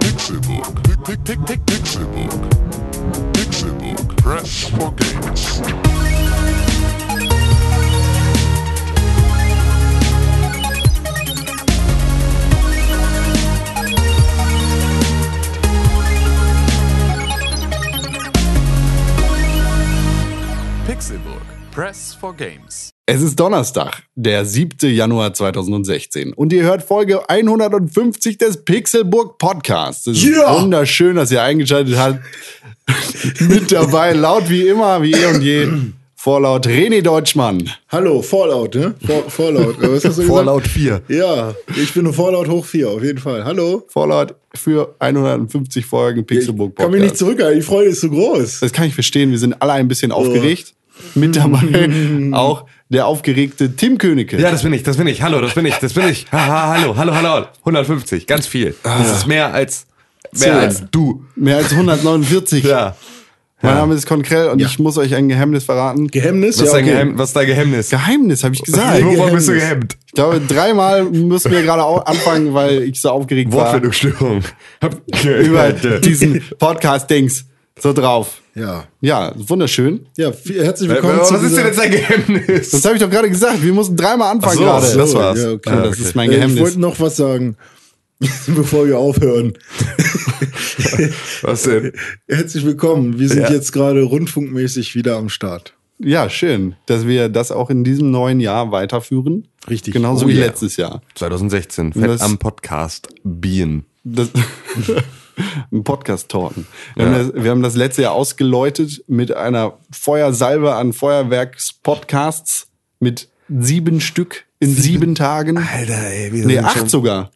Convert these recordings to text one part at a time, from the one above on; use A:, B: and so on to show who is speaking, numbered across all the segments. A: Pixelburg. Pick, pick, pick, Pixelburg. Pixelburg. Press for games. Pixelburg. Press for games.
B: Es ist Donnerstag, der 7. Januar 2016 und ihr hört Folge 150 des Pixelburg Podcasts. Es ist
C: Ja!
B: wunderschön, dass ihr eingeschaltet habt. Mit dabei, laut wie immer, wie eh und je, vorlaut René Deutschmann.
C: Hallo, Fallout, ne? Vor, Fallout. oder Was hast du gesagt?
B: 4.
C: Ja, ich bin ein Fallout hoch 4, auf jeden Fall. Hallo.
B: Vorlaut für 150 Folgen Pixelburg
C: Kann
B: Podcast.
C: mich nicht zurückhalten, die Freude ist so groß.
B: das kann ich verstehen, wir sind alle ein bisschen aufgeregt. Mit dabei auch der aufgeregte Tim Königke.
D: Ja, das bin ich, das bin ich. Hallo, das bin ich, das bin ich. Haha, hallo, hallo, hallo. 150, ganz viel.
C: Ah.
D: Das ist mehr als mehr
B: Zähl.
D: als du.
B: Mehr als 149.
D: Ja.
B: Mein Name ist Konkrell und
C: Ja.
B: ich muss euch ein Geheimnis verraten.
C: Geheimnis?
D: Was ist
C: Ja,
D: dein,
C: okay.
D: Geheim, was ist dein Geheimnis?
B: Geheimnis, habe ich gesagt.
C: Geheimnis.
D: Wovon bist du gehemmt?
B: Ich glaube, dreimal müssen wir gerade au- anfangen, weil ich so aufgeregt war
D: Wortfindungsstörung. Hab-
B: über diesen Podcast-Dings. So drauf.
C: Ja.
B: Ja, wunderschön.
C: Ja, viel- herzlich willkommen
D: Was
C: zu
D: ist
C: dieser-
D: denn jetzt dein Geheimnis?
B: Das habe ich doch gerade gesagt. Wir mussten dreimal anfangen
D: Ach
B: gerade.
D: so, das war's. Ah,
C: Ja, okay.
B: Ja, das ist mein
C: Äh, Ich
B: Geheimnis.
C: wollte noch was sagen, bevor wir aufhören.
D: Was denn?
C: Herzlich willkommen. Wir sind
D: Ja.
C: jetzt gerade rundfunkmäßig wieder am Start.
B: Ja, schön, dass wir das auch in diesem neuen Jahr weiterführen.
C: Richtig.
B: Genauso
C: Oh
B: wie
C: yeah.
B: letztes Jahr.
D: 2016, fett
B: Das-
D: am Podcast Bienen.
B: Das ein Podcast talken. Wir, haben das, wir haben das letzte Jahr ausgeläutet mit einer Feuersalve an Feuerwerks-Podcasts mit sieben Stück in sieben, Tagen.
C: Ah,
D: Alter, ey, wie
B: nee, acht sogar.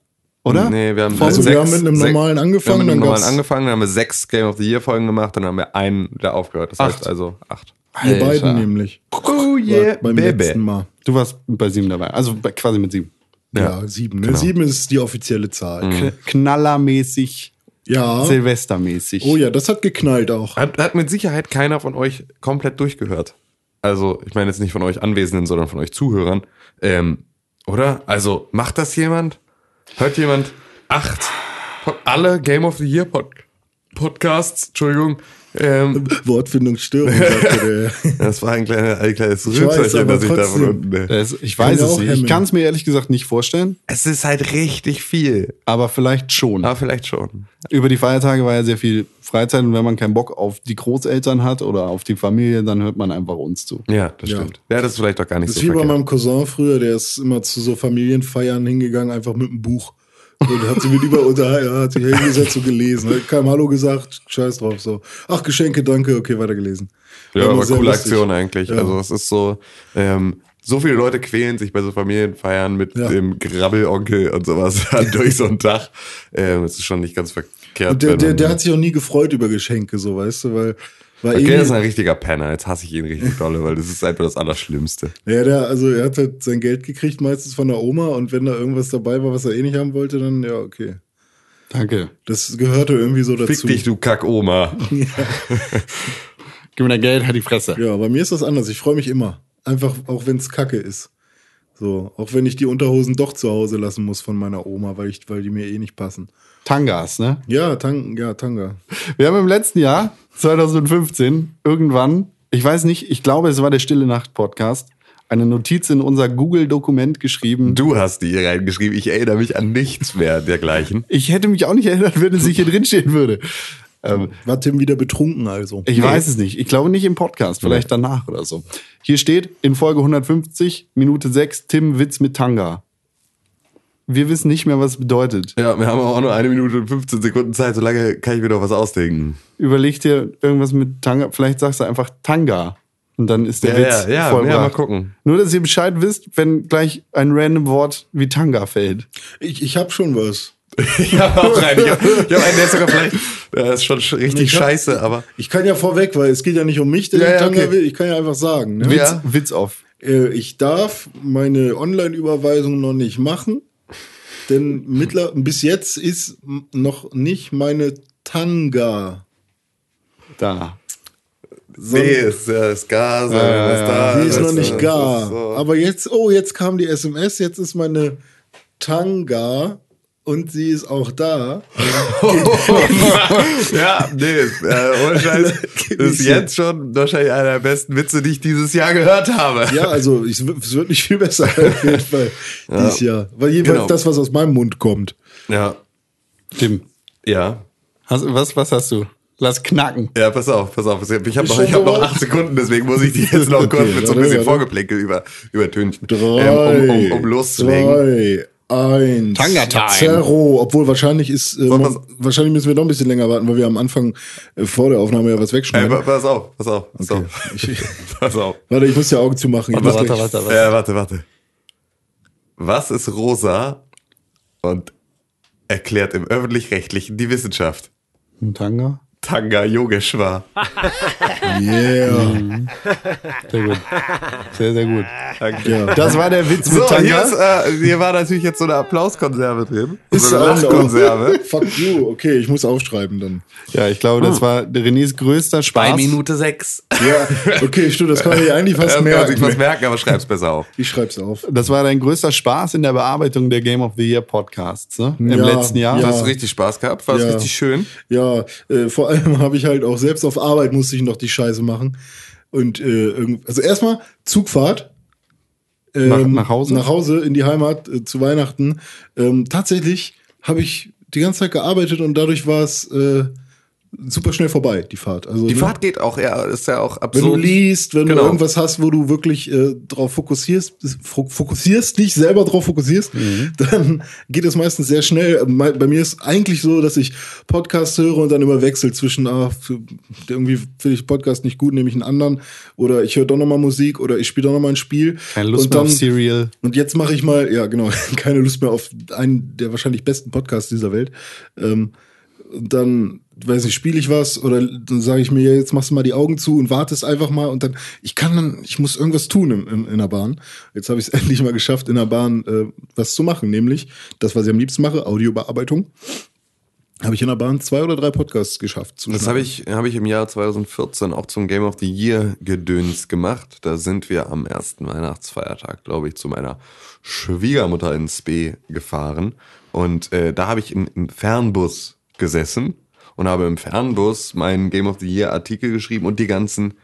B: Oder?
D: Nee, wir haben,
B: Vor-
C: Also wir haben mit einem
D: sechs-
C: normalen angefangen,
D: wir haben mit einem
C: dann
D: normalen
C: gab's-
D: angefangen, dann haben wir sechs Game of the Year Folgen gemacht, dann haben wir einen da aufgehört. Das
B: Acht.
D: heißt also acht.
C: Wir
B: Alter.
C: beiden nämlich.
D: Oh
C: War beim letzten Mal.
B: Du warst bei sieben dabei. Also bei- quasi mit sieben.
C: Ja, sieben. Ne?
D: Genau.
C: Sieben ist die offizielle Zahl.
D: Mhm.
B: K- Knallermäßig,
C: Ja.
B: Silvestermäßig.
C: Oh ja, das hat geknallt auch.
D: Hat, hat mit Sicherheit keiner von euch komplett durchgehört. Also, ich meine jetzt nicht von euch Anwesenden, sondern von euch Zuhörern. Ähm, oder? Also, macht das jemand? Hört jemand acht Pod alle Game of the Year Pod Podcasts? Entschuldigung. Ähm,
C: Wortfindungsstörung, sagte der.
D: das war ein, kleiner, ein kleines
C: weiß,
D: Rübserchen,
C: aber
D: dass ich da
C: trotzdem.
D: von unten.
B: Das, ich weiß
C: Kann
B: es
C: auch
B: nicht. Ich
C: hemmen.
B: kann es mir ehrlich gesagt nicht vorstellen,
D: Es ist halt richtig viel.
B: aber vielleicht
C: Ah,
B: schon.
D: Aber vielleicht schon.
B: Über die Feiertage war ja sehr viel Freizeit und wenn man keinen Bock auf die Großeltern hat oder auf die Familie, dann hört man einfach uns zu.
D: Ja, das
C: Ja.
D: stimmt. Ja, das ist vielleicht doch gar nicht
C: Das ist
D: so
C: wie bei
D: verkehrt.
C: meinem Cousin früher, der ist immer zu so Familienfeiern hingegangen, einfach mit einem Buch. Und hat sich mit über unterhalten, hat sich hingesetzt und gelesen. Hat keinem Hallo gesagt, scheiß drauf, so. Ach, Geschenke, danke, okay, weitergelesen. War
D: Ja,
C: immer
D: aber
C: sehr
D: coole
C: lustig.
D: Aktion eigentlich.
C: Ja.
D: Also es ist so, ähm, so viele Leute quälen sich bei so Familienfeiern mit
C: Ja.
D: dem Grabbelonkel und sowas halt durch so einen Tag. Ähm, es ist schon nicht ganz verkehrt.
C: Und der,
D: wenn
C: der,
D: man-
C: der hat sich auch nie gefreut über Geschenke, so, weißt du, weil, weil
D: okay,
C: irgendwie-
D: das ist ein richtiger Penner. Jetzt hasse ich ihn richtig dolle, weil das ist einfach das Allerschlimmste.
C: Ja, der, also er hat halt sein Geld gekriegt, meistens von der Oma, und wenn da irgendwas dabei war, was er eh nicht haben wollte, dann ja, okay.
B: Danke.
C: Das gehörte irgendwie so dazu.
D: Fick dich, du Kackoma.
B: Gib mir dein Geld, halt die Fresse.
C: Ja, bei mir ist das anders. Ich freue mich immer. Einfach, auch wenn es kacke ist. So, auch wenn ich die Unterhosen doch zu Hause lassen muss von meiner Oma, weil, ich, weil die mir eh nicht passen.
B: Tangas, ne?
C: Ja, Tang, ja Tanga.
B: Wir haben im letzten Jahr, 2015, irgendwann, ich weiß nicht, ich glaube, es war der Stille Nacht Podcast, eine Notiz in unser Google-Dokument geschrieben.
D: Du hast die hier reingeschrieben. Ich erinnere mich an nichts mehr dergleichen.
B: Ich hätte mich auch nicht erinnert, wenn es nicht hier drinstehen würde. Ähm,
C: War Tim wieder betrunken also?
B: Ich weiß es nicht. Ich glaube nicht im Podcast, vielleicht danach oder so. Hier steht in Folge 150, Minute 6, Tim Witz mit Tanga. Wir wissen nicht mehr, was es bedeutet.
D: Ja, wir haben auch nur eine Minute und 15 Sekunden Zeit. So lange kann ich mir doch was ausdenken.
B: Überleg dir irgendwas mit Tanga. Vielleicht sagst du einfach Tanga. Und dann ist der
D: Ja,
B: Witz
D: ja, ja,
B: vollbracht.
D: ja, mal gucken.
B: Nur, dass ihr Bescheid wisst, wenn gleich ein random Wort wie Tanga fällt.
C: Ich, ich habe schon was.
D: Ich habe auch rein. Ich habe hab einen, der ist sogar vielleicht. Der ist schon sch- richtig
C: Ich hab-
D: scheiße, aber.
C: Ich kann ja vorweg, weil es geht ja nicht um mich, der
D: Ja,
C: den
D: ja,
C: Tanga
D: okay.
C: will. Ich kann ja einfach sagen. Ne?
B: Witz,
D: Ja.
B: Witz auf.
C: Äh, ich darf meine Online-Überweisung noch nicht machen, denn mittler bis jetzt ist m- noch nicht meine Tanga.
B: Da.
C: Sondern-
D: ist ja das Gas, was
C: Die ist
D: Ah, das
C: noch nicht
D: das
C: gar.
D: ist so.
C: Aber jetzt, oh, jetzt kam die SMS, jetzt ist meine Tanga Und sie ist auch da.
D: Ja, nee, ist, äh, ohne Scheiß. das ist jetzt schon wahrscheinlich einer der besten Witze, die ich dieses Jahr gehört habe.
C: Ja, also ich, es wird nicht viel besser auf jeden Fall dieses Jahr. Weil jedenfalls
D: Genau.
C: das, was aus meinem Mund kommt.
D: Ja.
B: Tim,
D: Ja.
B: hast, was, was hast du? Lass knacken.
D: Ja, pass auf, pass auf. Ich habe
C: Ist
D: noch,
C: schon
D: ich hab noch
C: soweit?
D: acht Sekunden, deswegen muss ich die jetzt noch kurz
C: Okay,
D: mit so ein
C: warte,
D: bisschen
C: warte.
D: Vorgeplänkel über, übertönen,
C: Drei,
D: ähm, um, um, um loszulegen.
C: Drei, eins.
B: Tanga Time.
C: Zero. Obwohl wahrscheinlich ist, äh,
D: Sollen wir's-
C: wahrscheinlich müssen wir noch ein bisschen länger warten, weil wir am Anfang äh, vor der Aufnahme ja was
D: Ey,
C: wegschneiden.
D: pa- pass auf, pass auf, pass
C: Okay.
D: auf.
C: Ich-
D: Pass auf.
C: Warte, ich muss ja Augen zumachen. Ich muss
B: warte,
C: gleich-
B: warte, warte.
D: Ja, warte, warte. Was ist rosa und erklärt im Öffentlich-Rechtlichen die Wissenschaft?
B: Ein Tanga?
D: Tanga Yogeshwar.
C: Yeah.
B: Sehr gut. Sehr, sehr gut.
D: Danke.
C: Ja.
B: Das war der Witz mit
D: So, hier,
B: Tanga.
D: ist, äh, hier war natürlich jetzt so eine Applauskonserve drin. so Also eine
C: auch noch-
D: Lachkonserve.
C: Fuck you. Okay, ich muss aufschreiben dann.
B: Ja, ich glaube,
D: Hm.
B: das war Renés größter Spaß.
D: sechs.
C: Ja, okay, stimmt, das kann ich eigentlich
D: Das
C: fast
D: kann man sich was
C: merken.
D: merken, aber schreib's besser auf.
C: Ich schreib's auf.
B: Das war dein größter Spaß in der Bearbeitung der Game of the Year Podcasts, ne? Im
C: Ja,
B: letzten Jahr.
D: Du
C: ja.
D: hast richtig Spaß gehabt, war es
C: Ja.
D: richtig schön.
C: Ja, äh, vor allem habe ich halt auch selbst auf Arbeit musste ich noch die Scheiße machen. Und äh, irgend- also erstmal Zugfahrt. ähm,
B: Nach- nach Hause?
C: Nach Hause in die Heimat äh, zu Weihnachten. Ähm, tatsächlich habe ich die ganze Zeit gearbeitet und dadurch war es äh, super schnell vorbei, die Fahrt. Also,
D: Die
C: ne?
D: Fahrt geht auch, ja, ist ja auch
C: Wenn
D: absurd.
C: du liest, wenn
D: Genau.
C: du irgendwas hast, wo du wirklich äh, drauf fokussierst, fo- fokussierst, dich selber drauf fokussierst,
B: Mhm.
C: dann geht es meistens sehr schnell. Me- Bei mir ist eigentlich so, dass ich Podcast höre und dann immer wechsel zwischen, ah, f- irgendwie finde ich Podcast nicht gut, nehme ich einen anderen oder ich höre doch nochmal Musik oder ich spiele doch nochmal ein Spiel.
B: Keine Lust
C: und
B: mehr auf
C: dann-
B: Serial.
C: und jetzt mache ich mal, ja genau, keine Lust mehr auf einen der wahrscheinlich besten Podcasts dieser Welt. Ähm, und dann, weiß nicht, spiele ich was oder dann sage ich mir, ja, jetzt machst du mal die Augen zu und wartest einfach mal und dann, ich kann dann, ich muss irgendwas tun im, im, in der Bahn. Jetzt habe ich es endlich mal geschafft, in der Bahn äh, was zu machen, nämlich das, was ich am liebsten mache, Audiobearbeitung. Habe ich in der Bahn zwei oder drei Podcasts geschafft. zu
D: Das
C: schneiden.
D: habe ich, hab ich im Jahr 2014 auch zum Game of the Year Gedöns gemacht. Da sind wir am ersten Weihnachtsfeiertag, glaube ich, zu meiner Schwiegermutter ins B gefahren. Und äh, da habe ich im, im Fernbus gesessen und habe im Fernbus meinen Game of the Year Artikel geschrieben und die ganzen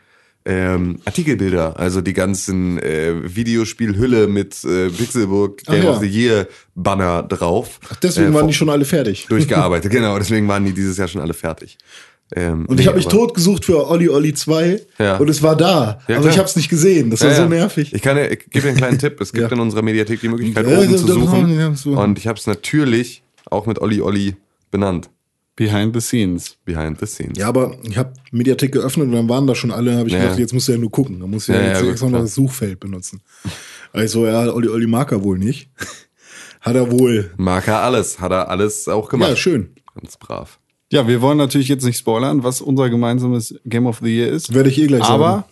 D: ähm, Artikelbilder, also die ganzen äh, Videospielhülle mit äh, Pixelburg Game
C: ja.
D: of the Year Banner drauf.
C: Ach, deswegen
D: äh,
C: waren
D: vor-
C: die schon alle fertig.
D: durchgearbeitet. genau, deswegen waren die dieses Jahr schon alle fertig. Ähm,
C: Und ich
D: nee,
C: habe mich
D: aber-
C: tot gesucht für Olli Olli 2
D: Ja.
C: und es war da,
D: Ja,
C: aber
D: klar.
C: ich habe es nicht gesehen. Das
D: Ja,
C: war so
D: ja.
C: nervig.
D: Ich, kann, dir- ich gebe dir einen kleinen Tipp. Es gibt
C: Ja.
D: in unserer Mediathek die Möglichkeit,
C: Ja,
D: oben
C: ja,
D: zu
C: doch,
D: suchen.
C: ja, so.
D: Und ich habe es natürlich auch mit Olli Olli benannt.
B: Behind the scenes.
D: Behind the scenes.
C: Ja, aber ich habe Mediathek geöffnet und dann waren da schon alle. Dann habe ich
D: Ja.
C: gedacht, jetzt musst du ja nur gucken. Da musst du ja,
D: Ja, ja,
C: jetzt
D: gut,
C: extra noch
D: klar.
C: das Suchfeld benutzen. Also, ja, Olli Olli mag er wohl nicht. Hat er wohl.
D: Mag er alles. Hat er alles auch gemacht.
C: Ja, schön.
D: Ganz brav.
B: Ja, wir wollen natürlich jetzt nicht spoilern, was unser gemeinsames Game of the Year ist.
C: Werde ich eh gleich sagen.
B: aber,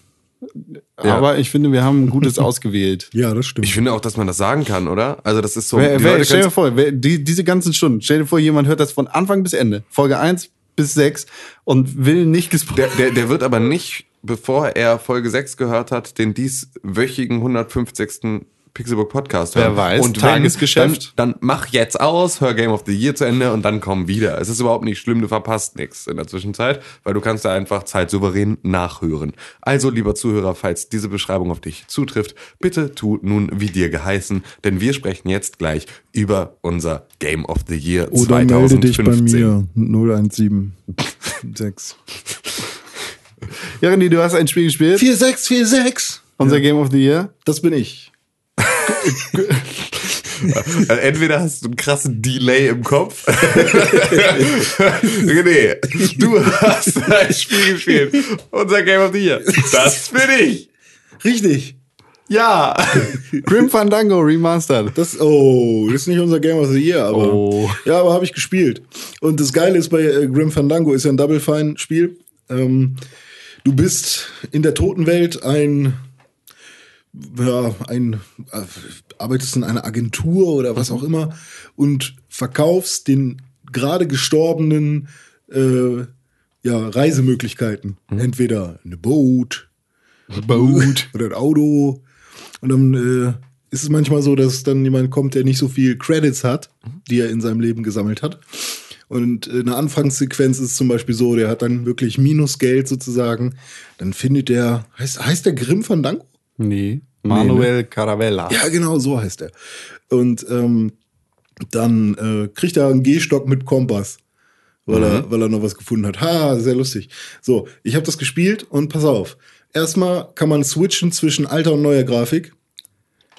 D: Ja.
B: aber ich finde, wir haben ein gutes ausgewählt.
C: Ja, das stimmt.
D: Ich finde auch, dass man das sagen kann, oder? Also das ist so...
B: Wer,
D: die
B: wer,
D: Leute
B: stell dir
D: können's-
B: vor, wer, die, diese ganzen Stunden, stell dir vor, jemand hört das von Anfang bis Ende, Folge 1 bis 6 und will nicht
D: der,
B: gespoilert.
D: der, der wird aber nicht, bevor er Folge 6 gehört hat, den dieswöchigen 150. Pixelbook Podcast hören.
B: Wer weiß,
D: und
B: Tagesgeschäft.
D: Dann, dann mach jetzt aus, hör Game of the Year zu Ende und dann komm wieder. Es ist überhaupt nicht schlimm, du verpasst nichts in der Zwischenzeit, weil du kannst da einfach zeitsouverän nachhören. Also, lieber Zuhörer, falls diese Beschreibung auf dich zutrifft, bitte tu nun wie dir geheißen, denn wir sprechen jetzt gleich über unser Game of the Year
C: Oder
D: 2015.
C: melde dich bei mir. 0176.
B: Ja, René, du hast ein Spiel gespielt,
C: 4646.
B: unser Game of the Year.
C: Das bin ich.
D: Also entweder hast du einen krassen Delay im Kopf. René, du hast ein Spiel gespielt. Unser Game of the Year. Das bin ich.
C: Richtig.
D: Ja.
B: Grim Fandango Remastered.
C: Das, oh, das ist nicht unser Game of the Year, aber.
B: Oh.
C: Ja, aber habe ich gespielt. Und das Geile ist bei äh, Grim Fandango, ist ja ein Double Fine-Spiel. Ähm, du bist in der Totenwelt ein. Ja, ein. Äh, arbeitest in einer Agentur oder was auch immer und verkaufst den gerade gestorbenen äh, ja, Reisemöglichkeiten. Entweder eine Boot, Boot oder ein Auto. Und dann äh, ist es manchmal so, dass dann jemand kommt, der nicht so viel Credits hat, die er in seinem Leben gesammelt hat. Und äh, eine Anfangssequenz ist zum Beispiel so, der hat dann wirklich Minusgeld sozusagen. Dann findet der, heißt, heißt der Grimm van Danko?
B: Nee. Manuel
C: ne?
B: Caravella.
C: Ja, genau, so heißt er. Und ähm, dann äh, kriegt er einen Gehstock mit Kompass, weil, er, weil er noch was gefunden hat. Ha, sehr lustig. So, ich habe das gespielt und pass auf. Erstmal kann man switchen zwischen alter und neuer Grafik.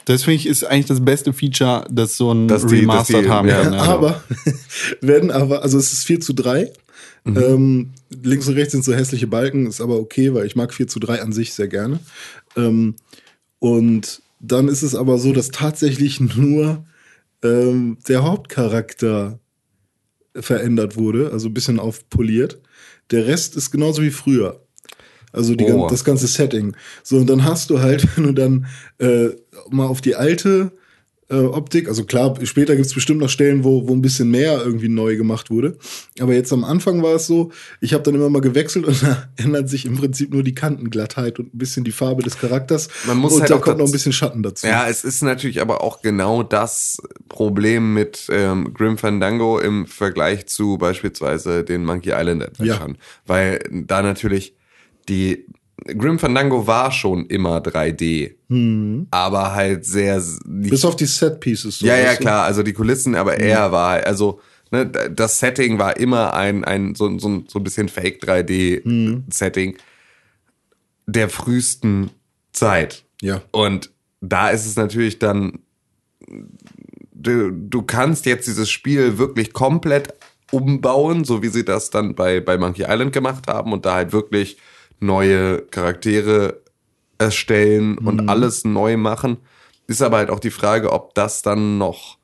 B: Das finde ich ist eigentlich das beste Feature, das so ein
D: Dass die-
B: Remastered
D: dass die-
B: haben
D: ja.
B: kann. also. Ja.
C: aber werden aber, also es ist 4 zu 3. Ähm, links und rechts sind so hässliche Balken, ist aber okay, weil ich mag 4 zu 3 an sich sehr gerne. Ähm, und dann ist es aber so, dass tatsächlich nur ähm, der Hauptcharakter verändert wurde, also ein bisschen aufpoliert. Der Rest ist genauso wie früher. Also die, gan-
D: Oh.
C: das ganze Setting. So, und dann hast du halt, wenn du dann äh, mal auf die alte äh, Optik, also klar, später gibt es bestimmt noch Stellen, wo, wo ein bisschen mehr irgendwie neu gemacht wurde. Aber jetzt am Anfang war es so, ich habe dann immer mal gewechselt und da ändert sich im Prinzip nur die Kantenglattheit und ein bisschen die Farbe des Charakters.
D: Man muss
C: und
D: halt
C: da
D: auch
C: kommt noch ein
D: daz-
C: bisschen Schatten dazu.
D: Ja, es ist natürlich aber auch genau das Problem mit ähm, Grim Fandango im Vergleich zu beispielsweise den Monkey Island Adventuren. Weil da natürlich die Grim Fandango war schon immer 3D, aber halt sehr nicht
C: Bis auf die Set-Pieces. so,
D: ja, ja,
C: weißt du? Mhm.
D: klar, also die Kulissen, aber er war, also ne, d- das Setting war immer ein, ein so, so, so ein bisschen Fake
C: Mhm.
D: 3D-Setting der frühesten Zeit.
C: Ja.
D: Und da ist es natürlich dann, du, du kannst jetzt dieses Spiel wirklich komplett umbauen, so wie sie das dann bei, bei Monkey Island gemacht haben und da halt wirklich neue Charaktere erstellen und alles neu machen. Ist aber halt auch die Frage, ob das dann noch,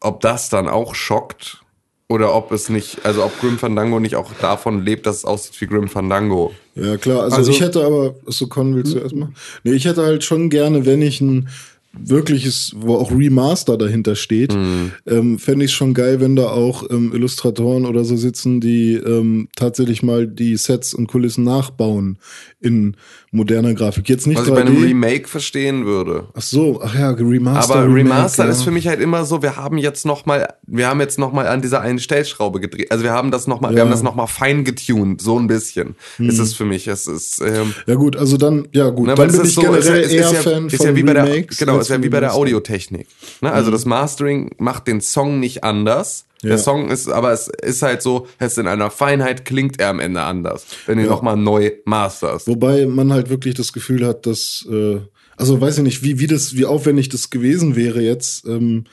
D: ob das dann auch schockt oder ob es nicht, also ob Grim Fandango nicht auch davon lebt, dass es aussieht wie Grim Fandango.
C: Ja, klar. Also,
B: Also-
C: ich hätte aber, so Con willst du erstmal? Nee, ich hätte halt schon gerne, wenn ich ein wirkliches, wo auch Remaster dahinter steht,
D: Mhm.
C: ähm, fände ich schon geil, wenn da auch ähm, Illustratoren oder so sitzen, die ähm, tatsächlich mal die Sets und Kulissen nachbauen in moderner Grafik. Jetzt nicht
D: Was
C: 3D.
D: ich bei einem Remake verstehen würde.
C: ach so, ach ja, Remaster.
D: Aber Remaster
C: Remake,
D: ist
C: ja.
D: für mich halt immer so, wir haben jetzt nochmal, wir haben jetzt nochmal an dieser einen Stellschraube gedreht. Also wir haben das nochmal, mal wir
C: Ja.
D: haben das nochmal fein getuned, so ein bisschen. Ist es für mich. Es ist, ähm,
C: Ja gut, also dann, ja gut,
D: ne, weil
C: dann
D: es
C: bin
D: ist
C: ich
D: so,
C: generell
D: es ist, es
C: eher
D: ist ja,
C: Fan
D: ist
C: von
D: ja wie bei der,
C: Remakes.
D: genau,
C: als
D: ist ja
C: von
D: wie bei der
C: Remastern.
D: Audiotechnik. Ne? Also das Mastering macht den Song nicht anders.
C: Ja.
D: Der Song ist, aber es ist halt so, es in einer Feinheit klingt er am Ende anders, wenn du
C: Ja.
D: nochmal neu masterst.
C: Wobei man halt wirklich das Gefühl hat, dass, äh, also weiß ich nicht, wie, wie, das, wie aufwendig das gewesen wäre jetzt ähm,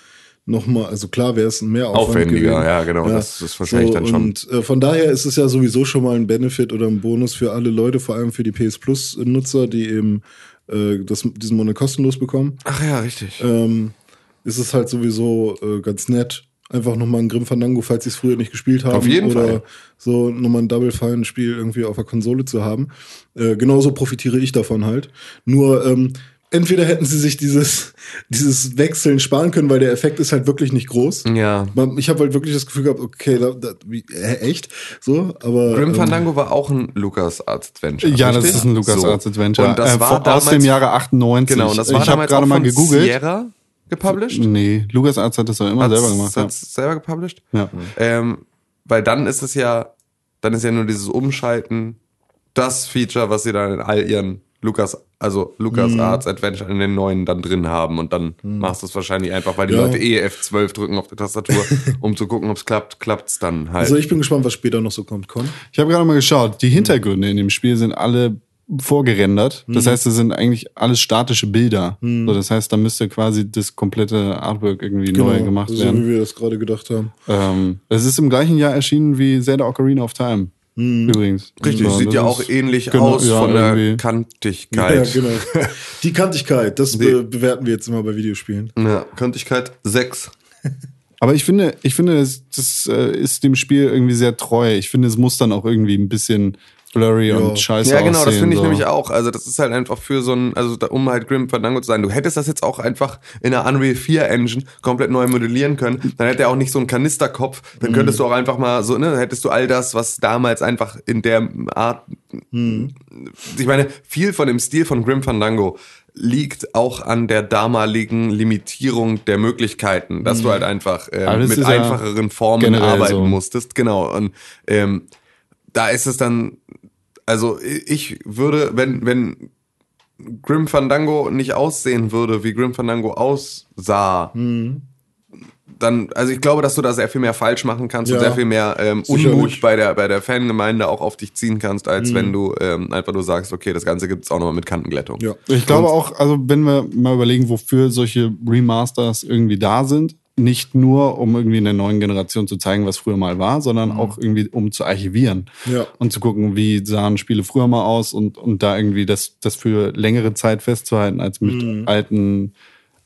C: nochmal, also klar wäre es ein Mehraufwand
D: Aufwendiger,
C: gewesen.
D: ja, genau, das ist wahrscheinlich dann schon-
C: Und äh, von daher ist es ja sowieso schon mal ein Benefit oder ein Bonus für alle Leute, vor allem für die PS Plus-Nutzer, die eben äh, das, diesen Monat kostenlos bekommen
D: Ach ja, richtig.
C: ähm, ist es halt sowieso äh, ganz nett. Einfach nochmal ein Grim Fandango, falls sie es früher nicht gespielt haben.
D: Auf jeden
C: oder
D: Fall.
C: so nochmal ein Double Fine Spiel irgendwie auf der Konsole zu haben. Äh, genauso profitiere ich davon halt. Nur, ähm, entweder hätten sie sich dieses, dieses Wechseln sparen können, weil der Effekt ist halt wirklich nicht groß.
D: Ja.
C: Man- Ich habe halt wirklich das Gefühl gehabt, okay, da, da, wie, äh, echt? So, aber.
D: Grim
C: ähm,
D: Fandango war auch ein Lucas Arts Adventure.
B: Ja, das
D: richtig?
B: ist ein Lucas Arts
D: So.
B: Adventure.
D: Und das
B: Äh,
D: war
B: vor-
D: damals,
B: aus dem Jahre 98.
D: Genau, und das war
B: ich habe
D: damals
B: gerade
D: auch
B: mal
D: von
B: gegoogelt.
D: Sierra gepublished.
B: Nee, Lukas Arzt hat das doch immer selber gemacht. Ja.
D: Hat's selber gepublished.
B: Ja.
D: Ähm, weil dann ist es ja, dann ist ja nur dieses Umschalten das Feature, was sie dann in all ihren Lucas, also Lucas Arts
B: Mhm.
D: Adventure in den neuen dann drin haben und dann machst du es wahrscheinlich einfach, weil die
C: Ja.
D: Leute eh F12 drücken auf der Tastatur, um zu gucken, ob es klappt, klappt es dann halt.
C: Also ich bin gespannt, was später noch so kommt. Con.
B: Ich habe gerade mal geschaut, die Hintergründe in dem Spiel sind alle vorgerendert. Das
D: Mhm.
B: heißt, es sind eigentlich alles statische Bilder. So, das heißt, da müsste quasi das komplette Artwork irgendwie
D: Genau.
B: neu gemacht
C: Genau, so
B: werden.
C: wie wir das gerade gedacht haben.
B: Ähm, es ist im gleichen Jahr erschienen wie Zelda Ocarina of Time. Übrigens.
D: Mhm. Richtig,
B: So,
D: sieht
B: das
D: ja
B: ist-
D: auch ähnlich
B: genau,
D: aus
B: ja,
D: von der
B: irgendwie.
D: Kantigkeit.
C: Ja, genau. Die Kantigkeit, das be bewerten wir jetzt immer bei Videospielen.
D: Ja, Kantigkeit 6.
B: Aber ich finde, ich finde, das, das äh, ist dem Spiel irgendwie sehr treu. Ich finde, es muss dann auch irgendwie ein bisschen blurry
C: Ja.
B: und scheiße
D: Ja, genau, das
B: aussehen,
D: finde ich
B: so.
D: nämlich auch. Also, das ist halt einfach für so ein, also da- um halt Grim Fandango zu sein. Du hättest das jetzt auch einfach in einer Unreal 4 Engine komplett neu modellieren können. Dann hätte er auch nicht so einen Kanisterkopf.
B: Mhm.
D: Dann könntest du auch einfach mal so, ne, dann hättest du all das, was damals einfach in der Art.
B: Mhm.
D: Ich meine, viel von dem Stil von Grim Fandango liegt auch an der damaligen Limitierung der Möglichkeiten, dass du halt einfach ähm,
B: Mhm. Aber das
D: mit
B: ist ja
D: einfacheren Formen
B: generell
D: arbeiten
B: so.
D: musstest. Genau. Und ähm, da ist es dann, also i- ich würde, wenn, wenn Grim Fandango nicht aussehen würde, wie Grim Fandango aussah,
C: Mhm.
D: dann, also ich glaube, dass du da sehr viel mehr falsch machen kannst und
C: Ja.
D: sehr viel mehr ähm,
C: Sicherlich. Mhm.
D: Unmut bei der, bei der Fangemeinde auch auf dich ziehen kannst, als wenn du ähm, einfach nur sagst, okay, das Ganze gibt's auch nochmal mit Kantenglättung.
C: Ja.
B: Ich glaube auch, also wenn wir mal überlegen, wofür solche Remasters irgendwie da sind, nicht nur, um irgendwie in der neuen Generation zu zeigen, was früher mal war, sondern
D: Mhm.
B: auch irgendwie, um zu archivieren
C: Ja.
B: und zu gucken, wie sahen Spiele früher mal aus und, und da irgendwie das, das für längere Zeit festzuhalten, als mit
C: Mhm.
B: alten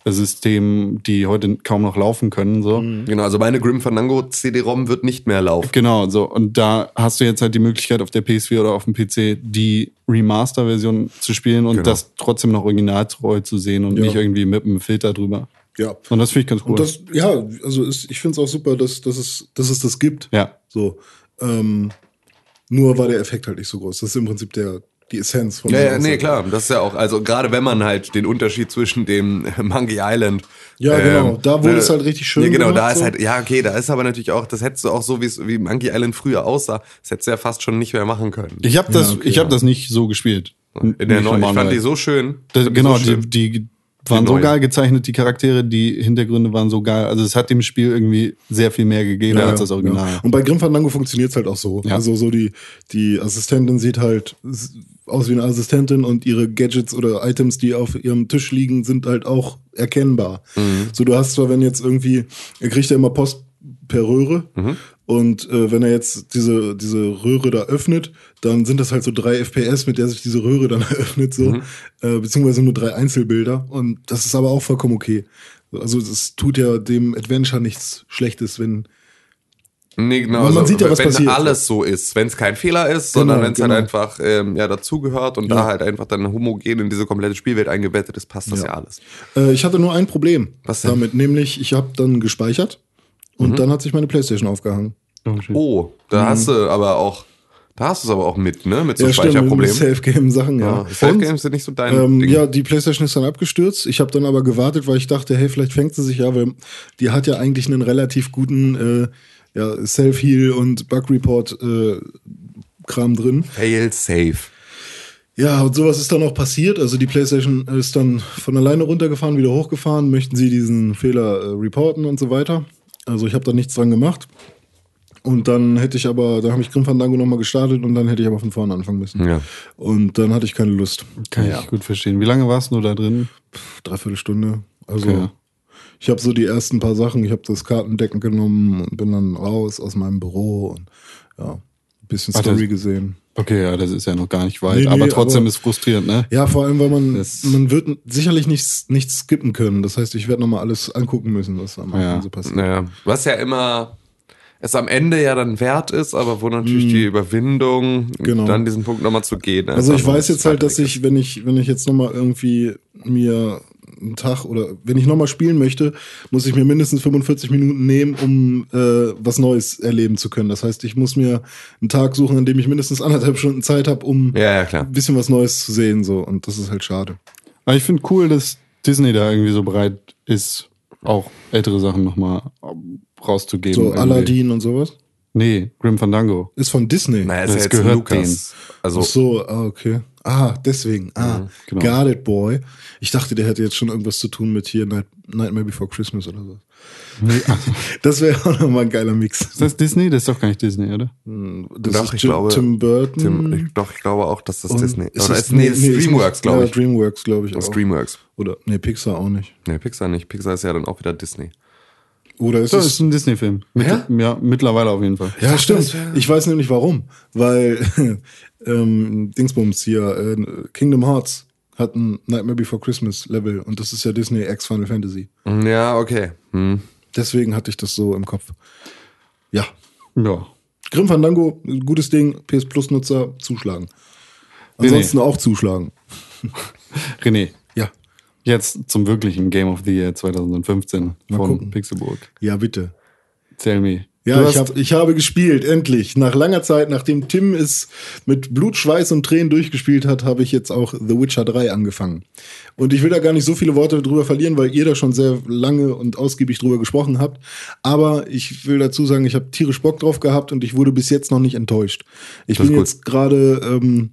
B: Systemen, die heute kaum noch laufen können. So.
C: Mhm.
D: Genau, also meine Grim Fandango CD-ROM wird nicht mehr laufen.
B: Genau, so. Und da hast du jetzt halt die Möglichkeit, auf der PS4 oder auf dem PC die Remaster-Version zu spielen und
D: Genau.
B: das trotzdem noch originaltreu zu sehen und
C: Ja.
B: nicht irgendwie mit einem Filter drüber.
C: ja.
B: Und das finde ich ganz cool.
C: Und das, ja, also ist, ich finde es auch super, dass, dass, es, dass es das gibt.
B: ja.
C: So. Ähm, nur war der Effekt halt nicht so groß. Das ist im Prinzip der, die Essenz von
D: Ja,
C: dem
D: ja,
C: Ganzen.
D: nee, klar. Das ist ja auch, also gerade wenn man halt den Unterschied zwischen dem Monkey Island. ähm,
C: Ja, genau. Da wurde es halt richtig schön
D: Ja, genau,
C: gemacht,
D: da ist
C: so.
D: halt, ja, okay, da ist aber natürlich auch, das hättest du auch so, wie es wie Monkey Island früher aussah, das hättest du ja fast schon nicht mehr machen können.
B: Ich habe das, ich hab
D: ja.
B: das nicht so gespielt.
D: In der
B: Nicht
D: neuen, ich
B: normal.
D: fand die so schön.
B: Das,
D: Fand die
B: genau,
D: so schön.
B: die, die waren
D: Die
B: so
D: neue.
B: geil gezeichnet, die Charaktere, die Hintergründe waren so geil. Also es hat dem Spiel irgendwie sehr viel mehr gegeben
C: Ja,
B: als das Original.
C: ja. Und bei Grim Fandango funktioniert es halt auch so.
B: Ja.
C: Also so die, die Assistentin sieht halt s- aus wie eine Assistentin und ihre Gadgets oder Items, die auf ihrem Tisch liegen, sind halt auch erkennbar.
B: Mhm.
C: So, du hast zwar, wenn jetzt irgendwie, er kriegt ja immer Post per Röhre.
B: Mhm.
C: Und äh, wenn er jetzt diese, diese Röhre da öffnet, dann sind das halt so drei FPS, mit der sich diese Röhre dann öffnet, so,
B: Mhm.
C: äh, beziehungsweise nur drei Einzelbilder. Und das ist aber auch vollkommen okay. Also es tut ja dem Adventure nichts Schlechtes, wenn
D: Nee, genau,
C: Man sieht ja, was
D: wenn
C: passiert. ne?
D: alles so ist, wenn es kein Fehler ist, sondern
C: Genau,
D: wenn es
C: genau.
D: halt einfach ähm, ja, dazugehört und da halt einfach dann homogen in diese komplette Spielwelt eingebettet ist, passt das ja, alles.
C: Äh, ich hatte nur ein Problem
D: Was denn? Mhm.
C: damit, nämlich ich habe dann gespeichert und dann hat sich meine Playstation aufgehangen.
D: Oh,
C: Mhm.
D: da hast du aber auch, da hast du es aber auch mit, ne? Mit so
C: mit
D: Speicherproblemen.
C: Safe-Game-Sachen, ja.
D: Ja, Self-Games sind nicht so dein
C: Ähm,
D: Ah, Ding.
C: ja, die Playstation ist dann abgestürzt. Ich habe dann aber gewartet, weil ich dachte, hey, vielleicht fängt sie sich ja, weil die hat ja eigentlich einen relativ guten äh, ja, Self-Heal und Bug-Report-Kram drin.
D: Fail safe.
C: Ja, und sowas ist dann auch passiert. Also die PlayStation ist dann von alleine runtergefahren, wieder hochgefahren. Möchten sie diesen Fehler äh, reporten und so weiter. Also ich habe da nichts dran gemacht. Und dann hätte ich aber, da habe ich Grim Fandango nochmal gestartet und dann hätte ich aber von vorne anfangen müssen.
D: Ja.
C: Und dann hatte ich keine Lust.
B: Kann ich gut verstehen. Wie lange warst du da drin?
C: Dreiviertel Stunde. Also
B: Okay.
C: ich habe so die ersten paar Sachen, ich habe das Kartendecken genommen und bin dann raus aus meinem Büro und ja, ein bisschen
B: Ach, das-
C: Story gesehen.
B: Okay, ja, das ist ja noch gar nicht weit.
C: Nee, nee,
B: aber trotzdem
C: aber-
B: ist frustrierend, ne?
C: Ja, vor allem, weil man,
B: Das-
C: man wird sicherlich nichts, nichts skippen können. Das heißt, ich werde nochmal alles angucken müssen, was am Anfang
B: Ja.
C: so passiert.
D: Naja. Was ja immer es am Ende ja dann wert ist, aber wo natürlich die Überwindung,
C: Mm. Genau.
D: dann diesen Punkt nochmal zu gehen.
C: Also ich
D: einfach
C: weiß
D: noch
C: jetzt halt, dass
D: fertig
C: ich, wenn ich, wenn ich jetzt nochmal irgendwie mir einen Tag oder wenn ich nochmal spielen möchte, muss ich mir mindestens 45 Minuten nehmen, um äh, was Neues erleben zu können. Das heißt, ich muss mir einen Tag suchen, an dem ich mindestens anderthalb Stunden Zeit habe, um
D: ist. Ja, ja, klar.
C: ein bisschen was Neues zu sehen. So. Und das ist halt schade.
B: Aber ich finde cool, dass Disney da irgendwie so bereit ist, auch ältere Sachen nochmal rauszugeben.
C: So
B: irgendwie.
C: Aladdin und sowas.
B: Nee, Grim Fandango.
C: Ist von Disney.
D: Naja, ist
B: Das
D: ja jetzt
B: gehört
D: Lukas. Also,
C: Ach so, ah, okay. Ah, deswegen. Ah,
B: genau.
C: Got it, Boy. Ich dachte, der hätte jetzt schon irgendwas zu tun mit hier Night, Nightmare Before Christmas oder so. das wäre auch nochmal ein geiler Mix.
B: Ist das Disney? Das ist doch gar nicht Disney, oder?
C: Das
D: Doch,
C: ist
D: ich
C: Jim,
D: glaube,
C: Tim Burton.
D: Tim, ich, doch, ich glaube auch, dass das
C: Mm. und
D: Disney.
C: ist
D: oder
C: das-
D: ist, nee, das ist
C: ist
D: Dreamworks,
C: nicht-
D: glaube ich.
C: Ja, Dreamworks, glaube ich.
D: Das ist
C: Auch.
D: Dreamworks.
C: Oder, nee, Pixar auch nicht.
D: Nee, Pixar nicht. Pixar ist ja dann auch wieder Disney.
C: Oder ist
B: So,
C: es.
B: ist ein Disney-Film. Mit,
D: Ja?
B: ja, mittlerweile auf jeden Fall.
C: Ja, stimmt. Ich weiß nämlich warum. Weil ähm, Dingsbums hier, äh, Kingdom Hearts hat ein Nightmare Before Christmas Level und das ist ja Disney X Final Fantasy.
D: Ja, okay. Hm.
C: Deswegen hatte ich das so im Kopf. Ja,
B: Ja.
C: Grim Fandango, gutes Ding, PS Plus Nutzer, zuschlagen. Ansonsten auch zuschlagen.
B: René,
C: Ja.
B: jetzt zum wirklichen Game of the Year 2015 von
C: gucken.
B: Pixelburg.
C: Ja, bitte.
B: Tell me.
C: Ja,
B: du
C: ich,
B: hast,
C: hab, ich habe gespielt, endlich. Nach langer Zeit, nachdem Tim es mit Blut, Schweiß und Tränen durchgespielt hat, habe ich jetzt auch The Witcher 3 angefangen. Und ich will da gar nicht so viele Worte drüber verlieren, weil ihr da schon sehr lange und ausgiebig drüber gesprochen habt. Aber ich will dazu sagen, ich habe tierisch Bock drauf gehabt und ich wurde bis jetzt noch nicht enttäuscht. Ich
D: Das ist
C: bin
D: gut.
C: jetzt gerade ähm,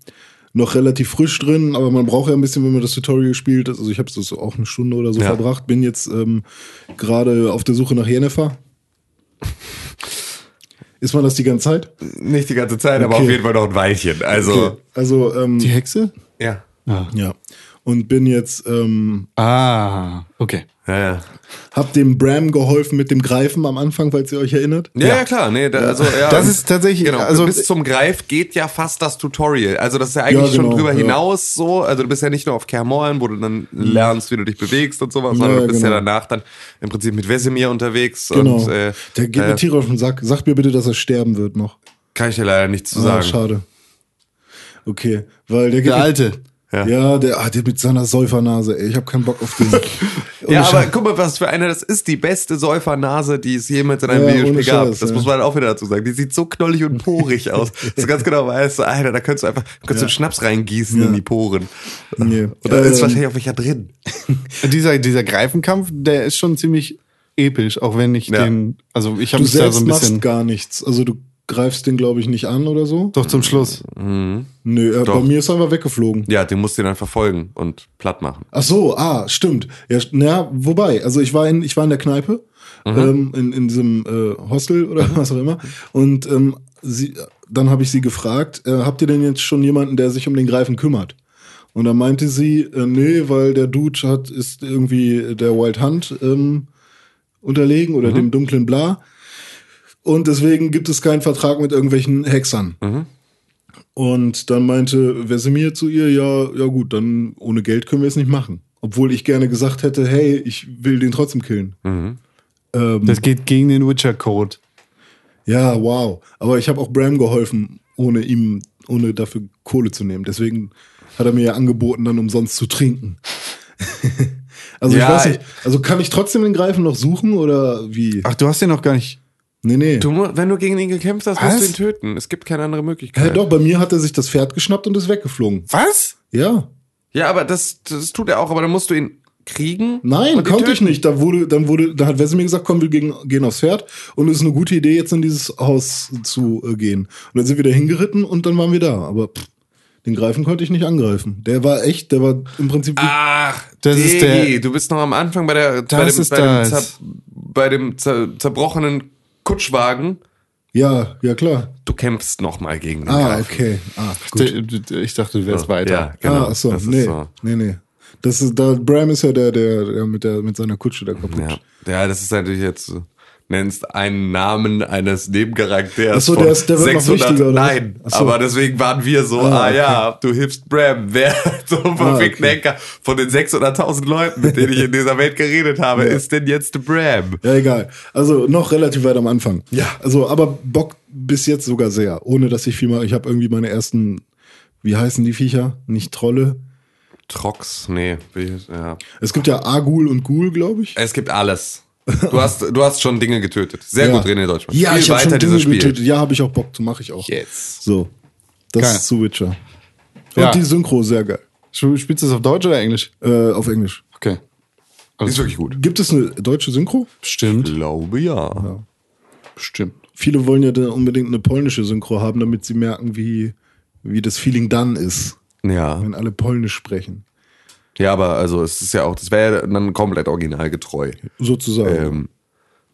C: noch relativ frisch drin, aber man braucht ja ein bisschen, wenn man das Tutorial spielt. Also ich habe es so auch eine Stunde oder so
D: Ja.
C: verbracht. Bin jetzt ähm, gerade auf der Suche nach Jennifer. Ist man das die ganze Zeit?
D: Nicht die ganze Zeit, aber
C: Okay.
D: auf jeden Fall noch ein Weilchen. Also,
C: Okay. Also, ähm,
B: die Hexe?
D: ja.
C: ja. Und bin jetzt, ähm,
B: Ah, okay.
D: Ja, ja.
C: hab dem Bram geholfen mit dem Greifen am Anfang, falls ihr euch erinnert.
D: Ja, ja, klar, nee, da, also ja,
B: Das ist tatsächlich-
D: genau,
B: also-
D: bis zum Greif geht ja fast das Tutorial. Also das ist ja eigentlich
C: Ja, genau,
D: schon drüber
C: ja. Mhm.
D: hinaus so, also du bist ja nicht nur auf Kermorn, wo du dann lernst, wie du dich bewegst und sowas, sondern
C: Ja,
D: du bist
C: genau.
D: ja danach dann im Prinzip mit Wesemir unterwegs
C: Genau.
D: und äh,
C: Der geht mir
D: äh,
C: Tiere auf den Sack. Sag mir bitte, dass er sterben wird noch.
D: kann ich dir leider nichts zu
C: Ah,
D: sagen.
C: schade. Okay, weil der geht
B: Der
C: mir-
B: alte.
D: Ja.
C: Ja, der, ah, der mit seiner Säufernase, ey. Ich hab keinen Bock auf den. Ohne
D: ja, aber
C: Scheiß.
D: guck mal, was für eine, das ist die beste Säufernase, die es jemals in einem
C: Ja,
D: Videospiel
C: ohne
D: gab.
C: Scheiß,
D: das
C: ja.
D: muss man auch wieder dazu sagen. Die sieht so knollig und porig aus. Dass du ganz genau weißt, so, Alter, da könntest du einfach, könntest du einen Schnaps reingießen in die Poren.
C: Nee.
D: Und da ist
C: Ähm,
D: wahrscheinlich auch welcher drin.
B: Dieser, dieser Greifenkampf, der ist schon ziemlich episch, auch wenn ich
D: Ja.
B: den, also ich habe
C: Du
B: mich da so
C: selbst
B: ein
C: machst
B: bisschen.
C: gar nichts. Also du greifst den, glaube ich, nicht an oder so.
B: Doch zum Schluss.
C: Nö, äh, bei
D: Doch.
C: mir ist er einfach weggeflogen.
D: Ja, den musst du dann verfolgen und platt machen.
C: Ach so, ah, stimmt. Ja, st- na, wobei, also ich war in, ich war in der Kneipe, ähm, in, in diesem äh, Hostel oder was auch immer. Und ähm, sie, dann habe ich sie gefragt, äh, habt ihr denn jetzt schon jemanden, der sich um den Greifen kümmert? Und dann meinte sie, äh, nee, weil der Dude hat, ist irgendwie der Wild Hunt ähm, unterlegen oder dem dunklen Bla. Und deswegen gibt es keinen Vertrag mit irgendwelchen Hexern. Und dann meinte Vesemir zu ihr, ja, ja gut, dann ohne Geld können wir es nicht machen. Obwohl ich gerne gesagt hätte, hey, ich will den trotzdem killen. Ähm,
B: Das geht gegen den Witcher Code.
C: ja, wow. Aber ich habe auch Bram geholfen, ohne ihm, ohne dafür Kohle zu nehmen. Deswegen hat er mir ja angeboten, dann umsonst zu trinken. also
D: Ja,
C: ich weiß nicht, also kann ich trotzdem den Greifen noch suchen oder wie?
B: Ach, du hast den noch gar nicht.
C: nee, nee.
D: Du, mu- wenn du gegen ihn gekämpft hast, musst
B: Was?
D: du ihn töten. Es gibt keine andere Möglichkeit.
C: Hä, doch, bei mir hat er sich das Pferd geschnappt und ist weggeflogen.
B: Was?
C: Ja.
D: Ja, aber das, das tut er auch, aber dann musst du ihn kriegen.
C: Nein,
D: und ihn
C: konnte ich
D: töten.
C: nicht. Da wurde, dann wurde, da hat Wesemir gesagt, komm, wir gehen, gehen aufs Pferd und es ist eine gute Idee, jetzt in dieses Haus zu äh, gehen. Und dann sind wir da hingeritten und dann waren wir da. Aber pff, den Greifen konnte ich nicht angreifen. Der war echt, der war im Prinzip.
D: Ach,
B: Das
D: das
B: ist
D: ist
B: der-
D: du bist noch am Anfang bei der bei
B: Das
D: dem,
B: ist
D: bei dem,
B: das.
D: bei dem zer, zerbrochenen Kutschwagen.
C: Ja, ja klar.
D: Du kämpfst noch mal gegen den
C: Ah,
D: Greifen.
C: okay. Ah, gut.
B: D- d- d- Ich dachte, du wärst weiter.
D: Ja, genau.
C: ah, ach so,
D: das
C: nee,
D: ist so.
C: nee, nee. Das ist, da, Bram ist ja der, der, der mit der, mit seiner Kutsche da kaputt.
D: Ja. ja, das ist natürlich jetzt du nennst einen Namen eines Nebencharakters
C: Ach so, der ist- der wird noch wichtiger, oder was?
D: Nein,
C: Ach so.
D: aber deswegen waren wir so, ah,
C: Ah, okay. Ah,
D: ja, du hilfst Bram, wer so ein verfickter
C: okay.
D: Henker von den 600.000 Leuten, mit denen ich in dieser Welt geredet habe, ist denn jetzt Bram?
C: Ja, egal. Also noch relativ weit am Anfang.
D: Ja.
C: Also, aber Bock bis jetzt sogar sehr. Ohne dass ich viel mal. Ich habe irgendwie meine ersten, wie heißen die Viecher? Nicht Trolle.
D: Trox, nee, bin ich- ja.
C: Es gibt ja Agul und Gul, glaube ich.
D: Es gibt alles. Du hast, du hast schon Dinge getötet. Sehr
C: ja.
D: gut, René Deutschmann.
C: Ja,
D: Spiel
C: ich habe schon Dinge
D: dieses Spiel.
C: getötet. Ja, habe ich auch Bock zu, mache ich auch.
D: Jetzt.
C: So. Das
B: Geil.
C: ist zu Witcher. Und
B: Ja.
C: die Synchro sehr geil.
B: Sp- Spielst du es auf Deutsch oder Englisch?
C: Äh, auf Englisch.
B: Okay.
D: Ist wirklich gut.
C: Gibt es eine deutsche Synchro?
B: Bestimmt.
D: Glaube ja.
B: Bestimmt.
C: Viele wollen ja da unbedingt eine polnische Synchro haben, damit sie merken, wie, wie das Feeling dann ist,
D: Ja.
C: wenn alle polnisch sprechen.
D: Ja, aber also es ist ja auch, das wäre ja dann komplett originalgetreu.
C: Sozusagen.
D: Ähm,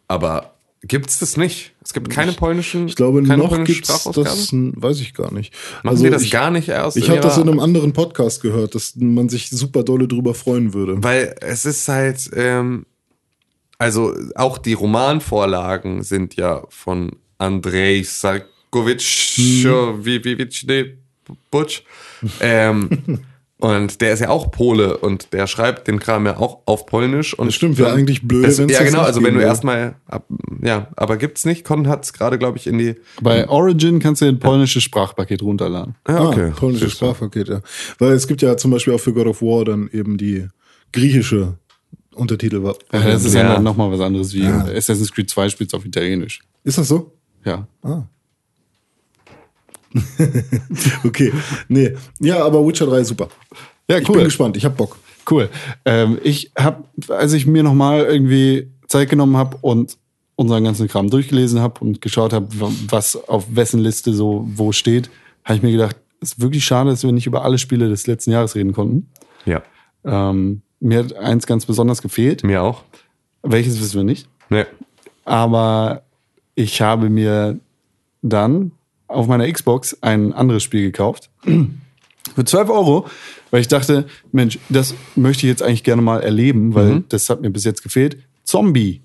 D: aber gibt's das nicht? Es gibt keine polnischen.
C: Ich glaube,
D: keine
C: noch
D: polnische
C: gibt es
D: Sprachausgabe?
C: das, n- weiß ich gar nicht. Also
D: Machen wir das
C: ich,
D: gar nicht erst.
C: Ich habe
D: ihrer-
C: das in einem anderen Podcast gehört, dass man sich super dolle drüber freuen würde.
D: Weil es ist halt, ähm, also auch die Romanvorlagen sind ja von Andrei
C: Mhm.
D: Sarkovic, wie, wie, wie, nee, Butsch. Ähm, Und der ist ja auch Pole und der schreibt den Kram ja auch auf Polnisch. Und
C: Das stimmt, wäre
D: dann-
C: eigentlich blöd,
D: ähm, das-
C: wenn's
D: Ja,
C: das
D: genau,
C: nicht
D: also wenn du
C: geben würde.
D: erstmal. ab- Ja, aber gibt's nicht. Con hat's gerade, glaube ich, in die.
B: Bei Origin kannst du dir ein polnisches Sprachpaket runterladen.
D: Ja, okay.
C: Ah, polnisches
D: Siehst du.
C: Sprachpaket, ja. Weil es gibt ja zum Beispiel auch für God of War dann eben die griechische Untertitel.
B: Ja, das ist
D: Ja.
B: ja, dann nochmal was anderes wie Assassin's Creed 2 spielst auf Italienisch.
C: Ist das so?
B: Ja.
C: Ah. Okay. Nee. Ja, aber Witcher 3 ist super.
B: Ja,
C: Ich bin gespannt, ich hab Bock.
B: Cool. Ähm, ich habe, als ich mir nochmal irgendwie Zeit genommen habe und unseren ganzen Kram durchgelesen habe und geschaut habe, was auf wessen Liste so wo steht, habe ich mir gedacht, ist wirklich schade, dass wir nicht über alle Spiele des letzten Jahres reden konnten.
D: Ja,
B: Ähm, mir hat eins ganz besonders gefehlt.
D: mir auch.
B: Welches wissen wir nicht.
D: Nee.
B: Aber ich habe mir dann auf meiner Xbox ein anderes Spiel gekauft. Für 12 Euro, weil ich dachte, Mensch, das möchte ich jetzt eigentlich gerne mal erleben, weil das hat mir bis jetzt gefehlt. Zombie.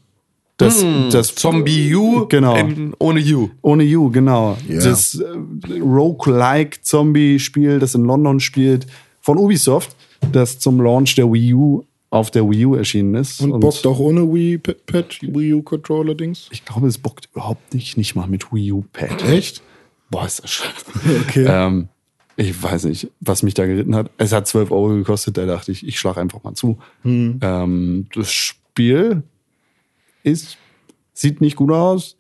B: Das, das
D: Zombie U
B: Genau.
D: in, ohne U.
B: Ohne You, genau.
C: Ja.
B: Das äh, Roguelike Zombie-Spiel, das in London spielt, von Ubisoft, das zum Launch der Wii U auf der Wii U erschienen ist.
C: Und, bockt auch ohne Wii Pad, Wii U Controller Dings.
B: Ich glaube, es bockt überhaupt nicht, nicht mal mit Wii U Pad.
C: Echt?
B: Boah, ist das scheiße.
C: Okay.
B: ähm, ich weiß nicht, was mich da geritten hat. Es hat 12 Euro gekostet, da dachte ich, ich schlage einfach mal zu. Ähm, das Spiel ist, sieht nicht gut aus.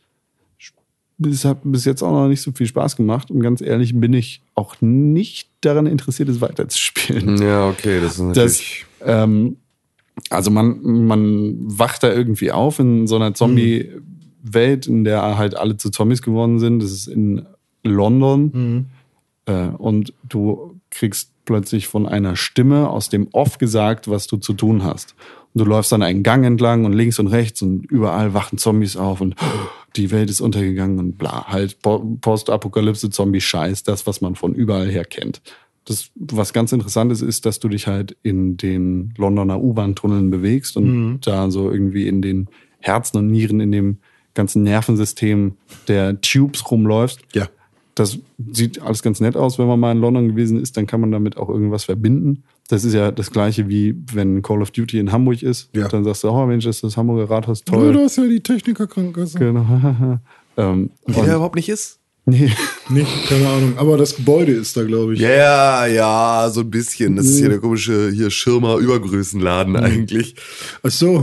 B: Es hat bis jetzt auch noch nicht so viel Spaß gemacht. Und ganz ehrlich bin ich auch nicht daran interessiert, es weiterzuspielen.
D: Ja, okay, das ist
B: Das,
D: natürlich.
B: ähm, also man, man wacht da irgendwie auf in so einer Zombie-Welt, in der halt alle zu Zombies geworden sind. Das ist in London. Äh, und du kriegst plötzlich von einer Stimme aus dem Off gesagt, was du zu tun hast. Und du läufst dann einen Gang entlang und links und rechts und überall wachen Zombies auf und die Welt ist untergegangen und bla. Halt Po- Postapokalypse-Zombie-Scheiß, das, was man von überall her kennt. Das, was ganz interessant ist, ist, dass du dich halt in den Londoner U-Bahn-Tunneln bewegst und da so irgendwie in den Herzen und Nieren, in dem ganzen Nervensystem der Tubes rumläufst.
C: ja.
B: Das sieht alles ganz nett aus, wenn man mal in London gewesen ist, dann kann man damit auch irgendwas verbinden. Das ist ja das gleiche wie wenn Call of Duty in Hamburg ist.
C: Ja.
B: Dann sagst du, oh Mensch, das ist das Hamburger Rathaus
C: Ja,
B: toll.
C: du hast ja die Technikerkrankenkasse.
B: Genau. ähm,
D: Die da überhaupt nicht ist?
B: nee.
C: Nee, keine Ahnung. Aber das Gebäude ist da, glaube ich.
D: Ja, ja, so ein bisschen. Das ist
B: Mhm.
D: hier der komische hier Schirmer Übergrößenladen eigentlich.
C: Ach so.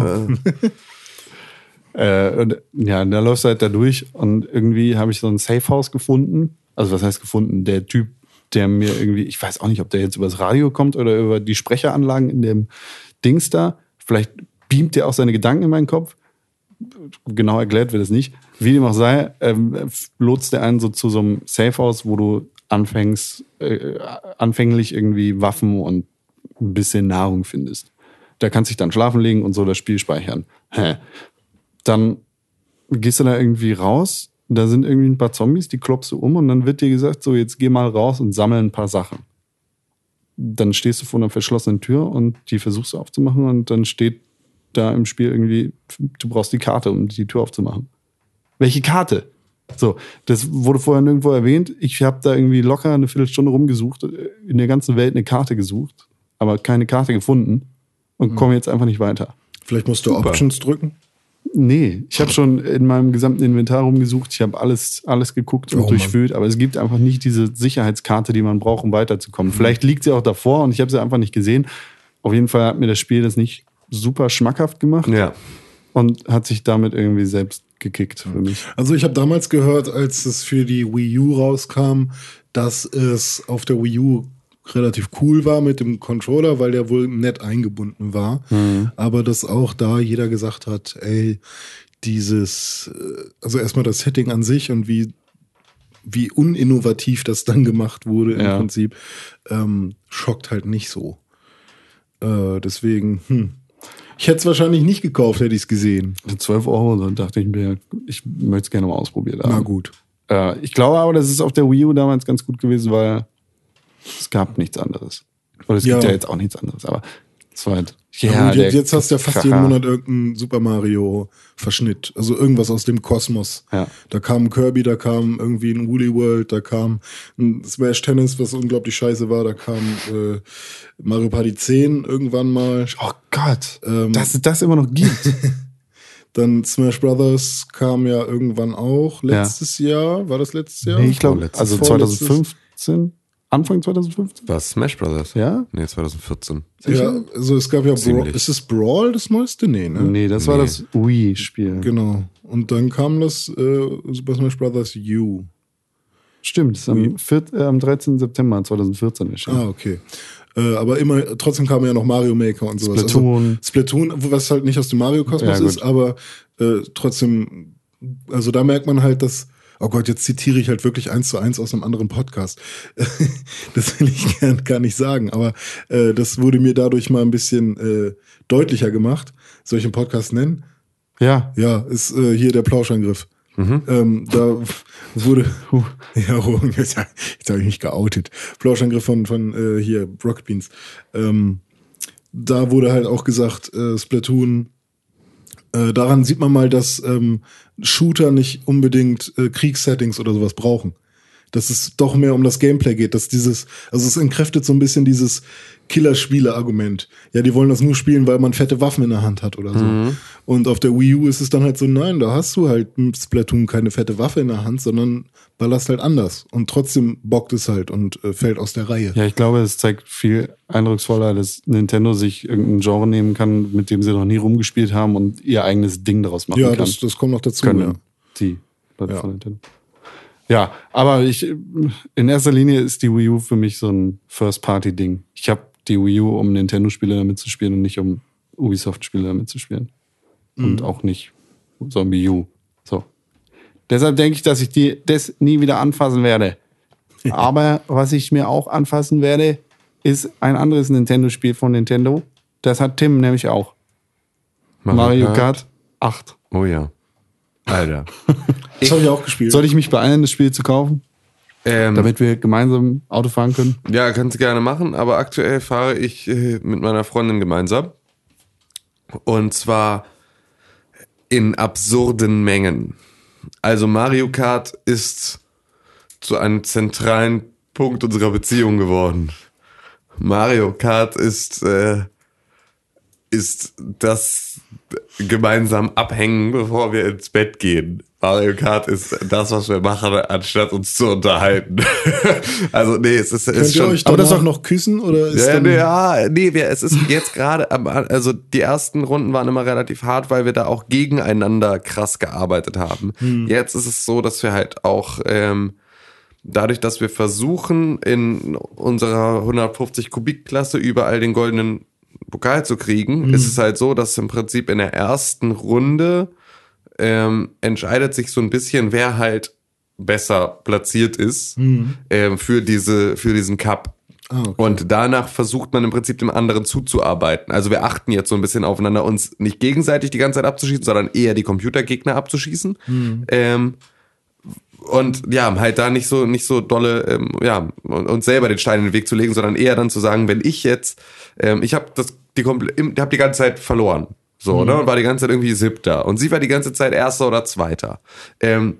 B: Äh, und, ja, da läufst du halt da durch und irgendwie habe ich so ein Safehouse gefunden. Also was heißt gefunden? Der Typ, der mir irgendwie, ich weiß auch nicht, ob der jetzt übers Radio kommt oder über die Sprecheranlagen in dem Dings da. Vielleicht beamt der auch seine Gedanken in meinen Kopf. Genau erklärt wird es nicht. Wie dem auch sei, ähm, lotst der einen so zu so einem Safehouse, wo du anfängst, äh, anfänglich irgendwie Waffen und ein bisschen Nahrung findest. Da kannst du dich dann schlafen legen und so das Spiel speichern. Hä dann gehst du da irgendwie raus, da sind irgendwie ein paar Zombies, die klopfst du um und dann wird dir gesagt, so jetzt geh mal raus und sammel ein paar Sachen. Dann stehst du vor einer verschlossenen Tür und die versuchst du aufzumachen und dann steht da im Spiel irgendwie, du brauchst die Karte, um die Tür aufzumachen. Welche Karte? So, das wurde vorher nirgendwo erwähnt. Ich habe da irgendwie locker eine Viertelstunde rumgesucht, in der ganzen Welt eine Karte gesucht, aber keine Karte gefunden und komme jetzt einfach nicht weiter.
C: Vielleicht musst du Options drücken.
B: Nee, ich habe schon in meinem gesamten Inventar rumgesucht. Ich habe alles, alles geguckt und
C: Oh, Mann.
B: durchwühlt, aber es gibt einfach nicht diese Sicherheitskarte, die man braucht, um weiterzukommen. Vielleicht liegt sie auch davor und ich habe sie einfach nicht gesehen. Auf jeden Fall hat mir das Spiel das nicht super schmackhaft gemacht
D: Ja.
B: und hat sich damit irgendwie selbst gekickt für mich.
C: Also ich habe damals gehört, als es für die Wii U rauskam, dass es auf der Wii U relativ cool war mit dem Controller, weil der wohl nett eingebunden war. Aber dass auch da jeder gesagt hat, ey, dieses, äh, also erstmal das Setting an sich und wie, wie uninnovativ das dann gemacht wurde im
B: Ja.
C: Prinzip, ähm, schockt halt nicht so. Äh, deswegen, hm. Ich hätte es wahrscheinlich nicht gekauft, hätte ich es gesehen.
B: Für 12 Euro, dann dachte ich mir, ich möchte es gerne mal ausprobiert haben.
C: Na gut.
B: Äh, ich glaube aber, das ist auf der Wii U damals ganz gut gewesen, weil es gab nichts anderes. Oder es
C: Ja.
B: gibt ja jetzt auch nichts anderes, aber Zweit.
C: Ja,
B: der-
C: jetzt, jetzt hast du ja fast
B: Kracher.
C: jeden Monat irgendeinen Super Mario-Verschnitt. Also irgendwas aus dem Kosmos.
B: Ja.
C: Da kam ein Kirby, da kam irgendwie ein Woolly World, da kam ein Smash Tennis, was unglaublich scheiße war, da kam äh, Mario Party 10 irgendwann mal.
B: Oh Gott,
C: Ähm,
B: dass es das immer noch gibt.
C: Dann Smash Brothers kam ja irgendwann auch letztes Jahr. War das letztes Jahr?
B: Nee, ich glaube,
D: Vorletztes,
B: also
C: vorletztes.
B: 2015, Anfang 2015?
D: War es Smash Brothers?
B: Ja?
D: Nee, 2014.
C: ja, also es gab ja Brawl.
D: Ziemlich.
C: Ist es Brawl das neueste? Nee, ne?
B: Ähm, Nee, das war
D: Nee.
B: das Wii-Spiel.
C: Genau. Und dann kam das äh, Super Smash Brothers U.
B: Stimmt, ist am, viert- äh, am 13. September 2014 erschienen.
C: Ah, okay. Äh, aber immer, trotzdem kam ja noch Mario Maker und sowas.
B: Splatoon.
C: Also, Splatoon, was halt nicht aus dem Mario-Kosmos
B: Ja, gut.
C: ist, aber äh, trotzdem, also da merkt man halt, dass, oh Gott, jetzt zitiere ich halt wirklich eins zu eins aus einem anderen Podcast. das will ich gern, gar nicht sagen, aber äh, das wurde mir dadurch mal ein bisschen äh, deutlicher gemacht. Soll ich einen Podcast nennen?
B: Ja.
C: Ja, ist äh, hier der Plauschangriff. Ähm, da wurde. Ja, oh, jetzt, jetzt habe ich mich geoutet. Plauschangriff von, von äh, hier, Rocket Beans. Ähm, da wurde halt auch gesagt, äh, Splatoon. Äh, daran sieht man mal, dass ähm, Shooter nicht unbedingt äh, Kriegssettings oder sowas brauchen. Dass es doch mehr um das Gameplay geht, dass dieses, also es entkräftet so ein bisschen dieses Killerspiele-Argument. Ja, die wollen das nur spielen, weil man fette Waffen in der Hand hat oder so.
B: Mhm.
C: Und auf der Wii U ist es dann halt so, nein, da hast du halt im Splatoon keine fette Waffe in der Hand, sondern ballerst halt anders. Und trotzdem bockt es halt und äh, fällt aus der Reihe.
B: Ja, ich glaube, es zeigt viel eindrucksvoller, dass Nintendo sich irgendein Genre nehmen kann, mit dem sie noch nie rumgespielt haben und ihr eigenes Ding daraus machen
C: Ja,
B: kann.
C: das, das kommt noch dazu.
B: können
C: Ja.
B: die Leute
C: Ja.
B: von Nintendo. Ja, aber ich in erster Linie ist die Wii U für mich so ein First-Party-Ding. Ich habe die Wii U, um Nintendo-Spiele damit zu spielen und nicht um Ubisoft-Spiele damit zu spielen. Und auch nicht Zombie U. So. Deshalb denke ich, dass ich die das nie wieder anfassen werde. Aber was ich mir auch anfassen werde, ist ein anderes Nintendo-Spiel von Nintendo. Das hat Tim nämlich auch. Mario Kart 8.
D: Oh ja. Alter.
C: Das habe ich auch gespielt.
B: Soll ich mich beeilen, das Spiel zu kaufen?
D: ähm,
B: damit wir gemeinsam Auto fahren können.
D: Ja, kannst du gerne machen, aber aktuell fahre ich äh, mit meiner Freundin gemeinsam. Und zwar in absurden Mengen. Also Mario Kart ist zu einem zentralen Punkt unserer Beziehung geworden. Mario Kart ist, äh, ist das gemeinsam abhängen, bevor wir ins Bett gehen. Mario Kart ist das, was wir machen, anstatt uns zu unterhalten. also nee, es ist,
C: Könnt
D: ist
C: ihr
D: schon...
C: euch
B: aber das
C: danach
B: ist
C: auch noch küssen oder ist
D: Ja,
C: dann,
D: nee, ja, nee, wir, es ist jetzt gerade, am- also die ersten Runden waren immer relativ hart, weil wir da auch gegeneinander krass gearbeitet haben. Jetzt ist es so, dass wir halt auch ähm, dadurch, dass wir versuchen, in unserer 150 Kubik-Klasse überall den goldenen Pokal zu kriegen, ist es halt so, dass im Prinzip in der ersten Runde ähm, entscheidet sich so ein bisschen, wer halt besser platziert ist ähm, für, diese, für diesen Cup.
C: Ah, okay.
D: Und danach versucht man im Prinzip dem anderen zuzuarbeiten. Also wir achten jetzt so ein bisschen aufeinander, uns nicht gegenseitig die ganze Zeit abzuschießen, sondern eher die Computergegner abzuschießen.
C: Hm.
D: Ähm, und ja, halt da nicht so, nicht so dolle, ähm, ja, und- uns selber den Stein in den Weg zu legen, sondern eher dann zu sagen, wenn ich jetzt, ähm, ich habe das, die komple- im- hab die ganze Zeit verloren.
C: Hm.
D: So, ne? Und war die ganze Zeit irgendwie siebter. Und sie war die ganze Zeit erster oder zweiter. Ähm,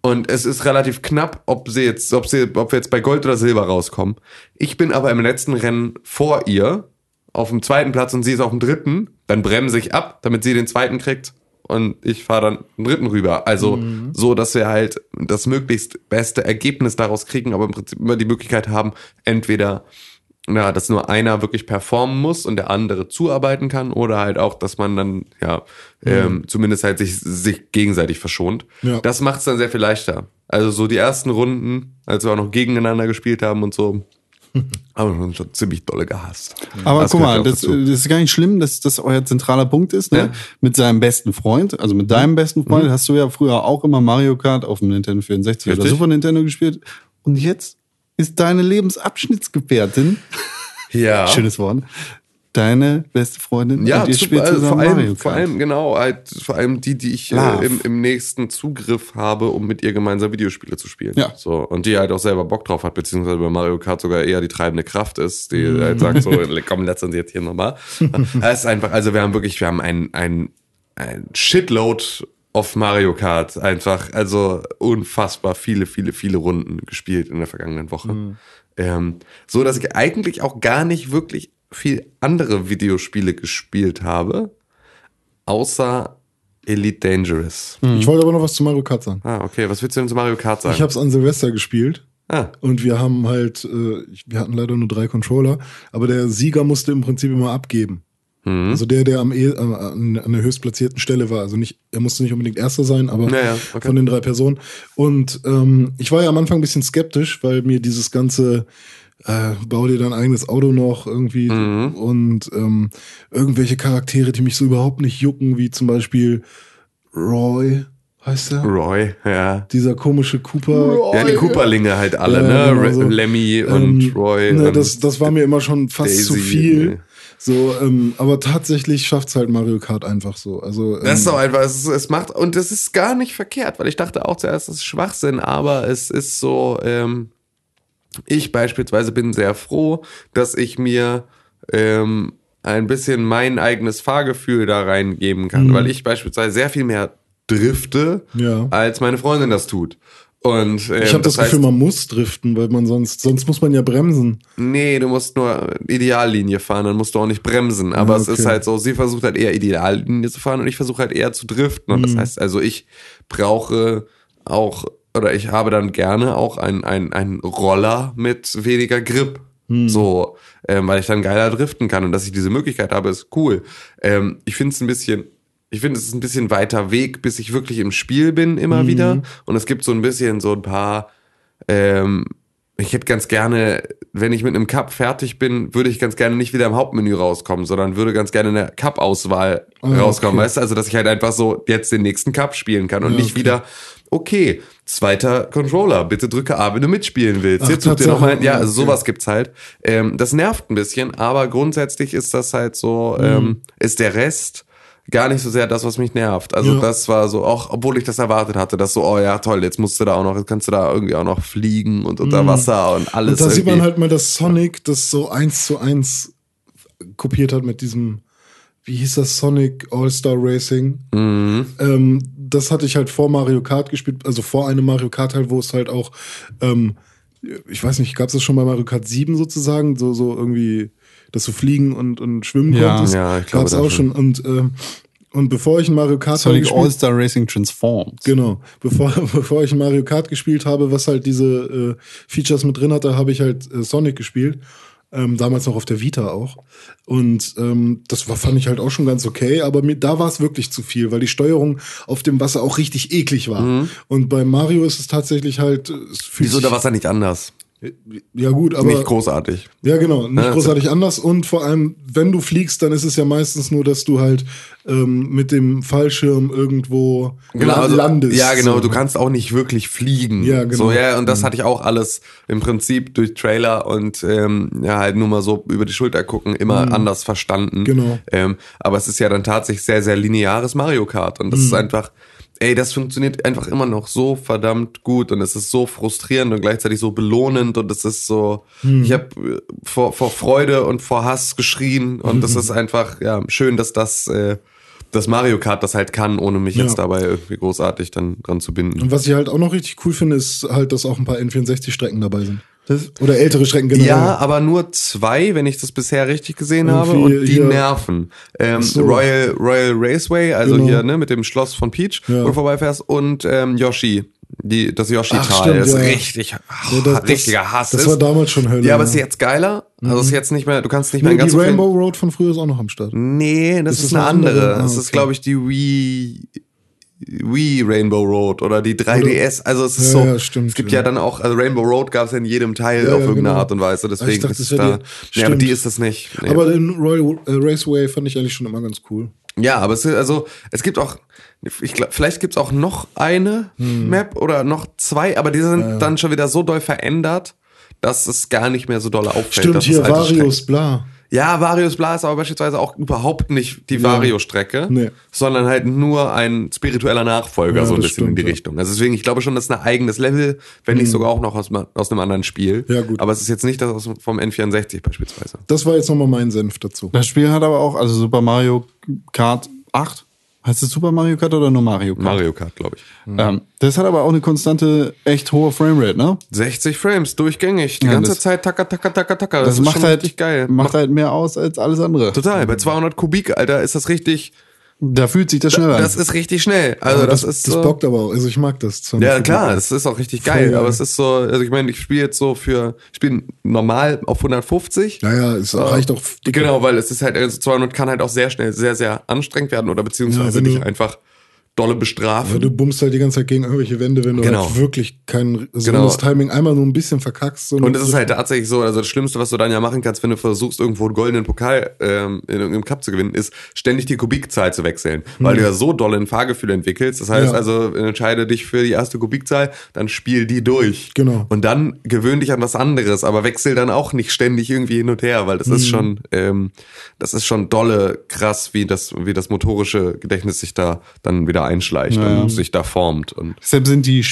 D: und es ist relativ knapp, ob sie jetzt, ob sie, ob wir jetzt bei Gold oder Silber rauskommen. Ich bin aber im letzten Rennen vor ihr auf dem zweiten Platz und sie ist auf dem dritten. Dann bremse ich ab, damit sie den zweiten kriegt und ich fahre dann den dritten rüber. Also so, dass wir halt das möglichst beste Ergebnis daraus kriegen, aber im Prinzip immer die Möglichkeit haben, entweder ja, dass nur einer wirklich performen muss und der andere zuarbeiten kann oder halt auch, dass man dann ja
B: Mhm.
D: ähm, zumindest halt sich, sich gegenseitig verschont.
C: Ja.
D: Das macht es dann sehr viel leichter. Also so die ersten Runden, als wir auch noch gegeneinander gespielt haben und so, haben wir uns schon ziemlich dolle gehasst.
B: Aber
D: Das
B: guck
D: gehört
B: mal,
D: auch
B: das, das
D: dazu.
B: ist gar nicht schlimm, dass das euer zentraler Punkt ist. Ne?
D: Ja. Mhm.
B: Mit seinem besten Freund, also mit deinem besten Freund, hast du ja früher auch immer Mario Kart auf dem Nintendo 64 oder
D: Richtig.
B: Super Nintendo gespielt. Und jetzt ist deine Lebensabschnittsgefährtin,
D: ja.
B: schönes Wort, deine beste Freundin
D: Ja,
B: und ihr
D: zu,
B: spielt
D: also
B: zusammen
D: vor, allem,
B: Mario
D: vor
B: Kart.
D: allem, genau, halt, vor allem die, die ich
B: Love.
D: äh, im, im nächsten Zugriff habe, um mit ihr gemeinsam Videospiele zu spielen.
B: Ja.
D: So, und die halt auch selber Bock drauf hat, beziehungsweise bei Mario Kart sogar eher die treibende Kraft ist, die halt sagt so, komm, letztens jetzt hier nochmal. Das ist einfach, also wir haben wirklich, wir haben ein, ein, ein Shitload auf Mario Kart einfach, also unfassbar viele, viele, viele Runden gespielt in der vergangenen Woche. Ähm, so dass ich eigentlich auch gar nicht wirklich viel andere Videospiele gespielt habe, außer Elite Dangerous.
C: Ich wollte aber noch was zu Mario Kart sagen.
D: Ah, okay. Was willst du denn zu Mario Kart sagen?
C: Ich habe es an Silvester gespielt
D: ah,
C: und wir haben halt, äh, ich- wir hatten leider nur drei Controller, aber der Sieger musste im Prinzip immer abgeben.
D: Mhm.
C: Also der, der am eh, äh, an, an der höchstplatzierten Stelle war. Also nicht, er musste nicht unbedingt Erster sein, aber
D: Ja, ja, okay.
C: von den drei Personen. Und ähm, ich war ja am Anfang ein bisschen skeptisch, weil mir dieses ganze äh, bau dir dein eigenes Auto noch irgendwie
D: Mhm.
C: und ähm, irgendwelche Charaktere, die mich so überhaupt nicht jucken, wie zum Beispiel Roy, heißt er?
D: Roy, ja.
C: dieser komische Cooper.
D: Ja, die Cooperlinge halt alle,
C: Ja,
D: ne?
C: genau so.
D: Re- Lemmy und
C: ähm,
D: Roy.
C: Ne,
D: und
C: das, das war mir immer schon fast
D: Daisy,
C: zu viel.
D: ne.
C: So, ähm, aber tatsächlich schafft es halt Mario Kart einfach so. Also, ähm,
D: Das ist doch einfach, es, es macht, und das ist gar nicht verkehrt, weil ich dachte auch zuerst, das ist Schwachsinn, aber es ist so, ähm, ich beispielsweise bin sehr froh, dass ich mir ähm, ein bisschen mein eigenes Fahrgefühl da reingeben kann, weil ich beispielsweise sehr viel mehr drifte,
C: Mhm. Ja.
D: als meine Freundin das tut. Und, ähm,
C: ich habe das,
D: Ah, heißt,
C: Gefühl, man muss driften, weil man sonst, sonst muss man ja bremsen.
D: Nee, du musst nur Ideallinie fahren, dann musst du auch nicht bremsen. Aber
C: Ah,
D: es ist
C: okay.
D: halt so, sie versucht halt eher Ideallinie zu fahren und ich versuche halt eher zu driften. Und das heißt also, ich brauche auch, oder ich habe dann gerne auch einen ein Roller mit weniger Grip. So, ähm, weil ich dann geiler driften kann und dass ich diese Möglichkeit habe, ist cool. Ähm, ich finde es ein bisschen, ich finde es ist ein bisschen weiter Weg, bis ich wirklich im Spiel bin immer wieder. Und es gibt so ein bisschen so ein paar ähm, ich hätte ganz gerne, wenn ich mit einem Cup fertig bin, würde ich ganz gerne nicht wieder im Hauptmenü rauskommen, sondern würde ganz gerne in der Cup-Auswahl
C: Ah,
D: rauskommen.
C: okay.
D: Weißt du, also dass ich halt einfach so jetzt den nächsten Cup spielen kann und
C: Ja,
D: nicht
C: Ah, okay.
D: wieder, okay, zweiter Controller, bitte drücke A, wenn du mitspielen willst.
C: Ach,
D: jetzt such dir
C: Tatsache.
D: nochmal,
C: Ja,
D: ja, also
C: okay.
D: sowas gibt's halt. Ähm, das nervt ein bisschen, aber grundsätzlich ist das halt so,
C: Mhm.
D: ähm, ist der Rest gar nicht so sehr das, was mich nervt. Also
C: Ja.
D: das war so, auch obwohl ich das erwartet hatte, dass so, oh ja, toll, jetzt musst du da auch noch, jetzt kannst du da irgendwie auch noch fliegen und unter Wasser und alles.
C: Mhm. Und da sieht man
D: irgendwie.
C: halt mal, dass Sonic das so eins zu eins kopiert hat mit diesem, wie hieß das, Sonic All-Star Racing.
D: Mhm.
C: Ähm, das hatte ich halt vor Mario Kart gespielt, also vor einem Mario Kart-Teil, wo es halt auch, ähm, ich weiß nicht, gab es das schon bei Mario Kart 7 sozusagen, so, so irgendwie, dass du fliegen und, und schwimmen
B: Ja.
C: konntest.
D: Ja, ich glaube,
C: Gab's
D: das
C: auch
D: schon.
C: schon. Und, ähm, und bevor ich ein Mario Kart-Teil
B: Sonic
C: gespielt
B: All-Star Racing Transforms.
C: Genau. Bevor, bevor ich Mario Kart gespielt habe, was halt diese äh, Features mit drin hatte, habe ich halt äh, Sonic gespielt. Ähm, damals noch auf der Vita auch. Und ähm, das war, fand ich halt auch schon ganz okay, aber mir, da war es wirklich zu viel, weil die Steuerung auf dem Wasser auch richtig eklig war. Und bei Mario ist es tatsächlich halt. äh, Es fühlt
D: Mhm. Wieso
C: sich-
D: da Wasser nicht anders?
C: Ja, gut, aber.
D: nicht großartig.
C: Ja, genau, nicht
D: Ja,
C: großartig anders. Und vor allem, wenn du fliegst, dann ist es ja meistens nur, dass du halt ähm, mit dem Fallschirm irgendwo la-
D: also-
C: landest.
D: Ja, genau,
C: So. ne?
D: du kannst auch nicht wirklich fliegen.
C: Ja, genau.
D: So, ja, und das hatte ich auch alles im Prinzip durch Trailer und ähm, ja, halt nur mal so über die Schulter gucken, immer anders verstanden.
C: Mhm. Genau.
D: Ähm, aber es ist ja dann tatsächlich sehr, sehr lineares Mario Kart und das
C: Mhm.
D: ist einfach. Ey, das funktioniert einfach immer noch so verdammt gut und es ist so frustrierend und gleichzeitig so belohnend und es ist so,
C: Mhm.
D: ich habe vor, vor Freude und vor Hass geschrien und
C: Mhm.
D: das ist einfach ja schön, dass das, äh, dass Mario Kart das halt kann, ohne mich
C: Ja.
D: jetzt dabei irgendwie großartig dann dran zu binden.
C: Und was ich halt auch noch richtig cool finde, ist halt, dass auch ein paar N64-Strecken dabei sind. Oder ältere Strecken generell.
D: Ja, aber nur zwei, wenn ich das bisher richtig gesehen habe,
C: Irgendwie
D: und die
C: hier-
D: nerven. Ähm,
C: so.
D: Royal, Royal Raceway, also
C: Genau.
D: hier ne, mit dem Schloss von Peach,
C: Ja.
D: wo du vorbeifährst, und ähm, Yoshi. Die, das
C: Ach,
D: Yoshi-Tal
C: stimmt,
D: ist
C: ja.
D: richtig,
C: Ja, das- das-
D: richtiger Hass.
C: das
D: ist.
C: war damals schon Hölle,
D: Ja, aber ist
C: ja. Mhm.
D: jetzt geiler. Also ist jetzt nicht mehr, du kannst nicht mehr
C: nee,
D: in ganz
C: die
D: so vielen-
C: Rainbow Road von früher ist auch noch am Start.
D: Nee, das ist, eine andere. Das
C: Ah,
D: ist,
C: okay.
D: glaube ich, die Wii, Wii Rainbow Road oder die 3DS. Also es ist
C: Ja,
D: so.
C: ja, stimmt,
D: es gibt
C: ja.
D: ja, dann auch, also Rainbow Road gab es ja in jedem Teil
C: Ja,
D: auf
C: ja,
D: irgendeine
C: genau.
D: Art und Weise. Deswegen
C: dachte, das
D: ist
C: wär
D: es da.
C: die-
D: nee, aber
C: stimmt.
D: die ist das nicht. Nee.
C: Aber den Royal äh, Raceway fand ich eigentlich schon immer ganz cool.
D: ja, aber es, ist- also, es gibt auch. Ich glaub, vielleicht gibt es auch noch eine
C: Hm.
D: Map oder noch zwei, aber die sind dann schon wieder so doll verändert, dass es halt gar nicht mehr so doll auffällt.
C: Stimmt,
D: dass
C: hier
D: es alte Strecken-
C: Varius, bla.
D: ja, Varius Bla ist aber beispielsweise auch überhaupt nicht die Vario-Strecke,
C: Nee.
D: sondern halt nur ein spiritueller Nachfolger,
C: Ja,
D: so ein
C: das
D: bisschen in
C: stimmt,
D: die
C: ja. Mhm.
D: Richtung. Also deswegen, ich glaube schon, das ist ein eigenes Level, wenn nicht sogar auch noch aus, ma- aus einem anderen Spiel.
C: Ja, gut.
D: Aber es ist jetzt nicht das aus, vom N64 beispielsweise.
C: Das war jetzt nochmal mein Senf dazu.
B: Das Spiel hat aber auch, also Super Mario Kart 8. Heißt es Super Mario Kart oder nur Mario Kart?
D: Mario Kart, glaube ich.
B: Ähm, das hat aber auch eine konstante, echt hohe Framerate, ne?
D: 60 Frames, durchgängig, die
B: Ja,
D: ganze
B: das-
D: Zeit, tacker, tacker, tacker, tacker.
B: Das,
D: ist
B: macht
D: schon
B: halt,
D: richtig geil.
B: macht halt mehr aus als alles andere.
D: Total, bei 200 Kubik, Alter, ist das richtig,
B: Da fühlt sich das schneller an.
D: das ist richtig schnell. Also
C: Aber
D: das,
C: das,
D: ist
C: das
D: so,
C: bockt aber auch. Also ich mag das.
D: Ja, klar, es ist auch richtig geil,
C: geil.
D: aber es ist so, also ich meine, ich spiele jetzt so für, ich spiele normal auf 150.
C: Naja, es reicht auch dicker.
D: Genau, weil es ist halt, also 200 kann halt auch sehr schnell sehr, sehr anstrengend werden oder
C: Ja,
D: beziehungsweise
C: wenn
D: dich
C: du-
D: einfach dolle
C: Ja,
D: bestrafen.
C: du bummst halt die ganze Zeit gegen irgendwelche Wände, wenn du
D: Genau.
C: halt wirklich kein so
D: Genau.
C: das Timing einmal so ein bisschen verkackst.
D: Und es ist halt tatsächlich so, also das Schlimmste, was du dann ja machen kannst, wenn du versuchst, irgendwo einen goldenen Pokal ähm, in irgendeinem Cup zu gewinnen, ist, ständig die Kubikzahl zu wechseln. Weil du ja so doll ein Fahrgefühl entwickelst. Das heißt
C: Hm. Ja.
D: also, entscheide dich für die erste Kubikzahl, dann spiel die durch.
C: Genau.
D: Und dann gewöhn dich an was anderes, aber wechsel dann auch nicht ständig irgendwie hin und her, weil das
C: Hm.
D: ist schon, ähm, das ist schon dolle krass, wie das, wie das motorische Gedächtnis sich da dann wieder einschleicht und sich da formt. Und
B: Deshalb sind die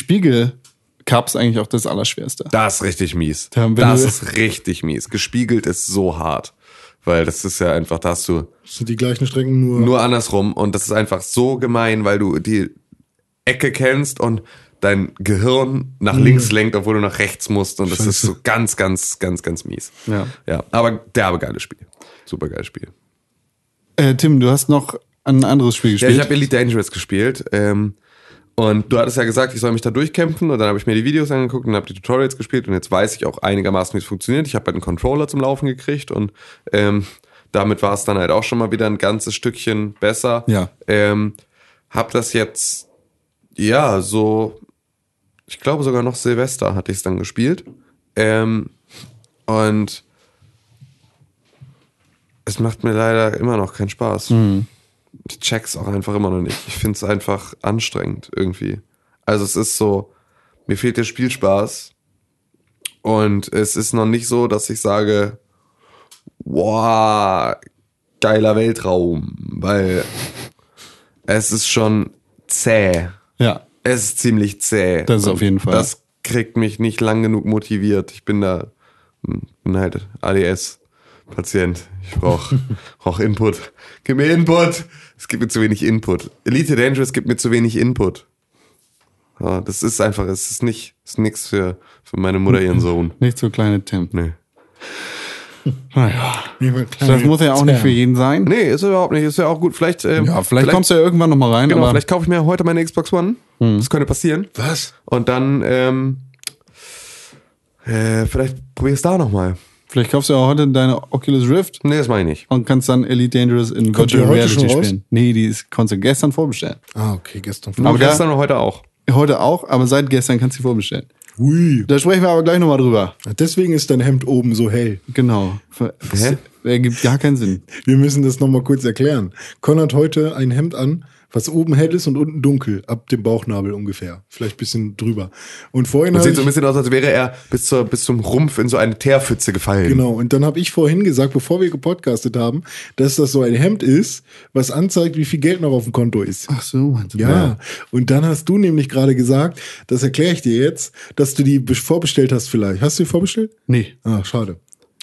B: Spiegel-Cups eigentlich auch das Allerschwerste.
D: Das ist richtig mies.
B: Da haben wir
D: das
B: nur-
D: ist richtig mies. Gespiegelt ist so hart. Weil das ist ja einfach, da hast du
C: Das sind die gleichen Strecken, nur,
D: nur andersrum und das ist einfach so gemein, weil du die Ecke kennst und dein Gehirn nach
B: Mhm.
D: links lenkt, obwohl du nach rechts musst und das ist so ganz, ganz, ganz, ganz mies.
B: Ja.
D: Ja, aber derbe geiles Spiel. Super geiles Spiel.
B: Äh, Tim, du hast noch ein anderes Spiel
D: Ja,
B: gespielt.
D: ich habe Elite Dangerous gespielt. Ähm, und du hattest ja gesagt, ich soll mich da durchkämpfen. Und dann habe ich mir die Videos angeguckt und habe die Tutorials gespielt. Und jetzt weiß ich auch einigermaßen, wie es funktioniert. Ich habe halt einen Controller zum Laufen gekriegt. Und ähm, damit war es dann halt auch schon mal wieder ein ganzes Stückchen besser.
B: Ja.
D: Ähm, hab das jetzt, ja, so, ich glaube sogar noch Silvester hatte ich es dann gespielt. Ähm, und es macht mir leider immer noch keinen Spaß ich check's auch einfach immer noch nicht. Ich find's einfach anstrengend irgendwie. Also es ist so, mir fehlt der Spielspaß. Und es ist noch nicht so, dass ich sage, wow, geiler Weltraum, weil es ist schon zäh.
B: ja.
D: Es ist ziemlich zäh.
B: Das ist auf jeden Fall.
D: Das kriegt mich nicht lang genug motiviert. Ich bin da, bin halt ADS-Patient. Ich brauche brauch Input. Gib mir Input! Es gibt mir zu wenig Input. Elite Dangerous gibt mir zu wenig Input. Ja, das ist einfach, es ist nicht, ist nix für, für meine Mutter, ihren Sohn.
B: Nicht so kleine Tim.
D: Nee.
B: Naja.
C: Nee, weil kleine
B: Das muss ja auch nicht für
C: Zähne.
B: jeden sein.
D: Nee, ist überhaupt nicht. Ist ja auch gut. Vielleicht, ähm,
B: Ja, vielleicht, kommst du ja irgendwann nochmal rein.
D: genau,
B: aber
D: vielleicht kaufe ich mir heute meine Xbox One.
B: Hm.
D: Das könnte passieren.
C: Was?
D: Und dann, ähm, äh, vielleicht probier's da nochmal.
B: vielleicht kaufst du ja heute deine Oculus Rift
D: Nee, das mache ich nicht.
B: und kannst dann Elite Dangerous in
C: Kommt die
B: Virtual
C: heute
B: Reality
C: schon raus?
B: spielen. Nee, die ist, konntest du gestern vorbestellen.
C: Ah, okay, gestern.
D: Aber
B: da-
D: gestern und heute auch.
B: Heute auch, aber seit gestern kannst du sie vorbestellen.
C: Ui.
B: Da sprechen wir aber gleich nochmal drüber.
C: Deswegen ist dein Hemd oben so hell.
B: Genau. Das
D: Hä?
B: ergibt gar keinen Sinn.
C: Wir müssen das nochmal kurz erklären. Con hat heute ein Hemd an, was oben hell ist und unten dunkel, ab dem Bauchnabel ungefähr. Vielleicht ein bisschen drüber. Und vorhin
D: Und
C: habe
D: sieht
C: ich,
D: so ein bisschen aus, als wäre er bis, zur, bis zum Rumpf in so eine Teerpfütze gefallen.
C: Genau, und dann habe ich vorhin gesagt, bevor wir gepodcastet haben, dass das so ein Hemd ist, was anzeigt, wie viel Geld noch auf dem Konto ist.
B: Ach so.
C: Ja, und dann hast du nämlich gerade gesagt, das erkläre ich dir jetzt, dass du die be- vorbestellt hast vielleicht. Hast du die vorbestellt?
B: Nee.
C: Ah, schade.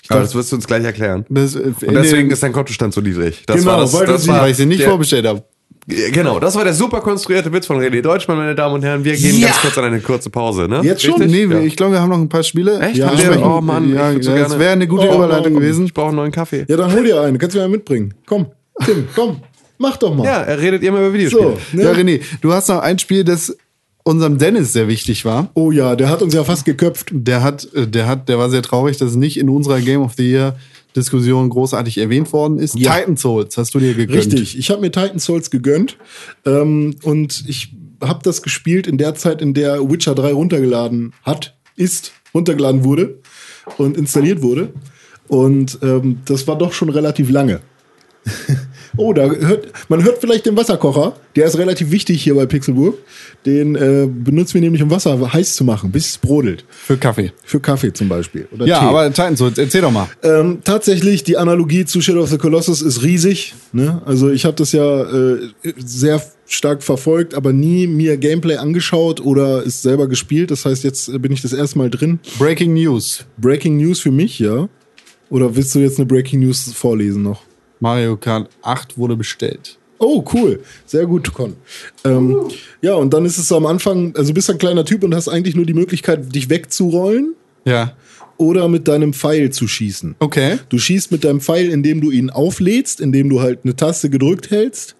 D: Aber das wirst du uns gleich erklären.
B: Das, äh,
D: Und deswegen ist dein Kontostand so niedrig. Das
B: genau,
D: war das,
B: weil,
D: das
B: du sie,
D: war
B: weil ich sie nicht
D: der,
B: vorbestellt habe.
D: Genau, das war der super konstruierte Witz von René Deutschmann, meine Damen und Herren. Wir gehen
C: Ja.
D: ganz kurz an eine kurze Pause. Ne?
C: Jetzt schon?
B: Nee,
D: ja.
B: ich glaube, wir haben noch ein paar Spiele.
D: Echt?
B: Ja,
D: Habt ihr-
B: sprechen-
D: oh Mann,
B: ja,
D: ich würd so
B: das
D: gerne-
B: wäre eine gute
C: Oh,
B: Überleitung
C: oh,
B: gewesen.
D: Ich brauche einen neuen Kaffee.
C: Ja, dann hol dir einen. Kannst du mir einen mitbringen? Komm, Tim, komm, mach doch mal.
D: Ja, redet ihr mal über Videospiele.
C: so, ne?
B: Ja, René, du hast noch ein Spiel, das unserem Dennis sehr wichtig war.
C: Oh ja, der hat uns ja fast geköpft.
B: Der hat, äh, der hat, der war sehr traurig, dass es nicht in unserer Game of the Year Diskussion großartig erwähnt worden ist.
C: Ja.
B: Titan Souls hast du dir gegönnt.
C: Richtig, ich habe mir Titan Souls gegönnt ähm, und ich habe das gespielt in der Zeit, in der Witcher 3 runtergeladen hat, ist, runtergeladen wurde und installiert wurde. Und ähm, das war doch schon relativ lange. Oh, da hört, man hört vielleicht den Wasserkocher. Der ist relativ wichtig hier bei Pixelburg. Den äh, benutzen wir nämlich, um Wasser heiß zu machen, bis es brodelt.
B: Für Kaffee.
C: Für Kaffee zum Beispiel. Oder
B: Ja,
C: Tee.
B: aber Titans, Hoods, erzähl doch mal.
C: Ähm, tatsächlich, die Analogie zu Shadow of the Colossus ist riesig. Ne? Also ich habe das ja äh, sehr stark verfolgt, aber nie mir Gameplay angeschaut oder es selber gespielt. Das heißt, jetzt äh, bin ich das erste Mal drin.
B: Breaking News.
C: Breaking News für mich, ja. Oder willst du jetzt eine Breaking News vorlesen noch?
B: Mario Kart 8 wurde bestellt.
C: Oh, cool. Sehr gut, Con. Ähm, Ja, und dann ist es so am Anfang, also du bist ein kleiner Typ und hast eigentlich nur die Möglichkeit, dich wegzurollen
B: Ja.
C: oder mit deinem Pfeil zu schießen.
B: Okay.
C: Du schießt mit deinem Pfeil, indem du ihn auflädst, indem du halt eine Taste gedrückt hältst.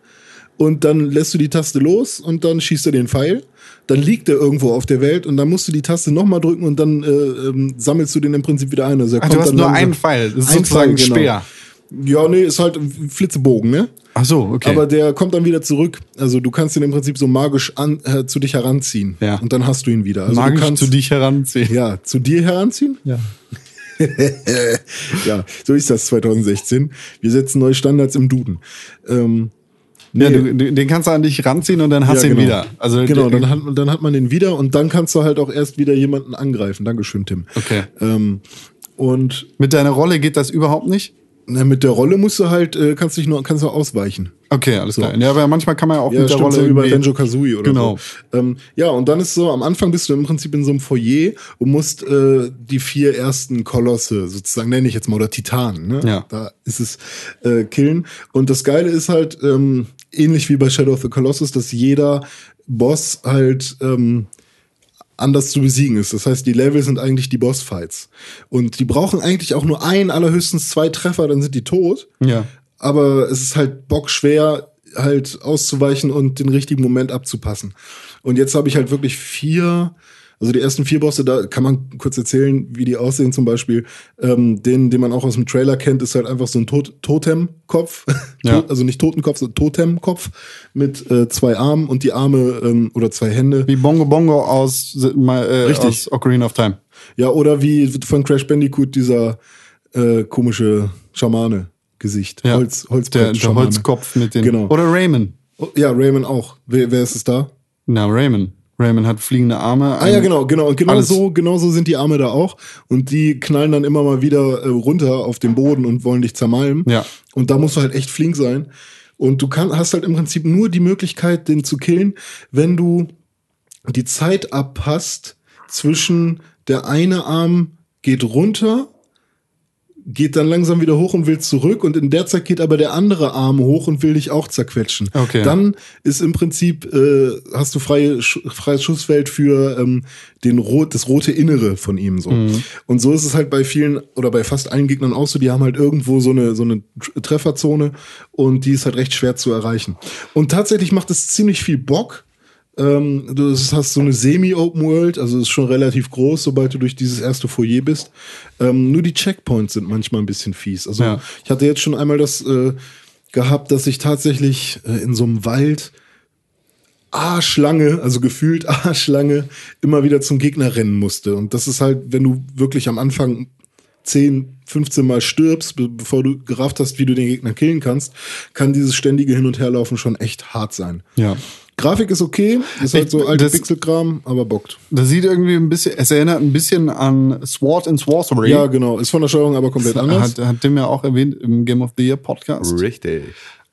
C: Und dann lässt du die Taste los und dann schießt er den Pfeil. Dann liegt er irgendwo auf der Welt und dann musst du die Taste nochmal drücken und dann äh, ähm, sammelst du den im Prinzip wieder ein. Also er
B: Ah, du
C: kommt
B: hast
C: dann
B: nur
C: langsam-
B: einen Pfeil. Das ist
C: Ein
B: sozusagen ein
C: Pfeil, genau.
B: Speer.
C: Ja, nee, ist halt ein Flitzebogen, ne?
B: Ach so, okay.
C: Aber der kommt dann wieder zurück. Also du kannst ihn im Prinzip so magisch an, äh, zu dich heranziehen.
B: Ja.
C: Und dann hast du ihn wieder. Also
B: Magisch
C: du kannst,
B: zu dich heranziehen.
C: Ja, zu dir heranziehen?
B: Ja.
C: ja, so ist das 2016. Wir setzen neue Standards im Duden. Ähm,
B: Ja, du, du, den kannst du an dich ranziehen und dann hast du
C: ja,
B: ihn
C: genau.
B: wieder. Also
C: genau,
B: der-
C: dann hat, dann hat man den wieder und dann kannst du halt auch erst wieder jemanden angreifen. Dankeschön, Tim.
B: Okay.
C: Ähm, und
B: mit deiner Rolle geht das überhaupt nicht?
C: na, mit der Rolle musst du halt, äh, kannst dich nur, kannst du ausweichen.
B: Okay, alles klar. Ja, aber manchmal kann man ja auch
C: Ja,
B: mit der
C: stimmt,
B: Rolle
C: so wie bei
B: irgendwie-
C: Benjo Kazooie oder
B: Genau.
C: so. Ähm, ja, und dann ist so, am Anfang bist du im Prinzip in so einem Foyer und musst äh, die vier ersten Kolosse, sozusagen nenne ich jetzt mal, oder Titanen, ne?
B: Ja.
C: Da ist es äh, killen. Und das Geile ist halt, ähm, ähnlich wie bei Shadow of the Colossus, dass jeder Boss halt ähm, anders zu besiegen ist. Das heißt, die Level sind eigentlich die Bossfights. Und die brauchen eigentlich auch nur einen, allerhöchstens zwei Treffer, dann sind die tot
B: Ja.
C: aber es ist halt bockschwer, halt auszuweichen und den richtigen Moment abzupassen. Und jetzt habe ich halt wirklich vier, also die ersten vier Bosse, da kann man kurz erzählen, wie die aussehen zum Beispiel. Ähm, den, den man auch aus dem Trailer kennt, ist halt einfach so ein Tot Totemkopf.
B: Ja.
C: also nicht Totenkopf, sondern Totemkopf mit äh, zwei Armen und die Arme ähm, oder zwei Hände.
B: Wie Bongo Bongo aus, äh,
C: Richtig.
B: aus Ocarina of Time.
C: Ja, oder wie von Crash Bandicoot dieser äh, komische Schamane-Gesicht.
B: Ja.
C: Holz,
B: Der, der
C: Holzschamane.
B: Holzkopf mit den.
C: Genau.
B: Oder Raymond.
C: Oh, Ja, Raymond auch. Wer, wer ist es da?
B: Na, Raymond. Raymond hat fliegende Arme.
C: Ah ja, genau, genau. Und genau
B: Alles.
C: so, genau so sind die Arme da auch. Und die knallen dann immer mal wieder äh, runter auf den Boden und wollen dich zermalmen.
B: Ja.
C: Und da musst du halt echt flink sein. Und du kann, hast halt im Prinzip nur die Möglichkeit, den zu killen, wenn du die Zeit abpasst zwischen der eine Arm geht runter, geht dann langsam wieder hoch und will zurück und in der Zeit geht aber der andere Arm hoch und will dich auch zerquetschen.
B: Okay.
C: Dann ist im Prinzip, äh, hast du freie, Sch freies Schussfeld für ähm, den rot, das rote Innere von ihm so. Und so ist es halt bei vielen oder bei fast allen Gegnern auch so, die haben halt irgendwo so eine, so eine Tr- Trefferzone und die ist halt recht schwer zu erreichen. Und tatsächlich macht es ziemlich viel Bock, ähm, du das hast so eine Semi-Open World, also ist schon relativ groß, sobald du durch dieses erste Foyer bist. Ähm, nur die Checkpoints sind manchmal ein bisschen fies. Also
B: Ja.
C: ich hatte jetzt schon einmal das äh, gehabt, dass ich tatsächlich äh, in so einem Wald arschlange, also gefühlt arschlange, immer wieder zum Gegner rennen musste. Und das ist halt, wenn du wirklich am Anfang 10, 15 Mal stirbst, be bevor du gerafft hast, wie du den Gegner killen kannst, kann dieses ständige Hin- und Herlaufen schon echt hart sein.
B: Ja.
C: Grafik ist okay, ist halt
B: Ich-
C: so alter
B: das-
C: Pixelkram, aber bockt.
B: Das sieht irgendwie ein bisschen, es erinnert ein bisschen an Sword and Sorcery.
C: Ja, genau, ist von der Steuerung aber komplett anders.
B: hat, hat Tim ja auch erwähnt im Game of the Year Podcast.
D: Richtig.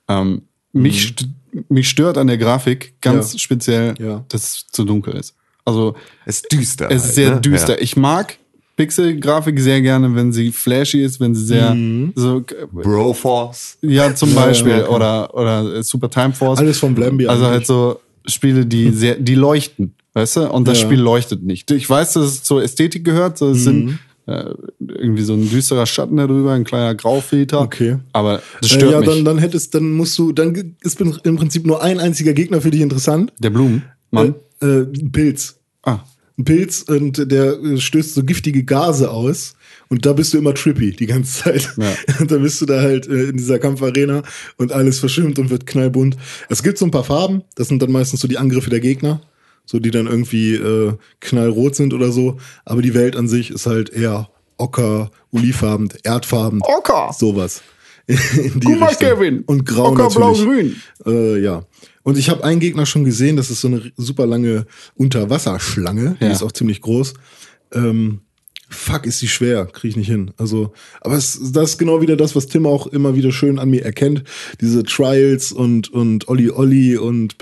B: Ähm, mich, st mich stört an der Grafik ganz
C: Mhm. Ja.
B: speziell,
C: Ja.
B: dass es zu dunkel ist. Also
D: Es ist düster.
B: es
D: halt,
B: ist sehr
D: ne?
B: düster.
D: Ja.
B: Ich mag Pixel-Grafik sehr gerne, wenn sie flashy ist, wenn sie sehr
C: Mhm.
B: so
D: Broforce.
B: ja zum
C: Ja,
B: Beispiel
C: ja, ja.
B: oder oder äh, Super Time Force.
C: Alles von Blambi
B: Also halt
C: eigentlich.
B: so Spiele, die sehr, die leuchten, weißt du? Und das
C: Ja.
B: Spiel leuchtet nicht. Ich weiß, dass es zur Ästhetik gehört. So, es
C: Mhm.
B: sind äh, irgendwie so ein düsterer Schatten darüber, ein kleiner Graufilter.
C: Okay.
B: Aber das
C: Äh,
B: stört
C: ja,
B: mich.
C: dann, dann hättest, dann musst du, dann ge- ist im Prinzip nur ein einziger Gegner für dich interessant.
B: der Blumenmann.
C: Äh, äh, ein Pilz.
B: Ah.
C: Ein Pilz und der äh, stößt so giftige Gase aus. Und da bist du immer trippy die ganze Zeit.
B: Ja.
C: Und dann bist du da halt äh, in dieser Kampfarena und alles verschwimmt und wird knallbunt. Es gibt so ein paar Farben, das sind dann meistens so die Angriffe der Gegner, so die dann irgendwie äh, knallrot sind oder so. Aber die Welt an sich ist halt eher ocker, olivfarben, erdfarben.
B: Ocker.
C: Sowas. in die
B: Guck mal,
C: Richtung.
B: Kevin.
C: Und grau
B: Ocker,
C: natürlich.
B: blau, grün.
C: Äh, ja. Und ich habe einen Gegner schon gesehen, das ist so eine super lange Unterwasserschlange, die
B: Ja.
C: ist auch ziemlich groß. Ähm, fuck, ist die schwer, kriege ich nicht hin. Also, aber es, das ist genau wieder das, was Tim auch immer wieder schön an mir erkennt. Diese Trials und, und Olli Olli und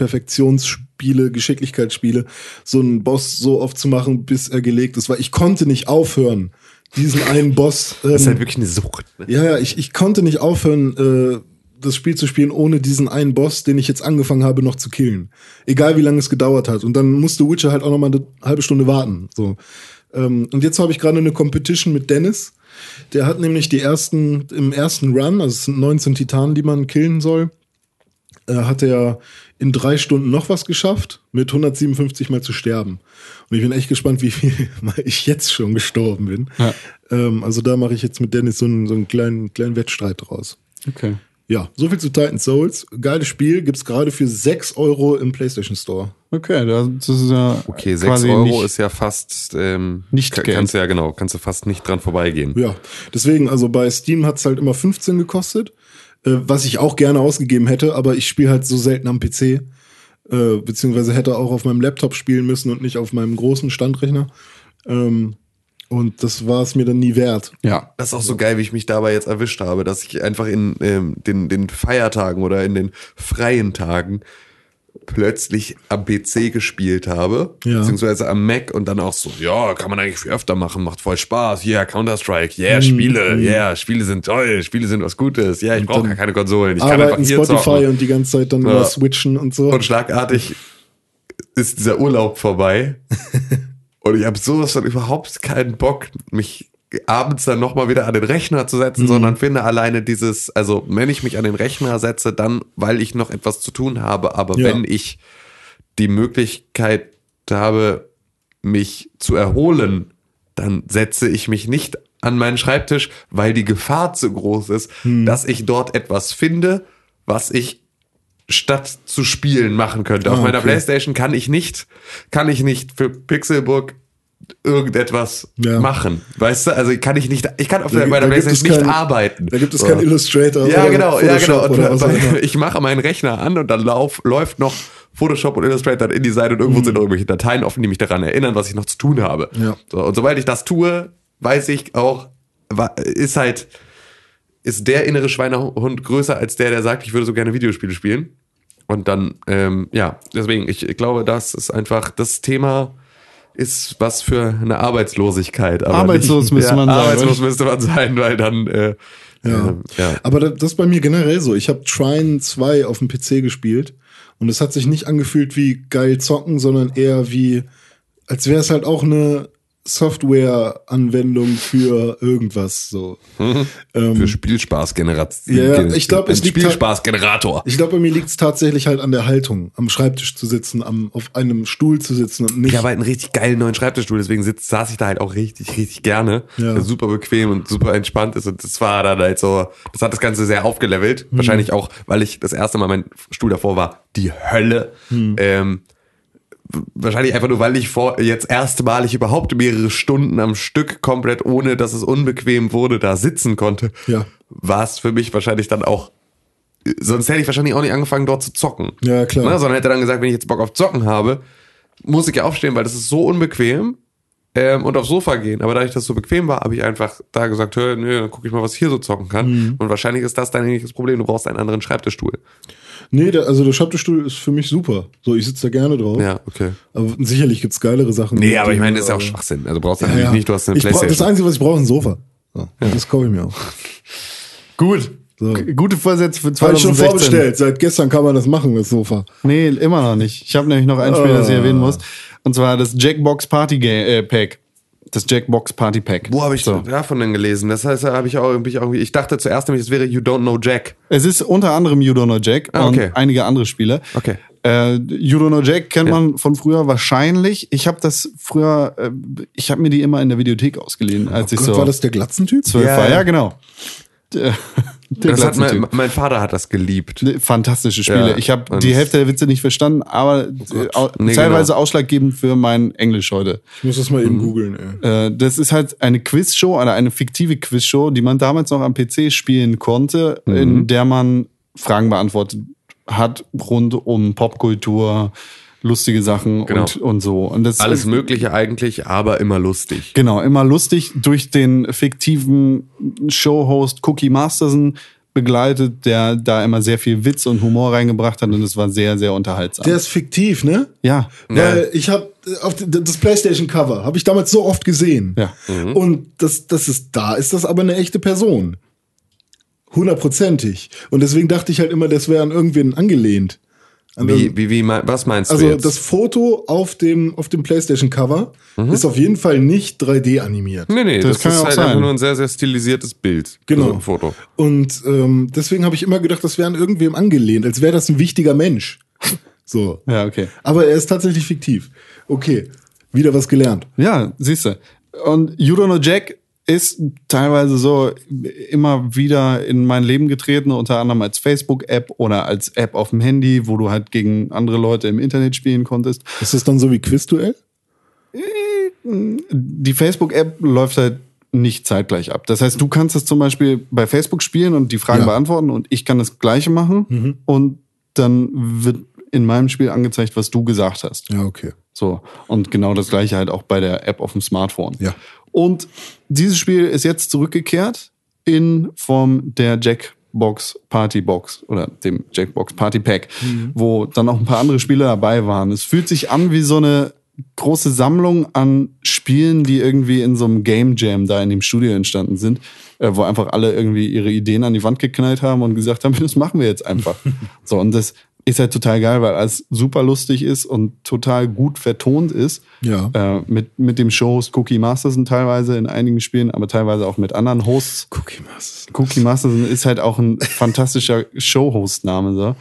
C: Perfektionsspiele, Geschicklichkeitsspiele, so einen Boss so oft zu machen, bis er gelegt ist, weil ich konnte nicht aufhören, diesen einen Boss. Ähm,
D: Das ist halt wirklich eine Sucht. Ne?
C: ja, ja, ich, ich konnte nicht aufhören, äh, das Spiel zu spielen, ohne diesen einen Boss, den ich jetzt angefangen habe, noch zu killen. Egal wie lange es gedauert hat. Und dann musste Witcher halt auch nochmal eine halbe Stunde warten. So. Ähm, und jetzt habe ich gerade eine Competition mit Dennis. Der hat nämlich die ersten, im ersten Run, also es sind 19 Titanen, die man killen soll, äh, hat er in drei Stunden noch was geschafft, mit 157 Mal zu sterben. Und ich bin echt gespannt, wie viel Mal ich jetzt schon gestorben bin.
B: Ja.
C: Ähm, also da mache ich jetzt mit Dennis so einen, so einen kleinen, kleinen Wettstreit draus.
B: Okay.
C: Ja, soviel zu Titan Souls. Geiles Spiel, gibt's gerade für 6 Euro im PlayStation Store.
B: Okay, das das ist ja.
D: Okay, 6
B: quasi
D: Euro
B: nicht-
D: ist ja fast ähm,
B: Nicht
D: ka-
B: Geld.
D: Kannst du ja genau, kannst du fast nicht dran vorbeigehen.
C: Ja, deswegen, also bei Steam hat's halt immer 15 gekostet, äh, was ich auch gerne ausgegeben hätte, aber ich spiele halt so selten am PC, äh, beziehungsweise hätte auch auf meinem Laptop spielen müssen und nicht auf meinem großen Standrechner. Ähm, und das war es mir dann nie wert.
B: Ja.
D: Das ist auch so geil, wie ich mich dabei jetzt erwischt habe, dass ich einfach in ähm, den, den Feiertagen oder in den freien Tagen plötzlich am PC gespielt habe,
C: Ja.
D: beziehungsweise am Mac und dann auch so, ja, kann man eigentlich viel öfter machen, macht voll Spaß, yeah, Counter-Strike,
C: Mhm,
D: yeah, Spiele, yeah, Spiele sind toll, Spiele sind was Gutes, ja, yeah, ich brauche gar keine Konsolen, ich kann einfach
C: Arbeiten,
D: hier
C: Spotify
D: zocken.
C: und die ganze Zeit dann
D: Ja.
C: immer switchen und so.
D: Und schlagartig ist dieser Urlaub vorbei. und ich habe sowas von überhaupt keinen Bock, mich abends dann nochmal wieder an den Rechner zu
C: Mhm.
D: setzen, sondern finde alleine dieses, also wenn ich mich an den Rechner setze, dann, weil ich noch etwas zu tun habe, aber
C: Ja.
D: wenn ich die Möglichkeit habe, mich zu erholen, dann setze ich mich nicht an meinen Schreibtisch, weil die Gefahr zu groß ist,
C: Hm.
D: dass ich dort etwas finde, was ich statt zu spielen machen könnte. Auf
C: Ah,
D: meiner
C: okay.
D: Playstation kann ich nicht, kann ich nicht für Pixelburg irgendetwas
C: Ja.
D: machen. Weißt du, also kann ich nicht, ich kann auf
C: Da
D: der,
C: gibt-
D: bei der
C: da gibt es
D: Playstation nicht
C: kein-
D: arbeiten.
C: Da gibt es
D: Oder-
C: kein Illustrator.
D: ja,
C: oder
D: genau, ja, genau.
C: Photoshop
D: Und
C: oder was auch
D: bei-
C: immer.
D: ich mache meinen Rechner an und dann lauf, läuft noch Photoshop und Illustrator in InDesign und irgendwo sind irgendwelche Dateien offen, die mich daran erinnern, was ich noch zu tun habe.
C: Mhm. Ja.
D: So, und sobald ich das tue, weiß ich auch, wa- ist halt, ist der innere Schweinehund größer als der, der sagt, ich würde so gerne Videospiele spielen. Und dann, ähm, ja, deswegen, ich glaube, das ist einfach das Thema ist was für eine Arbeitslosigkeit. Aber
B: Arbeitslos müsste man sein,
D: Arbeitslos
B: oder?
D: müsste man sein, weil dann, äh, ähm, ja.
C: Aber da- das ist bei mir generell so. Ich habe Trine 2 auf dem PC gespielt und es hat sich nicht angefühlt wie geil zocken, sondern eher wie, als wäre es halt auch eine Software-Anwendung für irgendwas so. Ähm,
D: Mhm. für Spielspaßgeneration.
C: Ja, ja, ich glaub, es
D: Ein
C: liegt halt-
D: Spielspaßgenerator.
C: ich glaube, bei mir liegt es tatsächlich halt an der Haltung, am Schreibtisch zu sitzen, am, auf einem Stuhl zu sitzen und nicht.
D: Ich habe halt einen richtig geilen neuen Schreibtischstuhl, deswegen sitz, saß ich da halt auch richtig, richtig gerne.
C: Ja.
D: Der super bequem und super entspannt ist. Und das war dann halt so, das hat das Ganze sehr aufgelevelt.
C: Hm.
D: Wahrscheinlich auch, weil ich das erste Mal mein Stuhl davor war, die Hölle.
C: Hm.
D: Ähm, wahrscheinlich einfach nur, weil ich vor jetzt erstmalig überhaupt mehrere Stunden am Stück komplett, ohne dass es unbequem wurde, da sitzen konnte,
C: Ja.
D: war es für mich wahrscheinlich dann auch. Sonst hätte ich wahrscheinlich auch nicht angefangen, dort zu zocken.
C: Ja, klar.
D: Ne, sondern hätte dann gesagt, wenn ich jetzt Bock auf Zocken habe, muss ich ja aufstehen, weil das ist so unbequem ähm, und aufs Sofa gehen. Aber dadurch, dass es so bequem war, habe ich einfach da gesagt, hör, nö, dann gucke ich mal, was ich hier so zocken kann.
C: Mhm.
D: Und wahrscheinlich ist das dein ähnliches Problem. Du brauchst einen anderen Schreibtischstuhl.
C: Nee, der, also der Schreibtischstuhl ist für mich super. So, ich sitze da gerne drauf.
D: Ja, okay.
C: Aber sicherlich gibt's geilere Sachen.
D: Nee, aber ich meine, das ist ja auch
C: Aber-
D: Schwachsinn. Also brauchst du
C: Äh, Ja,
D: natürlich
C: ja.
D: nicht, du hast eine
C: ich brauch, das
D: Playstation.
C: Einzige, was ich brauche, ist ein Sofa. So, Das kaufe ich mir auch.
B: Gut.
C: So.
B: Gute Vorsätze für
C: Habe ich schon
B: 2016.
C: vorbestellt. Seit gestern kann man das machen, das Sofa.
B: Nee, immer noch nicht. Ich habe nämlich noch ein Spiel, das ich erwähnen
D: Ah.
B: muss. Und zwar das Jackbox Party Ga- äh, Pack. Das Jackbox Party Pack.
D: Wo habe ich
B: so.
D: davon denn gelesen? Das heißt, da habe ich auch irgendwie, irgendwie, ich dachte zuerst nämlich, es wäre You Don't Know Jack.
B: Es ist unter anderem You Don't Know Jack
D: Ah, okay.
B: und einige andere Spiele.
D: Okay.
B: Äh, you Don't Know Jack kennt man von früher wahrscheinlich. Ich habe das früher, äh, ich habe mir
D: Oh
B: die immer in der Videothek ausgeliehen, als ich
C: Gott,
B: so
C: war das der Glatzen-Typ?
B: zwölf
D: Ja,
B: war.
D: ja.
B: Ja, genau. Äh,
D: Das hat mein,
B: Platzentüten.
D: mein Vater hat das geliebt.
B: Fantastische Spiele.
D: Ja,
B: ich habe
D: und- Oh
B: die Hälfte der Witze nicht verstanden, aber äh, au-
D: Nee,
B: teilweise
D: genau.
B: ausschlaggebend für mein Englisch heute.
C: Ich muss das mal
D: Mhm.
C: eben googeln, ey.
B: Äh, das ist halt eine Quizshow, eine, eine fiktive Quizshow, die man damals noch am PC spielen konnte,
D: Mhm.
B: in der man Fragen beantwortet hat rund um Popkultur, lustige Sachen
D: Genau.
B: und, und so. Und das
D: Alles Mögliche eigentlich, aber immer lustig.
B: Genau, immer lustig durch den fiktiven Showhost Cookie Masterson begleitet, der da immer sehr viel Witz und Humor reingebracht hat und es war sehr, sehr unterhaltsam.
C: Der ist fiktiv, ne?
B: ja.
C: Weil ich habe auf d- das PlayStation Cover habe ich damals so oft gesehen.
B: Ja.
C: Und das das ist da ist das aber eine echte Person. Hundertprozentig. Und deswegen dachte ich halt immer, das wäre an irgendwen angelehnt. An
D: Wie,
C: irgend-
D: wie, wie, mein- was meinst du
C: also
D: jetzt?
C: das Foto auf dem auf dem PlayStation Cover ist auf jeden Fall nicht 3D animiert.
D: Mhm. nee, nee,
B: das
D: das,
B: kann ja
D: ist
B: auch
D: halt
B: sein.
D: einfach nur ein sehr, sehr stilisiertes Bild.
C: Genau.
D: Also ein Foto.
C: Und ähm, deswegen habe ich immer gedacht, das wäre an irgendwem angelehnt, als wäre das ein wichtiger Mensch. So.
B: Ja, okay.
C: Aber er ist tatsächlich fiktiv. Okay, wieder was gelernt.
B: Ja, siehst du. Und You Don't Know Jack ist teilweise so immer wieder in mein Leben getreten, unter anderem als Facebook-App oder als App auf dem Handy, wo du halt gegen andere Leute im Internet spielen konntest.
C: Ist das dann so wie Quizduell?
B: die Facebook-App läuft halt nicht zeitgleich ab. Das heißt, du kannst es zum Beispiel bei Facebook spielen und die Fragen
C: Ja. Mhm.
B: beantworten und ich kann das Gleiche machen und dann wird in meinem Spiel angezeigt, was du gesagt hast.
C: Ja, okay.
B: So. Und genau das Gleiche halt auch bei der App auf dem Smartphone.
C: Ja.
B: Und dieses Spiel ist jetzt zurückgekehrt in Form der Jackbox Party Box oder dem Jackbox Party Pack, wo dann auch ein paar andere Spiele dabei waren. Es fühlt sich an wie so eine große Sammlung an Spielen, die irgendwie in so einem Game Jam da in dem Studio entstanden sind, äh, wo einfach alle irgendwie ihre Ideen an die Wand geknallt haben und gesagt haben, das machen wir jetzt einfach. so, und das ist halt total geil, weil alles super lustig ist und total gut vertont ist
C: Ja.
B: äh, mit, mit dem Showhost Cookie Masterson teilweise in einigen Spielen, aber teilweise auch mit anderen Hosts.
C: Cookie Master.
B: Cookie Masterson ist halt auch ein fantastischer Showhost-Name. So.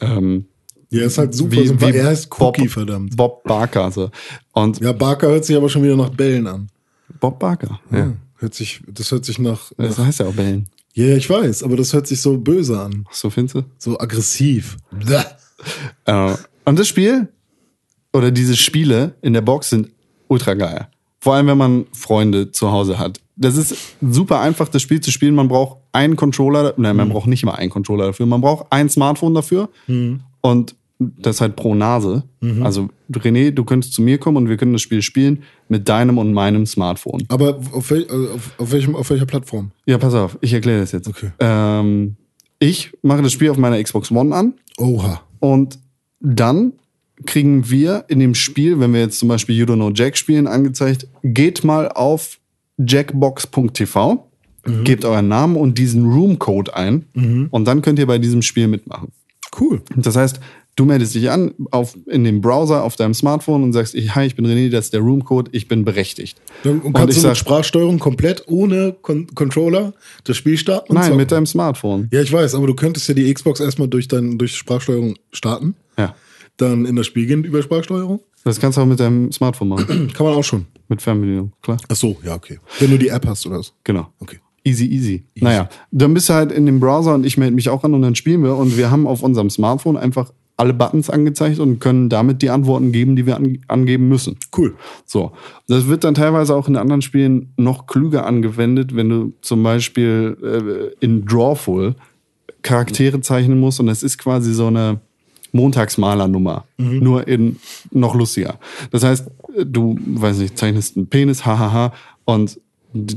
B: Ähm,
C: Ja, ist halt super.
B: wie,
C: sympathisch.
B: wie
C: er heißt
B: Bob-
C: Cookie, verdammt.
B: Bob Barker. So. Und
C: Ja, Barker hört sich aber schon wieder nach Bällen an. Hm,
B: Bob Barker.
D: Ja.
C: Hört sich, das hört sich nach.
B: Das heißt ja auch Bellen.
C: Ja, ja, ich weiß, aber das hört sich so böse an.
B: So findest du?
C: So aggressiv. Bäh.
B: Äh, und das Spiel oder diese Spiele in der Box sind ultra geil. Vor allem, wenn man Freunde zu Hause hat. Das ist super einfach, das Spiel zu spielen. Man braucht einen Controller, nein, man braucht nicht mal einen Controller dafür. Man braucht ein Smartphone dafür Mhm. und das halt pro Nase. Also, René, du könntest zu mir kommen und wir können das Spiel spielen mit deinem und meinem Smartphone.
C: Aber auf, wel, also auf, auf, welchem, auf welcher Plattform?
B: Ja, pass auf, ich erkläre das jetzt.
C: Okay.
B: Ähm, ich mache das Spiel auf meiner Xbox One an.
C: Oha.
B: Und dann kriegen wir in dem Spiel, wenn wir jetzt zum Beispiel You Don't Know Jack spielen, angezeigt, geht mal auf jackbox.tv,
C: Mhm.
B: gebt euren Namen und diesen Roomcode ein und dann könnt ihr bei diesem Spiel mitmachen.
C: Cool.
B: Das heißt, du meldest dich an auf, in dem Browser auf deinem Smartphone und sagst, ich- hi, ich bin René, das ist der Roomcode, ich bin berechtigt.
C: Dann und
B: Und
C: kannst
B: ich
C: du mit
B: sag-
C: Sprachsteuerung komplett ohne Kon Controller das Spiel starten? und
B: Nein,
C: zocken?
B: mit deinem Smartphone.
C: Ja, ich weiß, aber du könntest ja die Xbox erstmal durch, dein, durch Sprachsteuerung starten,
B: Ja.
C: dann in das Spiel gehen über Sprachsteuerung.
B: Das kannst du auch mit deinem Smartphone machen.
C: Kann man auch schon.
B: mit Fernbedienung, klar.
C: Ach so, ja, okay. Wenn du die App hast oder was?
B: Genau.
C: Okay.
B: Easy, easy, Naja, dann bist du halt in dem Browser und ich melde mich auch an und dann spielen wir. Und wir haben auf unserem Smartphone einfach alle Buttons angezeigt und können damit die Antworten geben, die wir an, angeben müssen.
C: Cool.
B: So. Das wird dann teilweise auch in anderen Spielen noch klüger angewendet, wenn du zum Beispiel äh, in Drawful Charaktere zeichnen musst und das ist quasi so eine Montagsmalernummer.
C: Mhm.
B: Nur in noch lustiger. Das heißt, du, weiß nicht, zeichnest einen Penis, hahaha, und d-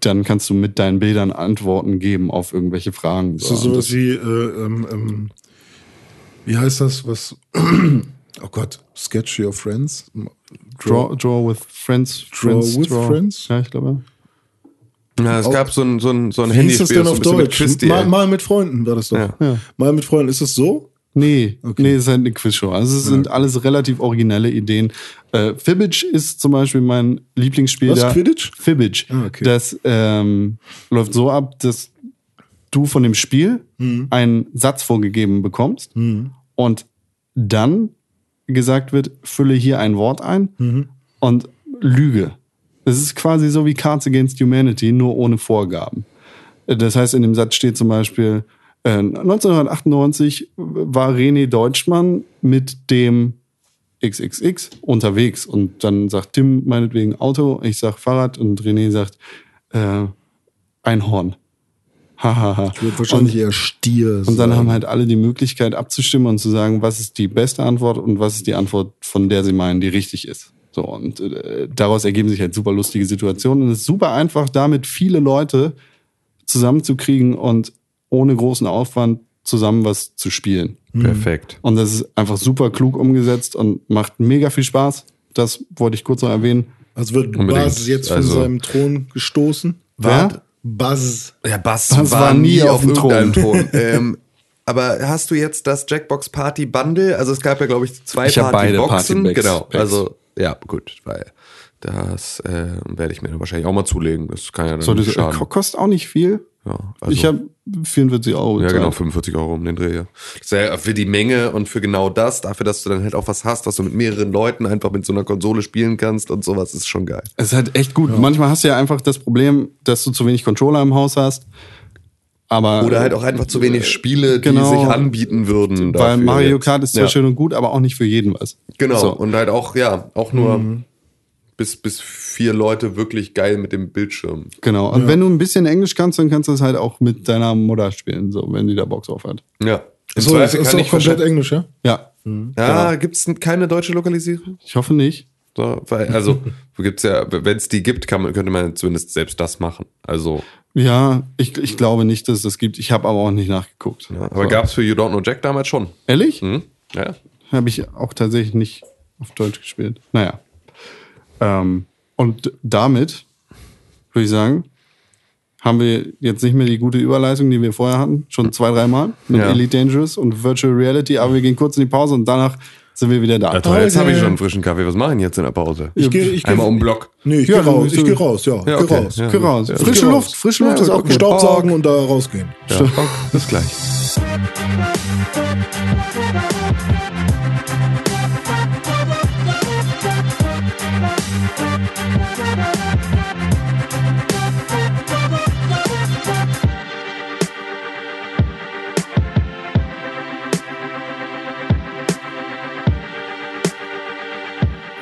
B: dann kannst du mit deinen Bildern Antworten geben auf irgendwelche Fragen.
C: Ist das
B: und
C: sowas wie, äh, ähm, ähm, wie heißt das, was, oh Gott, Sketch Your Friends?
B: Draw, draw with friends.
C: Draw with friends?
B: Ja, ich glaube.
D: Ja, es gab so ein, so ein, so ein
C: Wie hieß
D: Handyspiel,
C: das denn
D: so ein
C: auf
D: bisschen mit
C: Deutsch?
D: Christi,
C: mal,
D: ey.
C: mal mit Freunden war das doch.
D: Ja.
B: Ja.
C: Mal mit Freunden, ist das so?
B: Nee, nee, es ist halt eine Quizshow. Also es sind alles relativ originelle Ideen. Äh, Fibbage ist zum Beispiel mein Lieblingsspiel.
C: Was,
B: da.
C: Quidditch?
B: Fibbage.
C: Ah, okay.
B: Das ähm, läuft so ab, dass du von dem Spiel
C: Hm.
B: einen Satz vorgegeben bekommst und dann gesagt wird, fülle hier ein Wort ein
C: Mhm.
B: und lüge. Es ist quasi so wie Cards Against Humanity, nur ohne Vorgaben. Das heißt, in dem Satz steht zum Beispiel, äh, 1998 war René Deutschmann mit dem XXX unterwegs. Und dann sagt Tim meinetwegen Auto, ich sag Fahrrad und René sagt äh, Einhorn. Hahaha.
C: Wird wahrscheinlich eher Stier.
B: Und dann
C: sein.
B: haben halt alle die Möglichkeit abzustimmen und zu sagen, was ist die beste Antwort und was ist die Antwort, von der sie meinen, die richtig ist. So, und äh, daraus ergeben sich halt super lustige Situationen. Und es ist super einfach, damit viele Leute zusammenzukriegen und ohne großen Aufwand zusammen was zu spielen.
D: Perfekt.
B: Und das ist einfach super klug umgesetzt und macht mega viel Spaß. Das wollte ich kurz noch erwähnen.
C: Also wird
D: Unbedingt.
C: Buzz jetzt von
D: Also-
C: seinem Thron gestoßen?
B: Wer?
C: Wart- Buzz.
D: Ja, Bass,
B: Bass
D: war,
B: war
D: nie
B: nie
D: auf,
B: auf dem
D: irgendeinem Ton. ähm, aber hast du jetzt das Jackbox Party Bundle? Also es gab ja, glaube ich, zwei
B: Ich hab beide
D: Partyboxen.
B: Party-Packs.
D: genau. Also, ja, gut, weil das äh, werde ich mir dann wahrscheinlich auch mal zulegen. Das kann ja dann
B: So, das
D: nicht
B: äh,
D: schaden.
B: ko- kostet auch nicht viel.
D: Ja, also-
B: ich habe 44 Euro.
D: Ja,
B: bezahlt.
D: genau, 45 Euro um den Dreh. Ja. Das ist ja für die Menge und für genau das, dafür, dass du dann halt auch was hast, was du mit mehreren Leuten einfach mit so einer Konsole spielen kannst und sowas, ist schon geil.
B: Es ist halt echt gut. Manchmal hast du ja einfach das Problem, dass du zu wenig Controller im Haus hast. Aber
D: Oder halt auch einfach zu wenig Spiele,
B: Also, Genau.
D: die sich anbieten würden.
B: Weil
D: dafür
B: Mario
D: jetzt.
B: Kart ist zwar
D: ja.
B: schön und gut, aber auch nicht für jeden was.
D: Genau,
B: So. Mhm.
D: und halt auch, ja, auch nur bis, bis vier Leute wirklich geil mit dem Bildschirm.
B: Genau. Und wenn du ein bisschen Englisch kannst, dann kannst du es halt auch mit deiner Mutter spielen, so wenn die da Bock drauf hat.
D: Ja. Im
C: So, das
D: Zweifel
C: ist
D: kann
C: auch
D: ich
C: komplett
D: komplett.
C: Englisch, ja?
B: Ja.
D: Hm.
B: genau.
D: Ja, gibt's n- keine deutsche Lokalisierung?
B: Ich hoffe nicht.
D: So, weil, also, gibt's ja, wenn es die gibt, kann man, könnte man zumindest selbst das machen. Also,
B: Ja, ich, ich glaube nicht, dass es das gibt. Ich habe aber auch nicht nachgeguckt.
D: ja, aber gab's für You Don't Know Jack damals schon.
B: Ehrlich?
D: Hm? Ja.
B: Habe ich auch tatsächlich nicht auf Deutsch gespielt. Naja. Ähm, und damit würde ich sagen, haben wir jetzt nicht mehr die gute Überleitung, die wir vorher hatten. Schon zwei, dreimal mit
D: Ja.
B: Elite Dangerous und Virtual Reality. Aber wir gehen kurz in die Pause und danach sind wir wieder da.
D: Ja, toll, Also, jetzt
C: Alter.
D: habe ich schon einen frischen Kaffee. Was machen jetzt in der Pause?
C: Ich gehe ich geh,
D: Einmal um den Block.
C: Nee, ich
B: Ja,
C: gehe
B: dann
C: raus.
B: bist
C: Ich
B: du-
C: gehe raus, ja.
D: Ja,
C: geh
D: okay.
C: raus.
D: Ja.
B: Geh raus.
D: Ja,
B: frische
C: geh raus.
B: Luft, frische Luft ist auch gut.
C: Staubsaugen und da rausgehen.
D: Ja, Block. Bis gleich.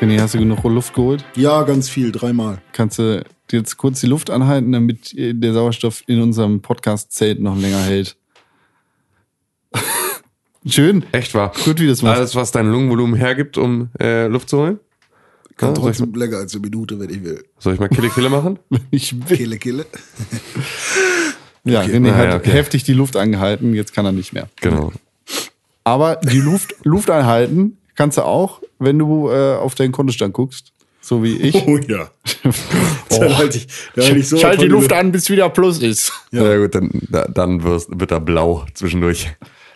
B: René, hast du genug Luft geholt?
C: Ja, ganz viel, dreimal.
B: Kannst du jetzt kurz die Luft anhalten, damit äh, der Sauerstoff in unserem Podcast-Zelt noch länger hält? Schön.
D: Echt wahr.
B: Gut, wie das machst.
D: Alles, was dein Lungenvolumen hergibt, um äh, Luft zu holen.
C: Kann
D: Ja, soll, ich,
C: trotzdem länger als eine Minute, wenn ich will.
D: soll ich mal Kille Kille machen?
B: Ich will.
C: Kehle, Kehle.
B: Ja, René
D: Ah,
B: hat
D: ja, okay.
B: heftig die Luft angehalten, jetzt kann er nicht mehr.
D: Genau.
B: Aber die Luft, Luft anhalten kannst du auch, wenn du äh, auf deinen Kontostand guckst. So wie ich.
C: Oh ja. Da halte ich, da halte ich so.
B: Schalt die
C: von-
B: Luft an, bis wieder Plus ist.
D: Ja, gut, dann, da- dann wirst, wird er blau zwischendurch.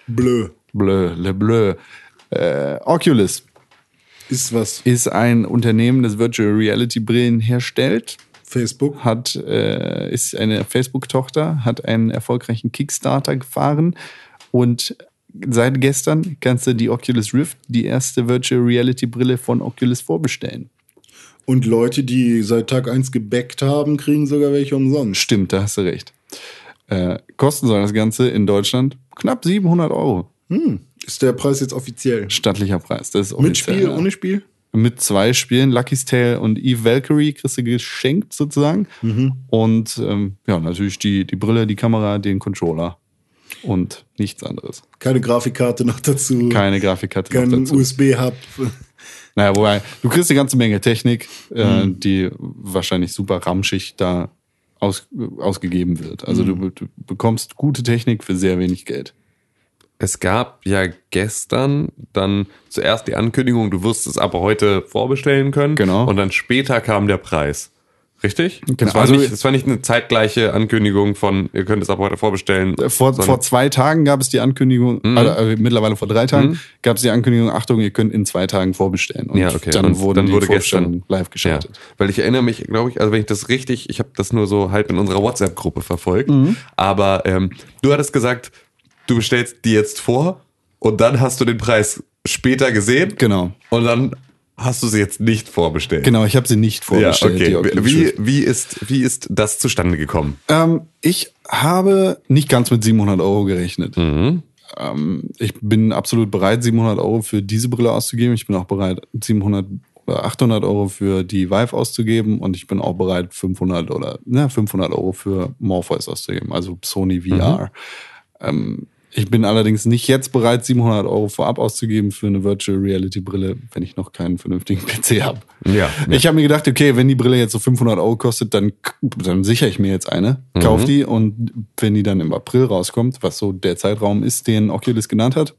C: Blö.
B: Bleu, le bleu. Äh, Oculus
C: Ist was.
B: ist ein Unternehmen, das Virtual Reality Brillen herstellt.
C: Facebook.
B: hat, äh, ist eine Facebook-Tochter, hat einen erfolgreichen Kickstarter gefahren und seit gestern kannst du die Oculus Rift, die erste Virtual Reality Brille von Oculus vorbestellen.
C: Und Leute, die seit Tag 1 gebackt haben, kriegen sogar welche umsonst.
B: Stimmt, da hast du recht. Äh, kosten soll das Ganze in Deutschland knapp 700 Euro.
C: Ist der Preis jetzt offiziell?
B: Stattlicher Preis. Das ist
C: Mit
B: offiziell,
C: Spiel,
B: ja.
C: ohne Spiel?
B: mit zwei Spielen, Lucky's Tale und Eve Valkyrie, kriegst du geschenkt sozusagen.
C: Mhm.
B: Und ähm, ja, natürlich die, die Brille, die Kamera, den Controller und nichts anderes.
C: Keine Grafikkarte noch dazu.
B: Keine Grafikkarte noch
C: kein
B: dazu.
C: USB-Hub.
B: Naja, wobei, du kriegst eine ganze Menge Technik, äh,
C: Mhm.
B: die wahrscheinlich super ramschig da aus, ausgegeben wird. Also
C: Mhm.
B: du, du bekommst gute Technik für sehr wenig Geld.
D: Es gab ja gestern dann zuerst die Ankündigung, du wirst es aber heute vorbestellen können.
B: Genau.
D: Und dann später kam der Preis. Richtig?
B: Genau.
D: Es war,
B: Also-
D: nicht, es war nicht eine zeitgleiche Ankündigung von, ihr könnt es ab heute vorbestellen.
B: Äh, Vor,
D: sondern-
B: vor zwei Tagen gab es die Ankündigung,
D: Mhm.
B: also, äh, mittlerweile vor drei Tagen, gab es die Ankündigung, Achtung, ihr könnt in zwei Tagen vorbestellen. Und
D: Ja, okay.
B: dann
D: Und
B: wurden
D: dann
B: die
D: wurde
B: Vorbestellungen
D: gestern-
B: live geschaltet.
D: Ja, weil ich erinnere mich, glaube ich, also wenn ich das richtig, ich habe das nur so halb in unserer WhatsApp-Gruppe verfolgt,
B: Mhm.
D: aber ähm, du hattest gesagt, du bestellst die jetzt vor und dann hast du den Preis später gesehen
B: Genau.
D: und dann hast du sie jetzt nicht vorbestellt.
B: Genau, ich habe sie nicht
D: Ja,
B: vorgestellt.
D: okay.
B: die
D: Wie,
B: Audioschrift.
D: wie, ist, wie ist das zustande gekommen?
B: Ähm, ich habe nicht ganz mit 700 Euro gerechnet.
D: Mhm.
B: Ähm, ich bin absolut bereit, 700 Euro für diese Brille auszugeben. Ich bin auch bereit, 700 oder 800 Euro für die Vive auszugeben. Und ich bin auch bereit, 500 oder ne, 500 Euro für Morpheus auszugeben, also Sony
D: Mhm.
B: VR. Ähm, ich bin allerdings nicht jetzt bereit, 700 Euro vorab auszugeben für eine Virtual Reality Brille, wenn ich noch keinen vernünftigen PC habe.
D: Ja, ja.
B: Ich habe mir gedacht, okay, wenn die Brille jetzt so 500 Euro kostet, dann, k- dann sichere ich mir jetzt eine,
D: Mhm.
B: kauf die und wenn die dann im April rauskommt, was so der Zeitraum ist, den Oculus genannt hat,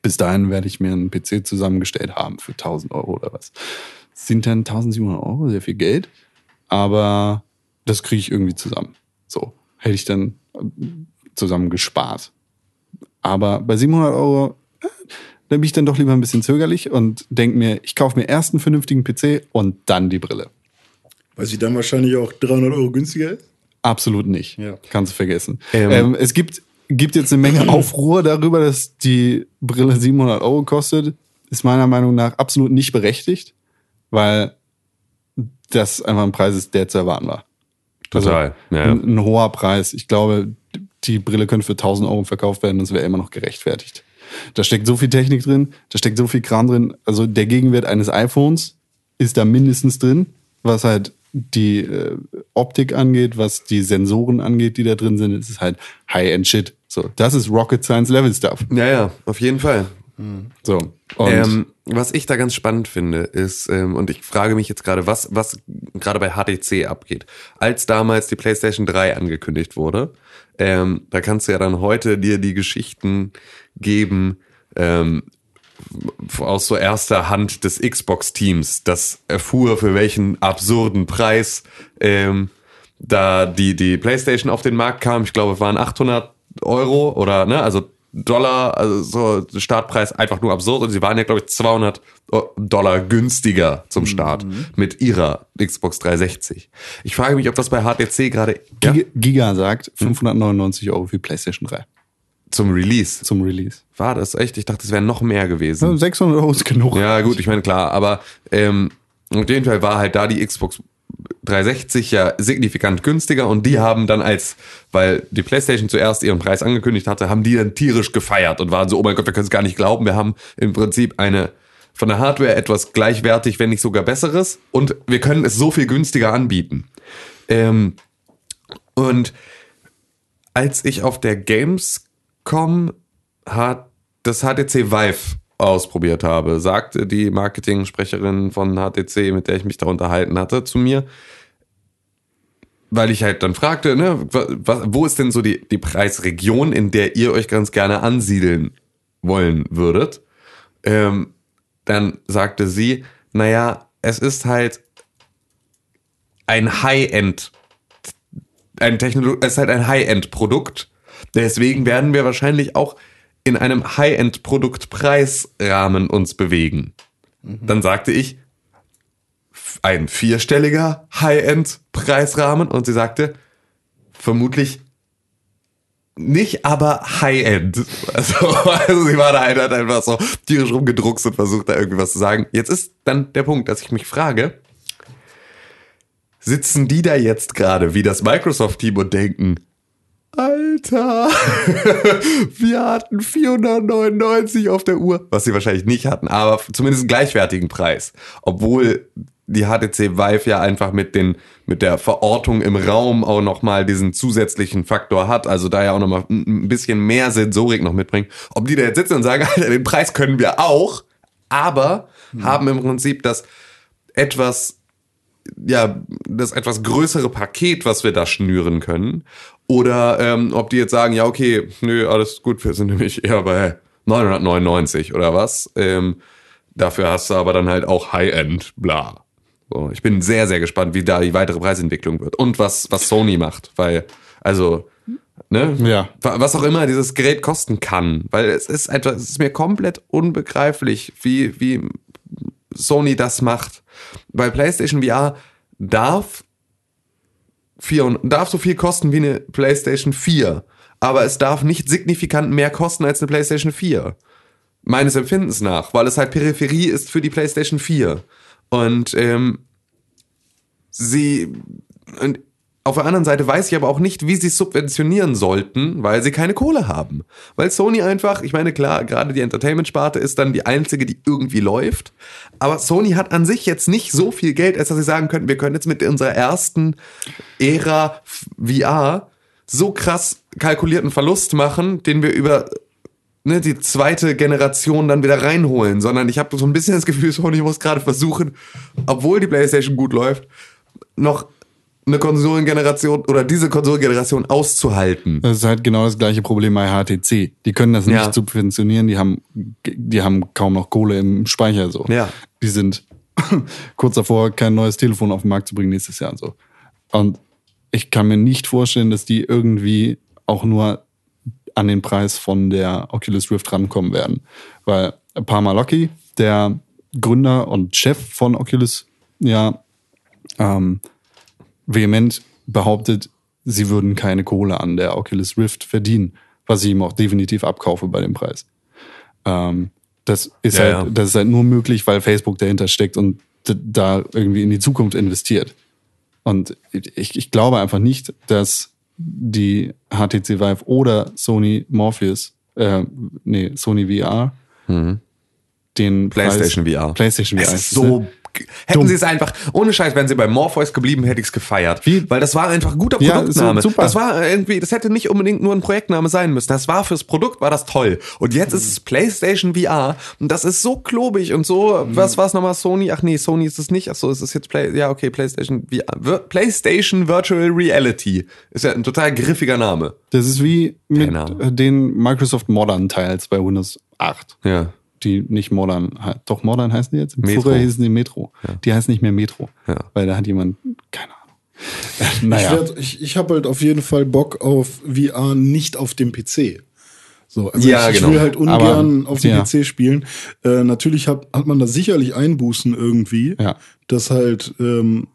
B: bis dahin werde ich mir einen PC zusammengestellt haben für 1000 Euro oder was. Sind dann 1700 Euro sehr viel Geld, aber das kriege ich irgendwie zusammen. So, hätte ich dann ähm, zusammen gespart. Aber bei 700 Euro, äh, da bin ich dann doch lieber ein bisschen zögerlich und denke mir, ich kaufe mir erst einen vernünftigen PC und dann die Brille.
C: Weil sie dann wahrscheinlich auch 300 Euro günstiger ist.
B: Absolut nicht.
C: Ja.
B: Kannst du vergessen.
D: Ähm.
B: Ähm, es gibt, gibt jetzt eine Menge Aufruhr darüber, dass die Brille 700 Euro kostet. Ist meiner Meinung nach absolut nicht berechtigt, weil das einfach ein Preis ist, der zu erwarten war. Also
D: Total, ja, ja.
B: Ein, ein hoher Preis. Ich glaube, die Brille könnte für 1000 Euro verkauft werden und es wäre immer noch gerechtfertigt. Da steckt so viel Technik drin, da steckt so viel Kram drin. Also der Gegenwert eines iPhones ist da mindestens drin, was halt die äh, Optik angeht, was die Sensoren angeht, die da drin sind. Es ist halt High-End-Shit. So, das ist Rocket Science Level Stuff.
D: Ja, ja, auf jeden Fall.
B: So. Und
D: Ähm, was ich da ganz spannend finde, ist, ähm, und ich frage mich jetzt gerade, was, was gerade bei HTC abgeht. Als damals die PlayStation 3 angekündigt wurde, ähm, da kannst du ja dann heute dir die Geschichten geben, ähm, f- aus so erster Hand des Xbox-Teams, das erfuhr, für welchen absurden Preis ähm, da die, die PlayStation auf den Markt kam. Ich glaube, waren 800 Euro oder, ne, also Dollar, also so Startpreis einfach nur absurd. Und sie waren ja, glaube ich, 200 O- Dollar günstiger zum Start mit ihrer Xbox 360. Ich frage mich, ob das bei HTC gerade ja,
B: Giga, Giga sagt 599 Euro für PlayStation 3
D: zum Release
B: zum Release.
D: war das echt. Ich dachte, es wären noch mehr gewesen.
B: Also 600 Euro ist genug.
D: Ja, gut, ich meine, klar, aber ähm, auf jeden Fall war halt da die Xbox 360 ja signifikant günstiger und die haben dann als, weil die PlayStation zuerst ihren Preis angekündigt hatte, haben die dann tierisch gefeiert und waren so, oh mein Gott, wir können es gar nicht glauben, wir haben im Prinzip eine von der Hardware etwas gleichwertig, wenn nicht sogar besseres und wir können es so viel günstiger anbieten. Ähm, und als ich auf der Gamescom hat das HTC Vive ausprobiert habe, sagte die Marketing-Sprecherin von HTC, mit der ich mich da unterhalten hatte, zu mir, weil ich halt dann fragte, ne, wa- was, wo ist denn so die, die Preisregion, in der ihr euch ganz gerne ansiedeln wollen würdet? Ähm, dann sagte sie, naja, es ist halt ein High-End ein Technolo es ist halt ein High-End-Produkt. Deswegen werden wir wahrscheinlich auch in einem High-End-Produkt-Preisrahmen uns bewegen. Dann sagte ich, f- ein vierstelliger High-End-Preisrahmen und sie sagte, vermutlich nicht, aber High-End. Also, also sie war da halt halt einfach so tierisch rumgedruckst und versucht da irgendwie was zu sagen. Jetzt ist dann der Punkt, dass ich mich frage, sitzen die da jetzt gerade wie das Microsoft-Team und denken, Alter, wir hatten 499 auf der Uhr, was sie wahrscheinlich nicht hatten, aber zumindest einen gleichwertigen Preis. Obwohl die HTC Vive ja einfach mit, den, mit der Verortung im Raum auch nochmal diesen zusätzlichen Faktor hat, also da ja auch nochmal ein ein bisschen mehr Sensorik noch mitbringt. Ob die da jetzt sitzen und sagen, Alter, den Preis können wir auch, aber haben im Prinzip das etwas ja, das etwas größere Paket, was wir da schnüren können. Oder ähm, ob die jetzt sagen, ja, okay, nö, alles gut, wir sind nämlich eher bei 999 oder was. Ähm, dafür hast du aber dann halt auch High-End, bla. So, ich bin sehr, sehr gespannt, wie da die weitere Preisentwicklung wird. Und was, was Sony macht, weil, also, ne?
B: Ja.
D: Wa- Was auch immer dieses Gerät kosten kann. Weil es ist einfach, es ist mir komplett unbegreiflich, wie, wie Sony das macht. Bei PlayStation VR darf, vier, darf so viel kosten wie eine PlayStation 4, aber es darf nicht signifikant mehr kosten als eine PlayStation 4. Meines Empfindens nach, weil es halt Peripherie ist für die PlayStation 4. Und ähm, sie. Und auf der anderen Seite weiß ich aber auch nicht, wie sie es subventionieren sollten, weil sie keine Kohle haben. Weil Sony einfach, ich meine, klar, gerade die Entertainment-Sparte ist dann die einzige, die irgendwie läuft. Aber Sony hat an sich jetzt nicht so viel Geld, als dass sie sagen könnten, wir können jetzt mit unserer ersten Ära VR so krass kalkulierten Verlust machen, den wir über ne, die zweite Generation dann wieder reinholen, sondern ich habe so ein bisschen das Gefühl, Sony muss gerade versuchen, obwohl die PlayStation gut läuft, noch eine Konsolengeneration oder diese Konsolengeneration auszuhalten.
B: Das ist halt genau das gleiche Problem bei HTC. Die können das nicht
D: Mhm. Ja.
B: subventionieren, die haben, die haben kaum noch Kohle im Speicher so.
D: Ja.
B: Die sind kurz davor, kein neues Telefon auf den Markt zu bringen nächstes Jahr und so. Und ich kann mir nicht vorstellen, dass die irgendwie auch nur an den Preis von der Oculus Rift rankommen werden. Weil Palmer Locke, der Gründer und Chef von Oculus, ja, ähm, vehement behauptet, sie würden keine Kohle an der Oculus Rift verdienen, was ich ihm auch definitiv abkaufe bei dem Preis. Ähm, das, ist
D: Ja,
B: halt,
D: ja.
B: das ist halt nur möglich, weil Facebook dahinter steckt und d- da irgendwie in die Zukunft investiert. Und ich, ich glaube einfach nicht, dass die HTC Vive oder Sony Morpheus, äh, nee, Sony VR, den
D: Mhm. PlayStation
B: Preis,
D: VR.
B: PlayStation VR.
D: Es ist so. Hätten sie es einfach, ohne Scheiß, wären sie bei Morpheus geblieben, hätte ich es gefeiert.
B: Wie?
D: Weil das war einfach ein guter
B: Ja,
D: Produktname.
B: so super.
D: Das war irgendwie, das hätte nicht unbedingt nur ein Projektname sein müssen. Das war fürs Produkt, war das toll. Und jetzt ist es PlayStation VR und das ist so klobig und so,
B: Mhm.
D: was war es nochmal, Sony? Ach nee, Sony ist es nicht. Ach so, es ist jetzt Play, ja, okay, PlayStation VR. Wir, PlayStation Virtual Reality. Ist ja ein total griffiger Name.
B: Das ist wie mit
D: Ahnung.
B: äh, den Microsoft Modern Teils bei Windows 8.
D: Ja.
B: Die nicht Modern, he- doch Modern heißen die jetzt?
D: Metro.
B: Früher hießen die Metro. Die heißen nicht mehr Metro.
D: Ja.
B: Weil da hat jemand, keine Ahnung. Äh,
C: Ich,
B: naja.
C: werd- ich, ich habe halt auf jeden Fall Bock auf VR nicht auf dem PC. So, also
D: Ja,
C: ich,
D: genau.
C: ich will halt ungern
B: Aber,
C: auf dem
B: ja.
C: PC spielen. Äh, natürlich hat, hat man da sicherlich Einbußen irgendwie,
B: Ja.
C: dass halt ähm,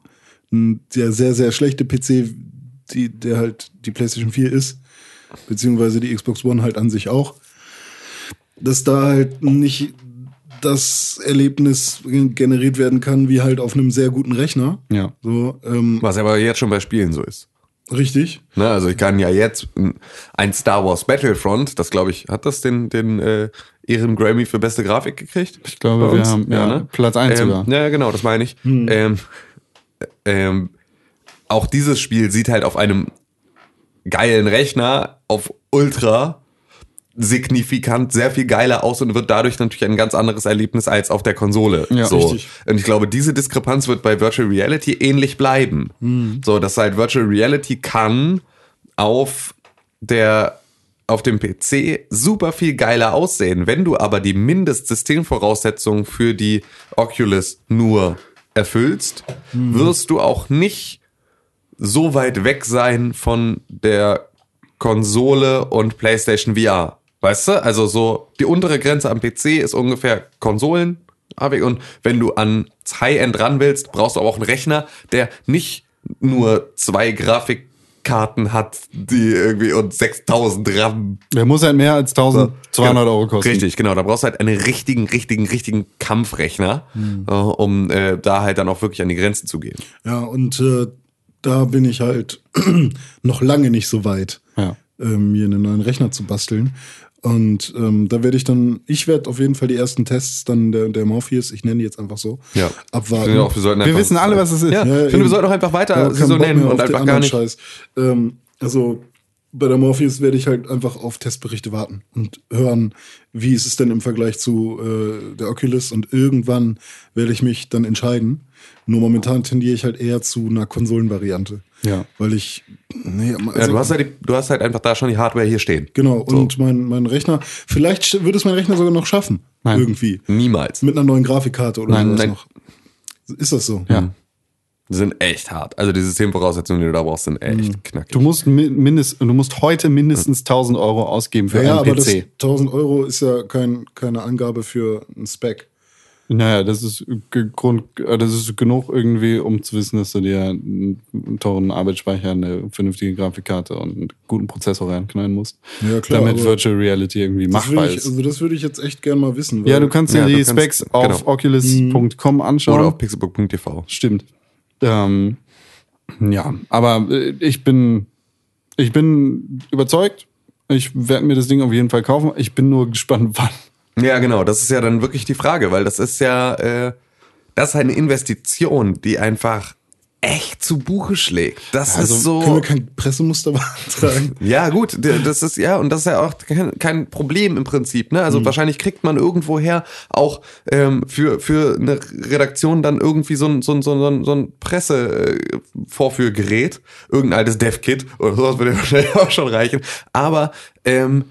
C: ein- der sehr, sehr schlechte PC, die, der halt die PlayStation 4 ist, beziehungsweise die Xbox One halt an sich auch, dass da halt nicht das Erlebnis generiert werden kann, wie halt auf einem sehr guten Rechner.
B: Ja.
C: So, ähm,
D: Was aber jetzt schon bei Spielen so ist.
C: richtig.
D: Ne, also ich kann ja jetzt ein- ein Star Wars Battlefront, das glaube ich, hat das den, den äh, Ehren Grammy für beste Grafik gekriegt?
B: Ich glaube,
D: Bei
B: wir
D: uns?
B: haben, ja, Platz eins
D: ähm,
B: sogar.
D: Ja, genau, das meine ich. Ähm, äh, ähm, auch dieses Spiel sieht halt auf einem geilen Rechner, auf Ultra, signifikant sehr viel geiler aus und wird dadurch natürlich ein ganz anderes Erlebnis als auf der Konsole.
B: Ja,
D: so.
C: richtig.
D: Und ich glaube, diese Diskrepanz wird bei Virtual Reality ähnlich bleiben. So, dass halt Virtual Reality kann auf der auf dem PC super viel geiler aussehen. Wenn du aber die Mindestsystemvoraussetzungen für die Oculus nur erfüllst, wirst du auch nicht so weit weg sein von der Konsole und PlayStation VR. Weißt du? Also so die untere Grenze am PC ist ungefähr Konsolen. AW. Und wenn du ans High-End ran willst, brauchst du aber auch einen Rechner, der nicht nur zwei Grafikkarten hat, die irgendwie und 6000 RAM
B: Der muss halt mehr als 1200 Euro kosten.
D: Richtig, genau. Da brauchst du halt einen richtigen, richtigen, richtigen Kampfrechner,
B: Hm.
D: äh, um äh, da halt dann auch wirklich an die Grenzen zu gehen.
C: Ja, und äh, da bin ich halt noch lange nicht so weit,
B: Ja.
C: ähm, mir einen neuen Rechner zu basteln. Und ähm, da werde ich dann, ich werde auf jeden Fall die ersten Tests dann der, der Morpheus, ich nenne die jetzt einfach so,
D: Ja. Ich
C: abwarten.
D: finde auch, sollten
B: Wir
D: einfach-
B: wissen alle, was es ist.
C: Ja,
D: Ja, ich finde,
C: eben.
D: wir sollten auch einfach
C: Ja,
D: weiter
C: keinen
D: sie so
C: Bock
D: nennen
C: mehr
D: und
C: auf den
D: einfach gar
C: anderen
D: nicht.
C: Scheiß. Ähm, also bei der Morpheus werde ich halt einfach auf Testberichte warten und hören, wie ist es denn im Vergleich zu äh, der Oculus und irgendwann werde ich mich dann entscheiden. Nur momentan tendiere ich halt eher zu einer Konsolenvariante.
B: Ja.
C: Weil ich. Nee, also,
D: Ja, du, hast halt die, du hast halt einfach da schon die Hardware hier stehen.
C: Genau, und mein, mein Rechner, vielleicht sch- würde es mein Rechner sogar noch schaffen.
B: Nein.
C: Irgendwie.
D: Niemals.
C: Mit einer neuen Grafikkarte oder
B: Nein,
C: sowas
D: nein.
C: noch. Ist das so?
B: Ja.
D: Die sind echt hart. Also die Systemvoraussetzungen, die du da brauchst, sind echt knackig.
B: Du musst, mi- mindest, du musst heute mindestens 1000 Euro ausgeben für einen
C: Ja, aber das
B: PC.
C: 1000 Euro ist ja kein, keine Angabe für einen Spec.
B: Naja, das ist, ge- Grund, äh, das ist genug irgendwie, um zu wissen, dass du dir einen einen teuren Arbeitsspeicher, eine vernünftige Grafikkarte und einen guten Prozessor reinknallen musst.
C: Ja, klar,
B: Damit
C: aber
B: Virtual Reality irgendwie
C: Das
B: machbar
C: würde ich,
B: ist.
C: also das würde ich jetzt echt gern mal wissen. weil-
B: ja, du kannst
D: Ja,
B: dir
D: du
B: die
D: kannst-
B: Specs auf
D: genau.
B: oculus.com anschauen.
D: Oder auf pixelbook.tv.
B: Stimmt. Ähm, ja, aber äh, ich bin, ich bin überzeugt. Ich werde mir das Ding auf jeden Fall kaufen. Ich bin nur gespannt, wann.
D: Ja, genau. Das ist ja dann wirklich die Frage, weil das ist ja, äh, das ist eine Investition, die einfach echt zu Buche schlägt. Das ist so.
C: also Können wir kein Pressemuster beantragen?
D: Ja, gut, d- das ist ja, und das ist ja auch kein, kein Problem im Prinzip. Ne? Also wahrscheinlich kriegt man irgendwoher auch ähm, für, für eine Redaktion dann irgendwie so ein, so ein, so ein, so ein Pressevorführgerät, irgendein altes Dev-Kit oder sowas würde ja wahrscheinlich auch schon reichen. Aber ähm,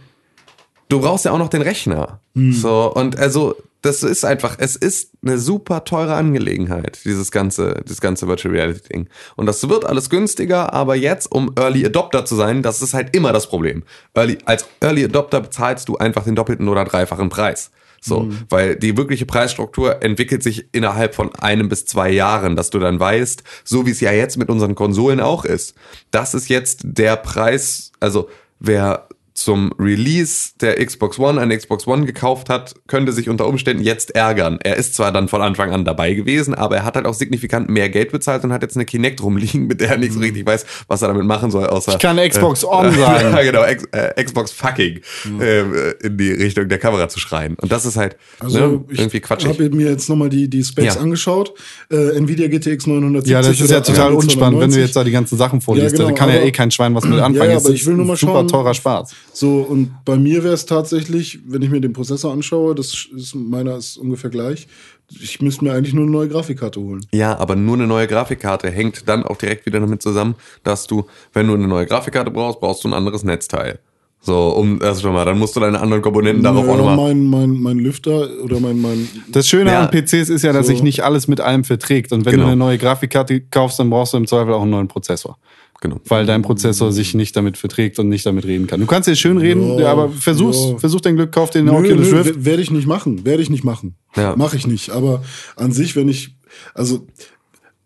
D: du brauchst ja auch noch den Rechner. So, und also. Das ist einfach, es ist eine super teure Angelegenheit, dieses ganze, dieses ganze Virtual Reality Ding. Und das wird alles günstiger, aber jetzt, um Early Adopter zu sein, das ist halt immer das Problem. Early, als Early Adopter bezahlst du einfach den doppelten oder dreifachen Preis. So, weil die wirkliche Preisstruktur entwickelt sich innerhalb von einem bis zwei Jahren, dass du dann weißt, so wie es ja jetzt mit unseren Konsolen auch ist. Das ist jetzt der Preis, also wer zum Release der Xbox One eine Xbox One gekauft hat, könnte sich unter Umständen jetzt ärgern. Er ist zwar dann von Anfang an dabei gewesen, aber er hat halt auch signifikant mehr Geld bezahlt und hat jetzt eine Kinect rumliegen, mit der er nicht so richtig weiß, was er damit machen soll, außer
B: Mhm.
D: äh,
B: Ich kann Xbox On Mhm. sagen.
D: ja, genau, Ex äh, Xbox fucking ähm, äh, in die Richtung der Kamera zu schreien. Und das ist halt ne,
C: Also ich
D: irgendwie quatschig.
C: habe mir jetzt nochmal die, die Specs
D: Ja.
C: angeschaut. Äh, Nvidia GTX 970.
B: Ja, das ist ja
C: oder
B: total
C: 1192.
B: unspannend, wenn du jetzt da die ganzen Sachen vorliest.
C: Ja, genau,
B: da kann ja
C: aber-
B: eh kein Schwein was mit anfangen.
C: ja,
B: Das
C: aber
B: ist
C: ich will nur mal
B: super
C: schauen.
B: teurer Spaß.
C: So, und bei mir wäre es tatsächlich, wenn ich mir den Prozessor anschaue, das ist meiner ist ungefähr gleich. Ich müsste mir eigentlich nur eine neue Grafikkarte holen.
D: Ja, aber nur eine neue Grafikkarte hängt dann auch direkt wieder damit zusammen, dass du, wenn du eine neue Grafikkarte brauchst, brauchst du ein anderes Netzteil. So, um das schon mal, dann musst du deine anderen Komponenten darauf auch
C: Ja,
D: nochmal.
C: mein, mein, mein Lüfter oder mein, mein
B: Das Schöne
D: Ja.
B: an PCs ist ja, dass
C: So.
B: sich nicht alles mit allem verträgt. Und wenn
D: Genau.
B: du eine neue Grafikkarte kaufst, dann brauchst du im Zweifel auch einen neuen Prozessor.
D: Genau.
B: Weil dein Prozessor sich nicht damit verträgt und nicht damit reden kann. Du kannst dir schön reden,
C: Ja,
B: aber versuch's,
C: ja.
B: versuch dein Glück, kauf dir eine
C: Nö,
B: Oculus
C: nö,
B: Rift.
C: we- werde ich nicht machen, werde ich nicht machen.
D: Ja.
C: Mache ich nicht, aber an sich, wenn ich also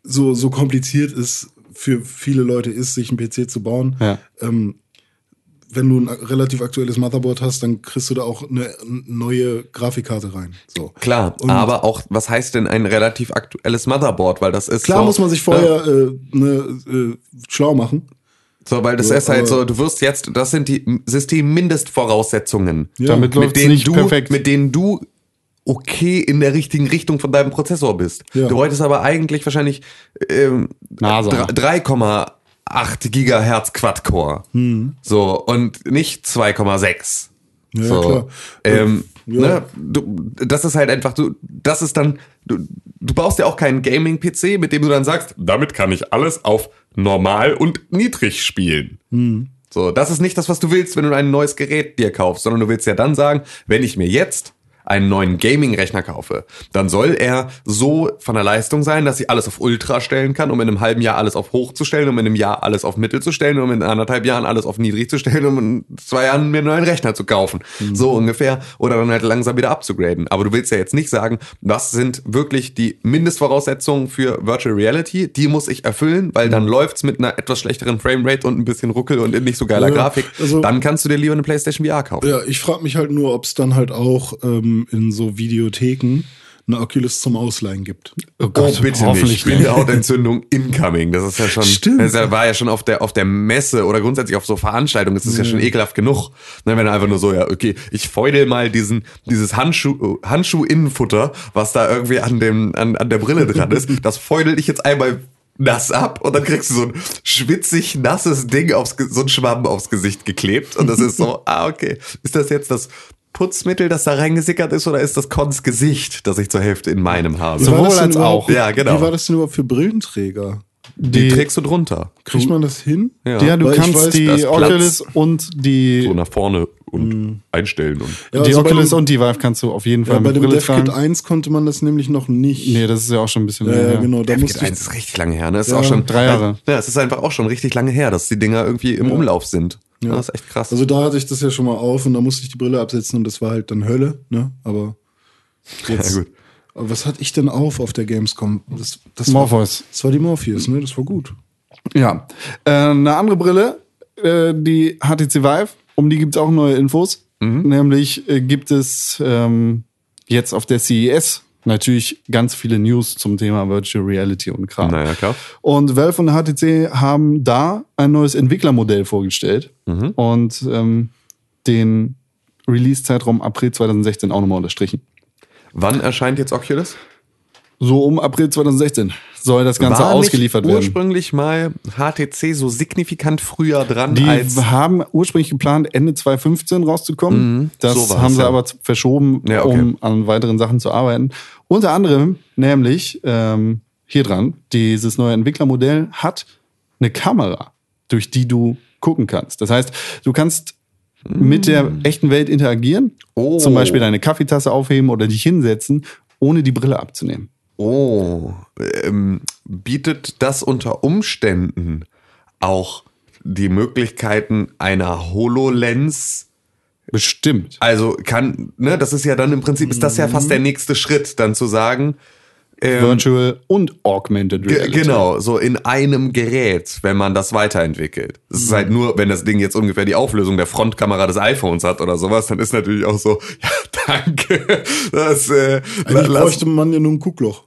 C: so so kompliziert es für viele Leute ist, sich einen PC zu bauen.
B: Ja.
C: Ähm, wenn du ein relativ aktuelles Motherboard hast, dann kriegst du da auch eine neue Grafikkarte rein. So.
D: Klar,
C: Und-
D: aber auch, was heißt denn ein relativ aktuelles Motherboard? Weil das ist
C: Klar
D: so,
C: muss man sich
D: Ja.
C: vorher äh, ne, äh, schlau machen.
D: So, weil das
C: Ja,
D: ist halt
C: aber-
D: so, du wirst jetzt, das sind die Systemmindestvoraussetzungen.
C: Ja.
B: Damit
D: mit
B: läuft's
D: denen
B: nicht
D: du,
B: perfekt.
D: mit denen du okay in der richtigen Richtung von deinem Prozessor bist.
C: Ja.
D: Du wolltest aber eigentlich wahrscheinlich ähm,
B: NASA.
D: dr- 3,8 Gigahertz Quad-Core.
B: Hm.
D: So, und nicht 2,6.
C: Ja,
D: so.
C: klar.
D: Ähm,
C: Ja.
D: ne, du, das ist halt einfach, du, das ist dann, du, du baust ja auch keinen Gaming-PC, mit dem du dann sagst, damit kann ich alles auf normal und niedrig spielen.
C: Hm.
D: So, das ist nicht das, was du willst, wenn du ein neues Gerät dir kaufst, sondern du willst ja dann sagen, wenn ich mir jetzt einen neuen Gaming-Rechner kaufe, dann soll er so von der Leistung sein, dass ich alles auf Ultra stellen kann, um in einem halben Jahr alles auf hoch zu stellen, um in einem Jahr alles auf mittel zu stellen, um in anderthalb Jahren alles auf niedrig zu stellen, um in zwei Jahren mir einen neuen Rechner zu kaufen.
C: Mhm.
D: So ungefähr. Oder dann halt langsam wieder abzugraden. Aber du willst ja jetzt nicht sagen, was sind wirklich die Mindestvoraussetzungen für Virtual Reality? Die muss ich erfüllen, weil
C: Mhm.
D: dann läuft's mit einer etwas schlechteren Framerate und ein bisschen Ruckel und in nicht so geiler
C: Ja,
D: Grafik.
C: also-
D: dann kannst du dir lieber eine PlayStation VR kaufen.
C: Ja, ich frage mich halt nur, ob es dann halt auch ähm, in so Videotheken eine Oculus zum Ausleihen gibt.
B: Oh
D: hoffentlich nicht. Bindehautentzündung incoming. Das ist ja schon,
C: Stimmt.
D: das war ja schon auf der, auf der Messe oder grundsätzlich auf so Veranstaltungen. Das ist ja schon ekelhaft genug. Ne, wenn einfach nur so, ja, okay, ich feudel mal diesen, dieses Handschuh, Handschuh-Innenfutter, was da irgendwie an dem, an, an der Brille dran ist, das feudel ich jetzt einmal nass ab und dann kriegst du so ein schwitzig nasses Ding aufs, Ge- so ein Schwamm aufs Gesicht geklebt und das ist so, ah, okay, ist das jetzt das Putzmittel, das da reingesickert ist oder ist das Cons Gesicht, das ich zur Hälfte in meinem habe?
C: Wie war
B: Sowohl
C: das denn
B: als
C: überhaupt-
B: auch.
D: Ja, genau.
C: Wie war das denn überhaupt für Brillenträger?
B: Die,
D: Die, trägst du drunter.
C: Kriegt man das hin?
D: Ja.
B: ja, du
C: Weil ich
B: kannst
C: weiß,
D: da
B: die
D: ist Platz.
B: Oculus und die,
D: So nach vorne und einstellen und.
C: Mm. Ja,
B: die
C: also bei
B: Oculus
C: dem-
B: und die Vive kannst du auf jeden Fall
C: Ja, bei
B: mit
C: dem
B: Brille
C: DevKit
B: tragen.
C: 1 konnte man das nämlich noch nicht.
B: Nee, das ist ja auch schon ein bisschen
C: ja,
B: länger
C: ja,
B: her.
C: genau. Da
D: Der
C: musste
D: Musste
C: ich,
D: ist richtig lange her, ne? Das ist
C: Ja,
D: auch schon
B: drei Jahre.
D: Ja, es ist einfach auch schon richtig lange her, dass die Dinger irgendwie im Umlauf sind. Ja. Das ist echt krass.
C: also da hatte ich das ja schon mal auf und da musste ich die Brille absetzen und das war halt dann Hölle, ne? Aber jetzt
D: Ja, gut.
C: Aber was hatte ich denn auf auf der Gamescom? Das, das
B: Morpheus.
C: War, das war die Morpheus, ne? Das war gut.
B: Ja. Äh, eine andere Brille, äh, die HTC Vive, um die gibt es auch neue Infos.
D: Mhm.
B: Nämlich äh, gibt es ähm, jetzt auf der CES natürlich ganz viele News zum Thema Virtual Reality und Kram.
D: Na ja, klar.
B: Und Valve und HTC haben da ein neues Entwicklermodell vorgestellt
D: Mhm.
B: und ähm, den Release-Zeitraum April 2016 auch nochmal unterstrichen.
D: Wann erscheint jetzt Oculus?
B: So um April 2016 soll das Ganze
D: War nicht
B: ausgeliefert werden.
D: Ursprünglich mal HTC so signifikant früher dran
B: Die
D: als.
B: haben ursprünglich geplant, Ende 2015 rauszukommen. das
D: Mhm. so war's,
B: haben sie
D: ja.
B: aber z- verschoben,
D: Ja, okay.
B: um an weiteren Sachen zu arbeiten. Unter anderem nämlich ähm, hier dran, dieses neue Entwicklermodell hat eine Kamera, durch die du gucken kannst. Das heißt, du kannst mit der echten Welt interagieren,
D: Mhm. Oh.
B: zum Beispiel deine Kaffeetasse aufheben oder dich hinsetzen, ohne die Brille abzunehmen.
D: Oh, ähm, bietet das unter Umständen auch die Möglichkeiten einer HoloLens?
B: Bestimmt.
D: Also kann, ne, das ist ja dann im Prinzip, ist das ja fast
B: Mhm.
D: der nächste Schritt, dann zu sagen, ähm,
B: Virtual und Augmented
D: Ge-
B: Reality.
D: Genau, so in einem Gerät, wenn man das weiterentwickelt. Es ist halt
B: Mhm.
D: nur, wenn das Ding jetzt ungefähr die Auflösung der Frontkamera des iPhones hat oder sowas, dann ist natürlich auch so, ja, danke. Das, äh, la-
B: Also
C: Eigentlich
D: lass,
C: bräuchte man ja nur ein Kuckloch.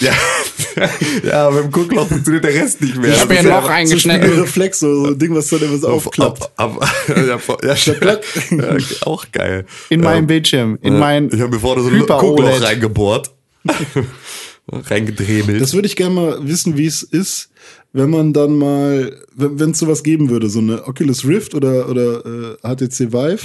D: ja, ja, mit dem Guckloch funktioniert der Rest nicht mehr.
B: Ich hab
D: Das
B: mir
D: ist
B: ein Loch
D: ja-
B: eingeschnitten.
C: So ein Reflex, so ein Ding, was dann immer so aufklappt.
D: Ab, ab, ja, vor- ja, ja, auch geil.
B: In meinem Bildschirm, in
D: Ja,
B: mein
D: Ähm, äh, ich habe mir vorne so ein
B: Hyper
D: Guckloch
B: OLED.
D: reingebohrt. Reingedrebelt.
C: Das würde ich gerne mal wissen, wie es ist, wenn man dann mal, wenn es sowas geben würde, so eine Oculus Rift oder, oder äh, HTC Vive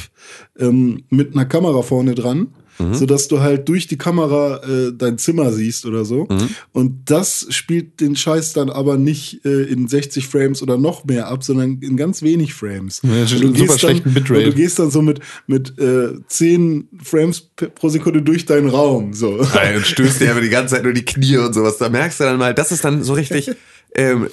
C: ähm, mit einer Kamera vorne dran,
B: Mhm.
C: sodass du halt durch die Kamera äh, dein Zimmer siehst oder so.
B: Mhm.
C: Und das spielt den Scheiß dann aber nicht äh, in 60 Frames oder noch mehr ab, sondern in ganz wenig Frames.
B: Ja, das ist
C: Und du
B: ein super
C: gehst dann-
B: schlechten Bitrate.
C: und Du gehst dann so mit, mit äh, 10 Frames p- pro Sekunde durch deinen Raum. So.
D: Nein, und stößt dir aber die ganze Zeit nur die Knie und sowas. Da merkst du dann mal, das ist dann so richtig. Ähm,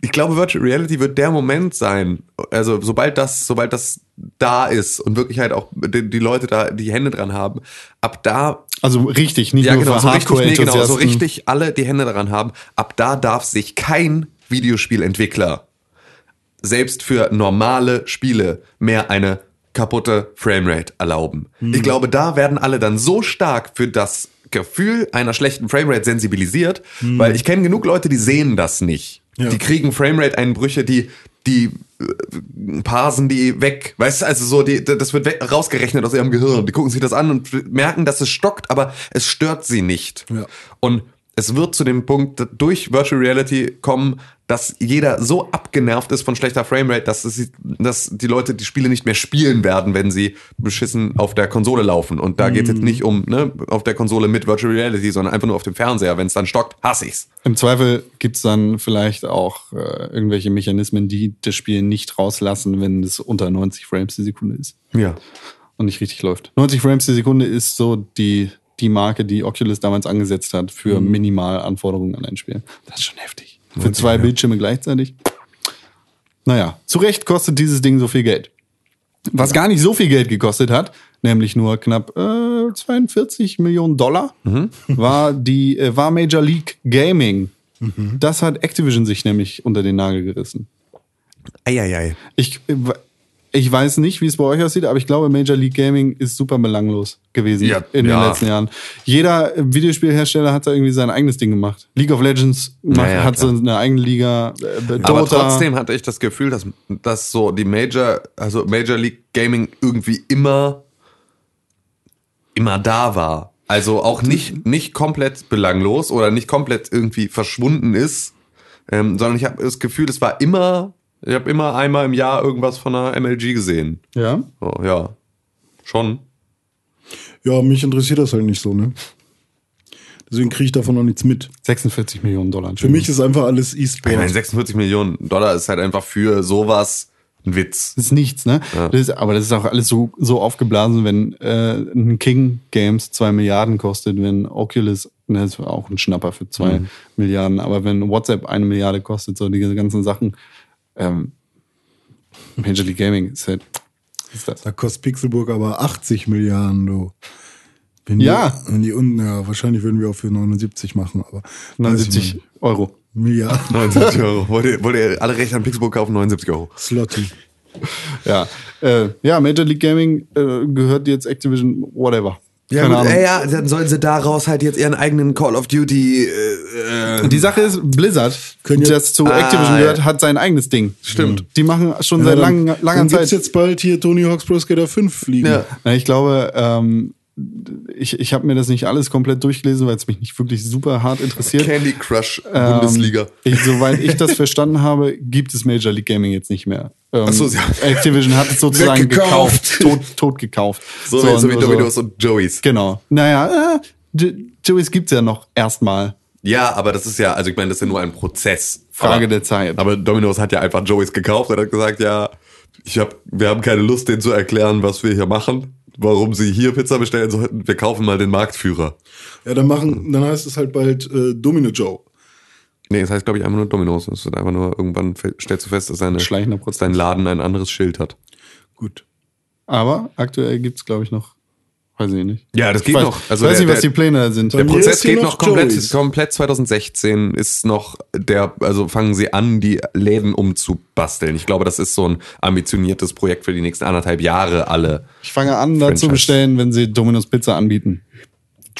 D: ich glaube, Virtual Reality wird der Moment sein. Also, sobald das, sobald das da ist und wirklich halt auch die, die Leute da die Hände dran haben, ab da,
B: Also richtig, nicht
D: ja
B: nur
D: genau,
B: für
D: so richtig, nee, genau, so
B: Hardcore-Enthusiasten.
D: richtig alle die Hände dran haben, ab da darf sich kein Videospielentwickler selbst für normale Spiele mehr eine kaputte Framerate erlauben.
B: Hm.
D: Ich glaube, da werden alle dann so stark für das Gefühl einer schlechten Framerate sensibilisiert,
B: Hm.
D: weil ich kenne genug Leute, die sehen das nicht.
C: Ja.
D: Die kriegen Framerate-Einbrüche, die, die äh, parsen die weg. Weißt du, also so, die, das wird weg, rausgerechnet aus ihrem Gehirn. Die gucken sich das an und merken, dass es stockt, aber es stört sie nicht.
C: Ja.
D: Und es wird zu dem Punkt durch Virtual Reality kommen, dass jeder so abgenervt ist von schlechter Framerate, dass, es, dass die Leute die Spiele nicht mehr spielen werden, wenn sie beschissen auf der Konsole laufen. Und da geht es jetzt nicht um ne, auf der Konsole mit Virtual Reality, sondern einfach nur auf dem Fernseher. Wenn es dann stockt, hasse ich's.
B: Im Zweifel gibt's dann vielleicht auch äh, irgendwelche Mechanismen, die das Spiel nicht rauslassen, wenn es unter 90 Frames die Sekunde ist
D: Ja.
B: und nicht richtig läuft. 90 Frames die Sekunde ist so die, die Marke, die Oculus damals angesetzt hat für Minimalanforderungen an ein Spiel. Das ist schon heftig. Für zwei Bildschirme gleichzeitig. Naja, zu Recht kostet dieses Ding so viel Geld. Was gar nicht so viel Geld gekostet hat, nämlich nur knapp äh, 42 Millionen Dollar, war, die, äh, war Major League Gaming. Das hat Activision sich nämlich unter den Nagel gerissen.
D: Eieiei.
B: Ich, ich weiß nicht, wie es bei euch aussieht, aber ich glaube, Major League Gaming ist super belanglos gewesen
D: Ja,
B: in den
D: ja.
B: letzten Jahren. Jeder Videospielhersteller hat da irgendwie sein eigenes Ding gemacht. League of Legends macht,
D: Naja,
B: hat
D: klar.
B: so eine eigene Liga. Äh,
D: Aber
B: Dota.
D: trotzdem hatte ich das Gefühl, dass, dass so die Major, also Major League Gaming irgendwie immer, immer da war. Also auch nicht, nicht komplett belanglos oder nicht komplett irgendwie verschwunden ist, ähm, sondern ich habe das Gefühl, es war immer, ich habe immer einmal im Jahr irgendwas von einer MLG gesehen.
B: Ja.
D: So, ja, schon.
C: Ja, mich interessiert das halt nicht so, ne? Deswegen kriege ich davon noch nichts mit.
B: 46 Millionen Dollar.
C: Für mich ist einfach alles
D: Ich meine,
C: E-Sport.
D: 46 Millionen Dollar ist halt einfach für sowas ein Witz.
B: Das ist nichts, ne? Das ist, aber das ist auch alles so, so aufgeblasen, wenn äh, ein King Games zwei Milliarden kostet, wenn Oculus, ne, das war auch ein Schnapper für zwei
D: Mhm.
B: Milliarden, aber wenn WhatsApp eine Milliarde kostet, so diese ganzen Sachen, ähm, Major League Gaming ist halt, was ist das?
C: Da kostet Pixelburg aber 80 Milliarden, du. Wenn
B: Ja.
C: Die, wenn die unten, ja, wahrscheinlich würden wir auch für 79 machen, aber. weiß
B: 79
C: ich
B: Euro.
C: nicht. Ja,
D: 79 Euro. Wollt ihr, wollt ihr alle Rechte an Pixburg kaufen? 79 Euro.
C: Slotty.
B: Ja, äh, ja Major League Gaming äh, gehört jetzt Activision, whatever.
D: Ja,
B: Keine
D: gut,
B: Ahnung.
D: Äh, ja, dann sollen sie daraus halt jetzt ihren eigenen Call of Duty. Äh, äh,
B: Die Sache ist, Blizzard,
C: Können ihr-
B: das zu
D: Ah,
B: Activision
D: ja.
B: gehört, hat sein eigenes Ding. Stimmt. Die machen schon seit lang, langer
C: dann gibt's
B: Zeit.
C: jetzt bald hier Tony Hawk's Pro Skater 5 fliegen.
D: Ja.
B: Na, ich glaube, ähm, ich, ich habe mir das nicht alles komplett durchgelesen, weil es mich nicht wirklich super hart interessiert.
D: Candy Crush
B: Ähm,
D: Bundesliga.
B: Ich, soweit ich das verstanden habe, gibt es Major League Gaming jetzt nicht mehr. Ähm,
D: Ach so, sie haben-
B: Activision hat es sozusagen
D: Weggekauft.
B: gekauft, tot, tot gekauft.
D: So, so, wie
B: und-
D: Dominos und Joeys.
B: Genau. Naja, äh, J- Joey's gibt's ja noch erstmal.
D: Ja, aber das ist ja, also ich meine, das ist ja nur ein Prozess.
B: Frage
D: aber,
B: der Zeit.
D: Aber Dominos hat ja einfach Joeys gekauft und hat gesagt, ja, ich hab, wir haben keine Lust, denen zu erklären, was wir hier machen, warum sie hier Pizza bestellen sollten. Wir kaufen mal den Marktführer.
C: Ja, dann machen, dann heißt es halt bald äh, Domino Joe.
D: Nee, das heißt, glaube ich, einfach nur Dominos. Es wird einfach nur irgendwann fe- stellst du fest, dass deine,
B: Schleichender
D: dass dein Laden ein anderes Schild hat.
C: Gut.
B: Aber aktuell gibt's glaube ich, noch. Weiß ich nicht.
D: Ja, das
B: Ich
D: geht
B: weiß,
D: noch. Also
B: weiß
D: der-
B: nicht, was
D: der-
B: die Pläne da sind.
D: Der
C: Bei mir
D: Prozess
C: ist hier
D: geht
C: noch
D: noch komplett,
C: Joey's.
D: komplett 2016 ist noch der, also fangen sie an, die Läden umzubasteln. Ich glaube, das ist so ein ambitioniertes Projekt für die nächsten anderthalb Jahre alle.
B: ich fange an, da zu
D: Franchise.
B: bestellen, wenn sie Domino's Pizza anbieten.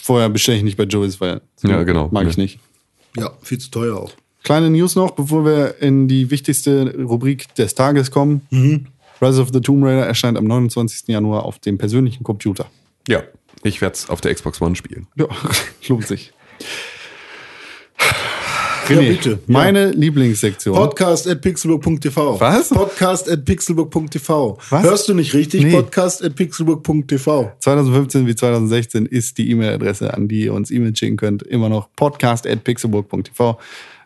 B: Vorher bestelle ich nicht bei Joey's, weil
D: Ja, genau.
B: mag ich
D: Nee.
B: nicht.
C: Ja, viel zu teuer auch.
B: Kleine News noch, bevor wir in die wichtigste Rubrik des Tages kommen.
C: Mhm.
B: Rise of the Tomb Raider erscheint am 29. Januar auf dem persönlichen Computer.
D: Ja, ich werde es auf der Xbox One spielen.
B: Ja, lohnt sich.
C: Ja, bitte.
B: Meine Lieblingssektion.
C: Podcast at pixelburg.tv.
B: Was?
C: Podcast at pixelburg.tv.
B: Was?
C: Hörst du nicht richtig?
B: Nee.
C: Podcast at pixelburg.tv.
B: 2015 wie 2016 ist die E-Mail-Adresse, an die ihr uns E-Mail schicken könnt, immer noch podcast.pixelburg.tv.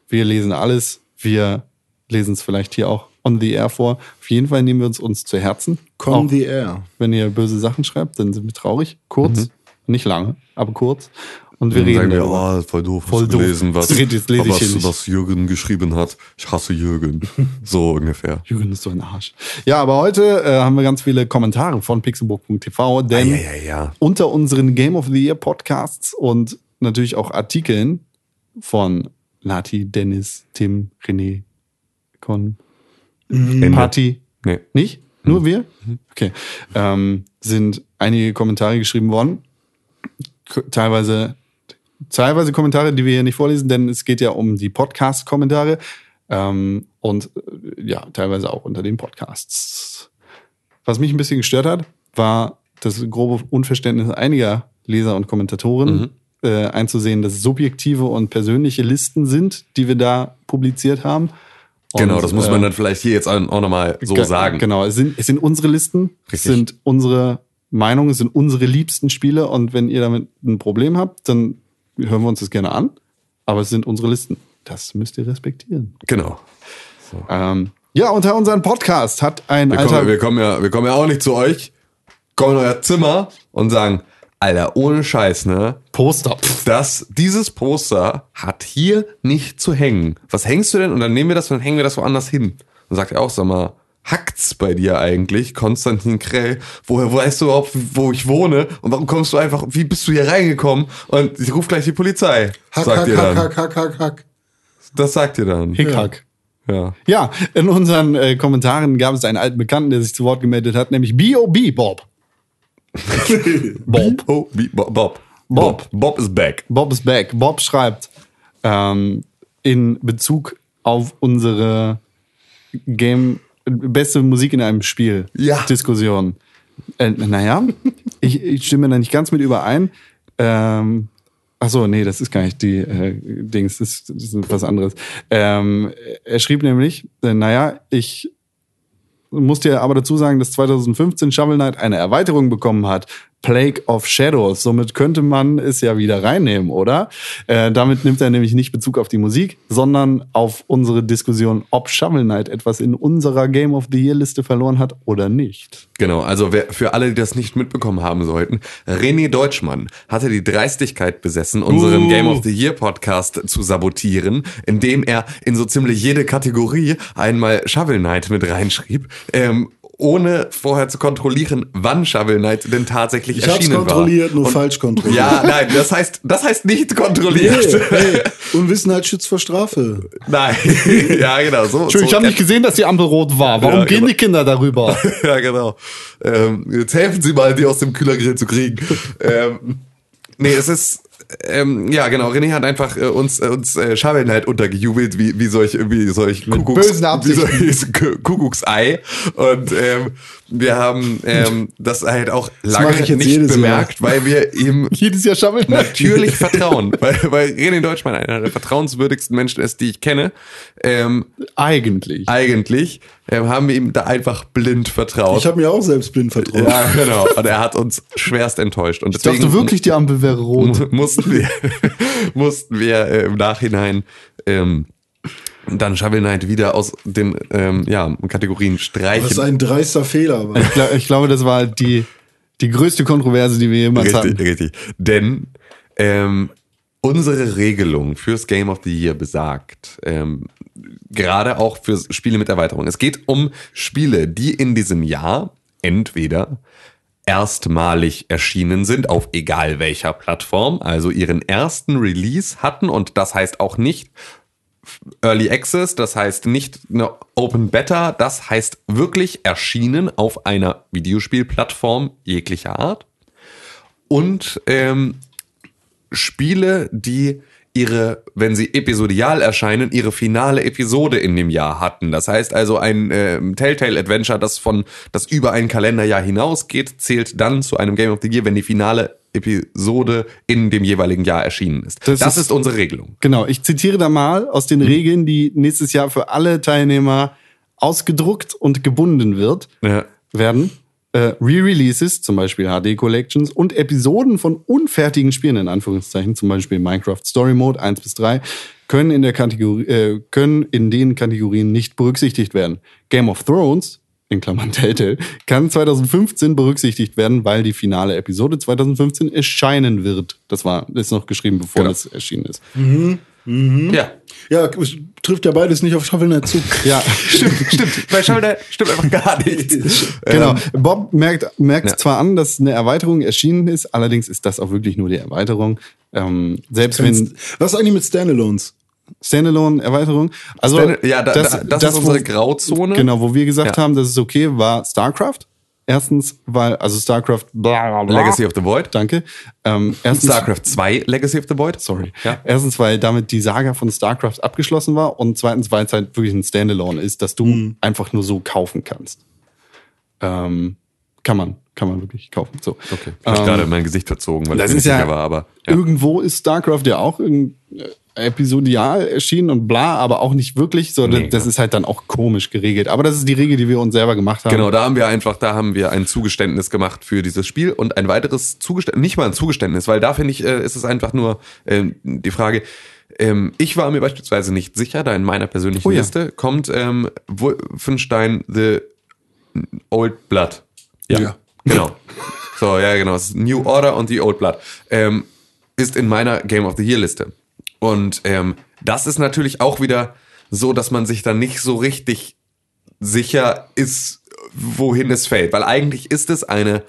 B: Wir lesen alles. Wir lesen es vielleicht hier auch on the air vor. Auf jeden Fall nehmen wir uns uns zu Herzen.
C: Con
D: Oh.
B: Auch
C: the air.
B: wenn ihr böse Sachen schreibt, dann sind wir traurig. Kurz, nicht lange, aber kurz. Und wir reden
D: Mhm. sagen wir,
B: darüber.
D: oh, voll doof,
B: Voll
D: hast du
B: doof.
D: gelesen, was,
B: Das red- das lese ich hier
D: was,
B: nicht.
D: was Jürgen geschrieben hat. Ich hasse Jürgen. So ungefähr.
B: Jürgen ist so ein Arsch. Ja, aber heute äh, haben wir ganz viele Kommentare von pixelburg.tv, denn
D: Ah, ja, ja, ja.
B: unter unseren Game of the Year Podcasts und natürlich auch Artikeln von Lati, Dennis, Tim, René, Con,
D: Ende.
B: Party,
D: Nee. Mhm.
B: nicht? Nur wir? Okay. Ähm, sind einige Kommentare geschrieben worden. K- Teilweise, teilweise Kommentare, die wir hier nicht vorlesen, denn es geht ja um die Podcast-Kommentare. Ähm, und äh, ja, teilweise auch unter den Podcasts. Was mich ein bisschen gestört hat, war das grobe Unverständnis einiger Leser und Kommentatoren
D: Mhm.
B: äh, einzusehen, dass es subjektive und persönliche Listen sind, die wir da publiziert haben. Und,
D: Genau, das muss man
B: äh,
D: dann vielleicht hier jetzt auch nochmal so
B: Ge-
D: sagen.
B: Genau, es sind, es sind unsere Listen, es
D: Richtig.
B: sind unsere Meinungen, es sind unsere liebsten Spiele und wenn ihr damit ein Problem habt, dann hören wir uns das gerne an, aber es sind unsere Listen. Das müsst ihr respektieren.
D: Genau.
B: Ähm, ja, unter unserem Podcast hat ein
D: Wir
B: alter...
D: kommen, wir, kommen ja, wir kommen ja auch nicht zu euch, kommen in euer Zimmer und sagen, Alter, ohne Scheiß, ne?
B: Poster.
D: Das, dieses Poster hat hier nicht zu hängen. Was hängst du denn? Und dann nehmen wir das und dann hängen wir das woanders hin. Und sagt er auch, sag mal, hackt's bei dir eigentlich, Konstantin Krell? Woher weißt du überhaupt, wo ich wohne? Und warum kommst du einfach, wie bist du hier reingekommen? Und ich rufe gleich die Polizei.
C: Hack,
D: sagt
C: hack,
D: ihr dann.
C: hack, hack, hack, hack, hack.
D: Das sagt ihr dann.
B: Hickhack.
D: Ja.
B: Ja, in unseren äh, Kommentaren gab es einen alten Bekannten, der sich zu Wort gemeldet hat, nämlich B.O.B. Bob. Bob.
D: Oh, wie, Bob. Bob.
B: Bob.
D: Bob is back.
B: Bob ist back. Bob schreibt ähm, in Bezug auf unsere Game beste Musik in einem Spiel
D: Ja.
B: Diskussion. Äh, naja, ich, ich stimme da nicht ganz mit überein. Ähm, ach so, nee, das ist gar nicht die äh, Dings, das ist, das ist was anderes. Ähm, er schrieb nämlich, äh, naja, ich muss dir aber dazu sagen, dass 2015 Shovel Knight eine Erweiterung bekommen hat. Plague of Shadows. Somit könnte man es ja wieder reinnehmen, oder? Äh, damit nimmt er nämlich nicht Bezug auf die Musik, sondern auf unsere Diskussion, ob Shovel Knight etwas in unserer Game of the Year Liste verloren hat oder nicht.
D: Genau, also wer, für alle, die das nicht mitbekommen haben sollten, René Deutschmann hatte die Dreistigkeit besessen,
C: Uh.
D: unseren Game of the Year Podcast zu sabotieren, indem er in so ziemlich jede Kategorie einmal Shovel Knight mit reinschrieb. Ähm, ohne vorher zu kontrollieren, wann Shovel Knight denn tatsächlich
C: Ich hab's
D: erschienen
C: kontrolliert,
D: war.
C: nur
D: Und-
C: falsch kontrolliert.
D: Ja, nein, das heißt, das heißt nicht kontrolliert.
C: Hey, hey, Unwissenheit schützt vor Strafe.
D: Nein. ja, genau. So,
B: Entschuldigung, ich
D: so
B: habe nicht gesehen, dass die Ampel rot war. Warum
D: Ja,
B: gehen
D: genau.
B: die Kinder darüber?
D: ja, genau. Ähm, jetzt helfen Sie mal, die aus dem Kühlergrill zu kriegen. ähm, nee, es ist. Ähm, ja, genau. René hat einfach äh, uns, äh, uns äh, Schabeln halt untergejubelt, wie, wie solch, wie solch
B: bösen
D: wie
B: Absichten.
D: solch Ku- Kuckucksei. Und ähm, wir haben ähm, das halt auch
C: mache
D: lange
C: ich jetzt
D: nicht
C: jedes Jahr.
D: bemerkt, weil wir ihm
B: Jedes Jahr Shovel Knight.
D: natürlich vertrauen. Weil, weil René Deutschmann einer der vertrauenswürdigsten Menschen ist, die ich kenne. Ähm,
B: Eigentlich.
D: eigentlich ähm, haben wir ihm da einfach blind vertraut.
C: Ich habe mir auch selbst blind vertraut.
D: Ja, genau. Und er hat uns schwerst enttäuscht. Und
B: Ich dachte wirklich, die Ampel wäre rot.
D: mussten wir, mussten wir äh, im Nachhinein ähm, dann Shovel Knight wieder aus den ähm, ja, Kategorien
C: Was
D: streichen.
C: ein dreister Fehler war.
B: Ich, glaub, ich glaube, das war die, die größte Kontroverse, die wir jemals
D: Richtig,
B: hatten.
D: richtig. Denn ähm, unsere Regelung fürs Game of the Year besagt, ähm, gerade auch für Spiele mit Erweiterung, es geht um Spiele, die in diesem Jahr entweder erstmalig erschienen sind, auf egal welcher Plattform, also ihren ersten Release hatten und das heißt auch nicht Early Access, das heißt nicht eine Open Beta, das heißt wirklich erschienen auf einer Videospielplattform jeglicher Art und ähm, Spiele, die ihre, wenn sie episodial erscheinen, ihre finale Episode in dem Jahr hatten. Das heißt also, ein ähm, Telltale-Adventure, das von das über ein Kalenderjahr hinausgeht, zählt dann zu einem Game of the Year, wenn die finale Episode in dem jeweiligen Jahr erschienen ist.
B: Das
D: Das,
B: ist-
D: ist, unsere Regelung.
B: Genau, ich zitiere da mal aus
D: Mhm.
B: den Regeln, die nächstes Jahr für alle Teilnehmer ausgedruckt und gebunden wird.
D: Ja.
B: werden äh, Re-Releases, zum Beispiel HD-Collections und Episoden von unfertigen Spielen, in Anführungszeichen, zum Beispiel Minecraft Story Mode 1 bis 3, können in, der Kategorie, äh, können in den Kategorien nicht berücksichtigt werden. Game of Thrones, in Klammern Telltale, kann 2015 berücksichtigt werden, weil die finale Episode 2015 erscheinen wird. Das war, ist noch geschrieben, bevor
D: Genau.
B: das erschienen ist.
D: ja.
C: Ja, es trifft ja beides nicht auf Shovelnet zu.
B: Ja.
D: Stimmt, stimmt. Bei Shoulder stimmt einfach gar nichts.
B: Genau. Bob merkt, merkt
D: Ähm, ja.
B: zwar an, dass eine Erweiterung erschienen ist, allerdings ist das auch wirklich nur die Erweiterung. Ähm, selbst wenn
C: Was ist eigentlich mit Standalones?
B: Standalone-Erweiterung. Also
D: Standal- ja, da- da- das ist unsere Grauzone.
B: Genau, wo wir gesagt
D: Ja.
B: haben, das ist okay, war StarCraft. Erstens, weil, also StarCraft bla bla bla.
D: Legacy of the Void.
B: Danke. Ähm, erstens,
D: StarCraft 2 Legacy of the Void.
B: Sorry.
D: Ja.
B: Erstens, weil damit die Saga von StarCraft abgeschlossen war und zweitens, weil es halt wirklich ein Standalone ist, dass du
D: Mhm.
B: einfach nur so kaufen kannst. Ähm, kann man, kann man wirklich kaufen. So.
D: Okay. Ich habe
B: Ähm,
D: gerade mein Gesicht verzogen, weil
B: das
D: ich mir
B: ist
D: nicht
B: ja,
D: sicher war, aber ja.
B: irgendwo ist StarCraft ja auch in, äh, episodial erschienen und bla, aber auch nicht wirklich. So,
D: Nee,
B: das
D: genau.
B: ist halt dann auch komisch geregelt. Aber das ist die Regel, die wir uns selber gemacht haben.
D: Genau, da haben wir einfach, da haben wir ein Zugeständnis gemacht für dieses Spiel und ein weiteres Zugeständnis, nicht mal ein Zugeständnis, weil da finde ich, äh, ist es einfach nur ähm, die Frage. Ähm, ich war mir beispielsweise nicht sicher, da in meiner persönlichen
B: Oh ja.
D: Liste kommt ähm, Wolfenstein The Old Blood.
C: Ja.
D: Genau. So, ja, genau. Es ist New Order und The Old Blood. Ähm, ist in meiner Game of the Year Liste. Und ähm, das ist natürlich auch wieder so, dass man sich dann nicht so richtig sicher ist, wohin es fällt. Weil eigentlich ist es eine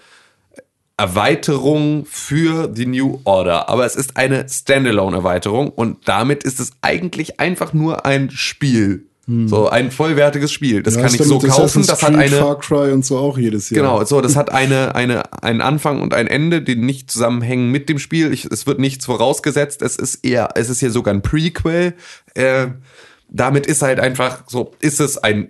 D: Erweiterung für die New Order, aber es ist eine Standalone-Erweiterung und damit ist es eigentlich einfach nur ein Spiel.
C: Hm.
D: So ein vollwertiges Spiel. Das kann
C: ist
D: ich
C: doch
D: so
C: mit
D: kaufen.
C: Assassin's
D: Das hat
C: Creed,
D: eine
C: Far Cry und so auch jedes Jahr.
D: Genau, so, das hat eine, eine, einen Anfang und ein Ende, die nicht zusammenhängen mit dem Spiel. Ich, es wird nichts vorausgesetzt. Es ist eher, es ist hier sogar ein Prequel. Äh, damit ist halt einfach so, ist es ein,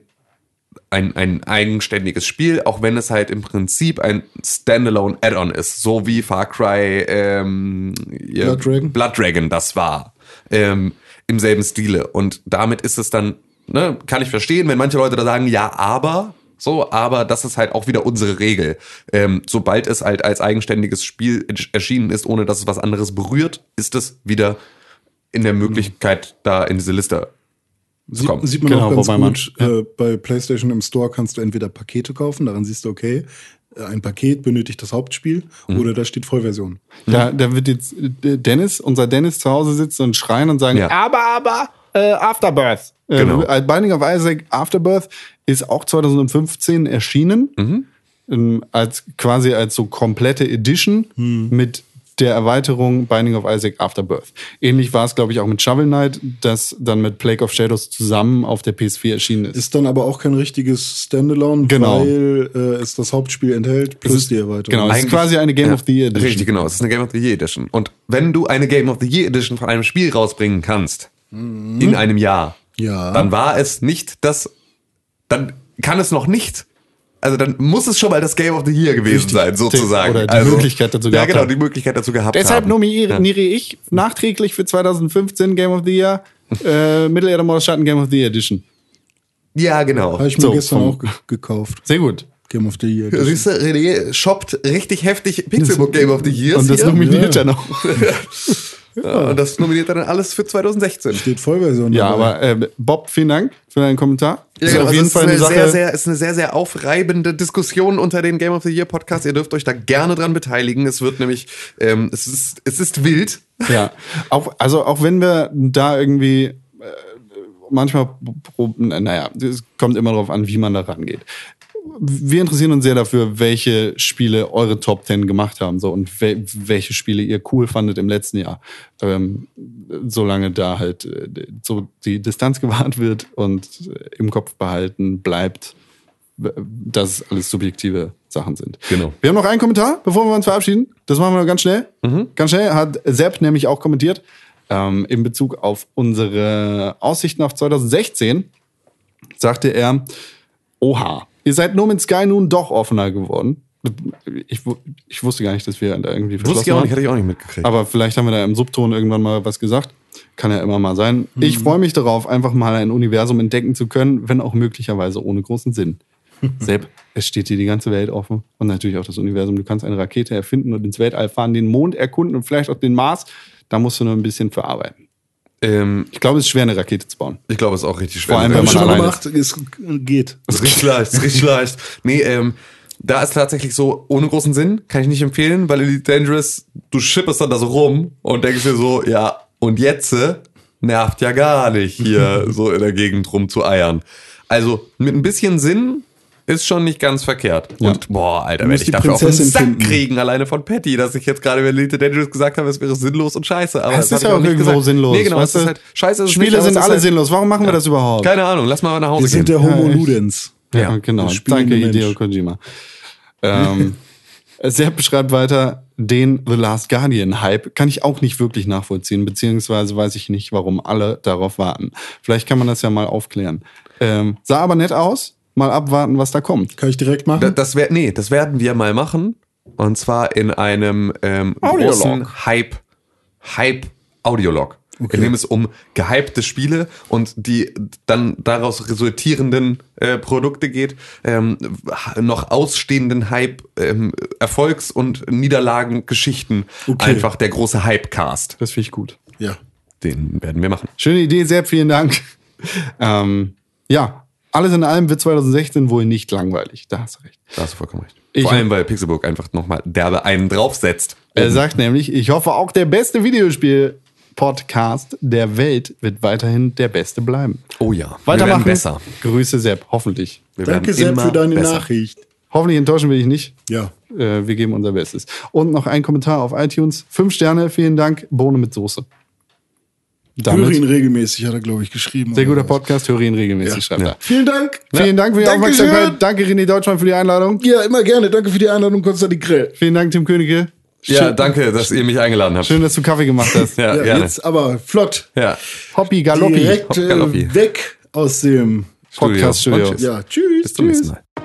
D: ein, ein eigenständiges Spiel, auch wenn es halt im Prinzip ein Standalone Add-on ist. So wie Far Cry, ähm, ja,
C: Blood Dragon?
D: Blood Dragon das war. Ähm, Im selben Stile. Und damit ist es dann, ne, kann ich verstehen, wenn manche Leute da sagen, ja, aber. So, aber das ist halt auch wieder unsere Regel. Ähm, sobald es halt als eigenständiges Spiel entsch- erschienen ist, ohne dass es was anderes berührt, ist es wieder in der Möglichkeit, da in diese Liste zu
C: Sieht,
D: kommen.
C: sieht man
B: Genau,
C: auch ganz
B: wobei man-
C: gut. äh, bei PlayStation im Store kannst du entweder Pakete kaufen, daran siehst du, okay, äh, ein Paket benötigt das Hauptspiel
B: Mhm.
C: oder da steht Vollversion.
B: Da, da wird jetzt äh, Dennis, unser Dennis zu Hause sitzen und schreien und sagen,
D: Ja.
B: aber, aber, äh, Afterbirth.
D: Genau.
B: Äh, Binding of Isaac Afterbirth ist auch 2015 erschienen. Ähm, als quasi als so komplette Edition mit der Erweiterung Binding of Isaac Afterbirth. Ähnlich war es, glaube ich, auch mit Shovel Knight, das dann mit Plague of Shadows zusammen auf der PS4 erschienen ist.
C: Ist dann aber auch kein richtiges Standalone,
B: Genau.
C: weil äh, es das Hauptspiel enthält, plus die Erweiterung.
B: genau, es ist
D: Eigentlich-
B: quasi eine Game of the Year Edition.
D: Richtig, genau. Es ist eine Game of the Year Edition. Und wenn du eine Game of the Year Edition von einem Spiel rausbringen kannst,
B: Mhm.
D: in einem Jahr,
C: Ja.
D: dann war es nicht das, dann kann es noch nicht, also dann muss es schon mal das Game of the Year gewesen sein, sozusagen.
B: Oder die
D: also,
B: Möglichkeit dazu
D: Ja,
B: gehabt
D: genau,
B: haben.
D: die Möglichkeit dazu gehabt
B: Deshalb
D: haben.
B: nominiere ich nachträglich für 2015 Game of the Year äh, Mittelerde Mordschatten Game of the Year Edition.
D: Ja, genau.
C: Habe ich mir
B: So,
C: gestern
B: vom-
C: auch ge gekauft.
B: Sehr gut.
C: Game of the Year. Das
D: Siehst du, René shoppt richtig heftig Pixelbook Game of the Year.
B: Und das
D: hier.
B: nominiert er noch.
D: ja, und das nominiert er dann alles für 2016.
C: steht Vollversion.
B: Ja,
C: dabei.
B: aber äh, Bob, vielen Dank für deinen Kommentar.
D: Ja,
B: ist
D: genau,
B: auf
D: also
B: jeden
D: es
B: Fall
D: ist
B: eine Sache.
D: Sehr, sehr, ist eine sehr, sehr aufreibende Diskussion unter den Game of the Year Podcast. Ihr dürft euch da gerne dran beteiligen. Es wird nämlich, ähm, es, ist, es ist wild.
B: ja, auch, also auch wenn wir da irgendwie äh, manchmal proben, naja, es kommt immer darauf an, wie man da rangeht. Wir interessieren uns sehr dafür, welche Spiele eure Top Ten gemacht haben so, und wel welche Spiele ihr cool fandet im letzten Jahr. Ähm, solange da halt äh, so die Distanz gewahrt wird und äh, im Kopf behalten bleibt, w- dass es alles subjektive Sachen sind.
D: Genau.
B: Wir haben noch einen Kommentar, bevor wir uns verabschieden. Das machen wir noch ganz schnell. Ganz schnell hat Sepp nämlich auch kommentiert ähm, in Bezug auf unsere Aussichten auf 2016. Sagte er, oha, ihr seid No Man's Sky nun doch offener geworden. Ich, wu- ich wusste gar nicht, dass wir da irgendwie
D: Wusste
B: verschlossen
D: ich auch
B: waren.
D: nicht, hatte ich auch nicht mitgekriegt.
B: Aber vielleicht haben wir da im Subton irgendwann mal was gesagt. Kann ja immer mal sein.
D: Hm.
B: Ich freue mich darauf, einfach mal ein Universum entdecken zu können, wenn auch möglicherweise ohne großen Sinn. Sepp, es steht dir die ganze Welt offen und natürlich auch das Universum. Du kannst eine Rakete erfinden und ins Weltall fahren, den Mond erkunden und vielleicht auch den Mars. Da musst du nur ein bisschen für arbeiten.
D: ähm,
B: Ich glaube, es ist schwer, eine Rakete zu bauen.
D: ich glaube, es ist auch richtig schwer.
B: Vor allem,
D: Ja,
B: wenn
C: Hab ich
B: man
D: schon
C: schon
B: alleine
C: gemacht, es geht.
D: Das ist richtig leicht, das ist richtig leicht. Nee, ähm, da ist tatsächlich so, ohne großen Sinn, kann ich nicht empfehlen, weil Elite Dangerous, du schippest dann da so rum und denkst dir so, ja, und jetzt äh, nervt ja gar nicht, hier so in der Gegend rumzueiern. Also, mit ein bisschen Sinn ist schon nicht ganz verkehrt. Und boah, Alter, werde
C: musst
D: ich
C: die
D: dafür auch einen
C: Prinzessin
D: Sack
C: finden.
D: kriegen, alleine von Patty, dass ich jetzt gerade über Elite Dangerous gesagt habe, es wäre sinnlos und scheiße. Aber
B: Es
D: das
B: ist
D: hab
B: ja
D: ich
B: auch
D: nicht
B: irgendwo
D: gesagt.
B: sinnlos.
D: Nee, genau,
B: weißt
D: es ist
B: du?
D: halt, scheiße ist es
B: Spiele
D: nicht, aber es
B: sind
D: ist
B: alle
D: halt,
B: sinnlos. Warum machen wir das überhaupt?
D: Keine Ahnung, lass mal nach Hause
C: Wir sind
D: gehen.
C: der Homo
B: Ja, echt.
C: Ludens.
B: Ja, genau.
C: Das spielende
B: Danke, Hideo
C: Mensch.
B: Kojima. Ähm, Sepp beschreibt weiter, den The Last Guardian-Hype kann ich auch nicht wirklich nachvollziehen, beziehungsweise weiß ich nicht, warum alle darauf warten. Vielleicht kann man das ja mal aufklären. Ähm, sah aber nett aus. Mal abwarten, was da kommt.
C: Kann ich direkt machen?
D: Da, das wär, nee, das werden wir mal machen. Und zwar in einem ähm,
B: Audiolog.
D: großen Hype, Hype Audiolog. In dem es um gehypte Spiele und die dann daraus resultierenden äh, Produkte geht, ähm, noch ausstehenden Hype, ähm, Erfolgs- und Niederlagengeschichten.
C: Okay.
D: Einfach der große Hypecast.
B: Das finde ich gut.
C: ja.
D: Den werden wir machen.
B: Schöne Idee, Sepp, vielen Dank. Ähm, ja, alles in allem wird 2016 wohl nicht langweilig. Da hast du recht.
D: Da hast du vollkommen recht.
B: Ich-
D: Vor allem, weil Pixelburg einfach nochmal derbe einen draufsetzt.
C: Äh,
B: Er sagt nämlich, ich hoffe auch der beste Videospiel-Podcast der Welt wird weiterhin der beste bleiben.
D: Oh ja. Wir
B: Weitermachen.
D: werden besser.
B: Grüße Sepp, hoffentlich.
D: Wir
C: Danke
D: werden
C: sehr
D: immer
C: für deine
D: besser.
C: Nachricht.
B: Hoffentlich enttäuschen will ich nicht.
C: Ja.
B: Äh, wir geben unser Bestes. Und noch ein Kommentar auf iTunes. Fünf Sterne, vielen Dank. Bohne mit Soße.
C: Höre ihn
B: Damit.
C: regelmäßig, hat er, glaube ich, geschrieben.
B: Sehr guter
C: Podcast.
B: Podcast, höre ihn regelmäßig, schreibt er.
C: Vielen Dank.
B: Vielen Dank für die
C: Dankeschön.
B: Aufmerksamkeit. Danke, René Deutschmann, für die Einladung.
C: Ja, immer gerne. Danke für die Einladung, Konstantin Grell.
B: Vielen Dank, Tim Königke.
D: Ja,
B: Schön-
D: danke, dass ihr mich eingeladen habt.
B: Schön, dass du Kaffee gemacht hast.
D: Ja,
C: Ja,
D: gerne.
C: jetzt aber flott.
D: Ja.
B: Hoppi Galoppi.
C: Direkt äh,
D: Galoppi.
C: weg aus dem.
B: Podcast-Studio.
D: Und tschüss.
C: Ja, tschüss.
D: Bis zum nächsten
C: tschüss.
D: Mal.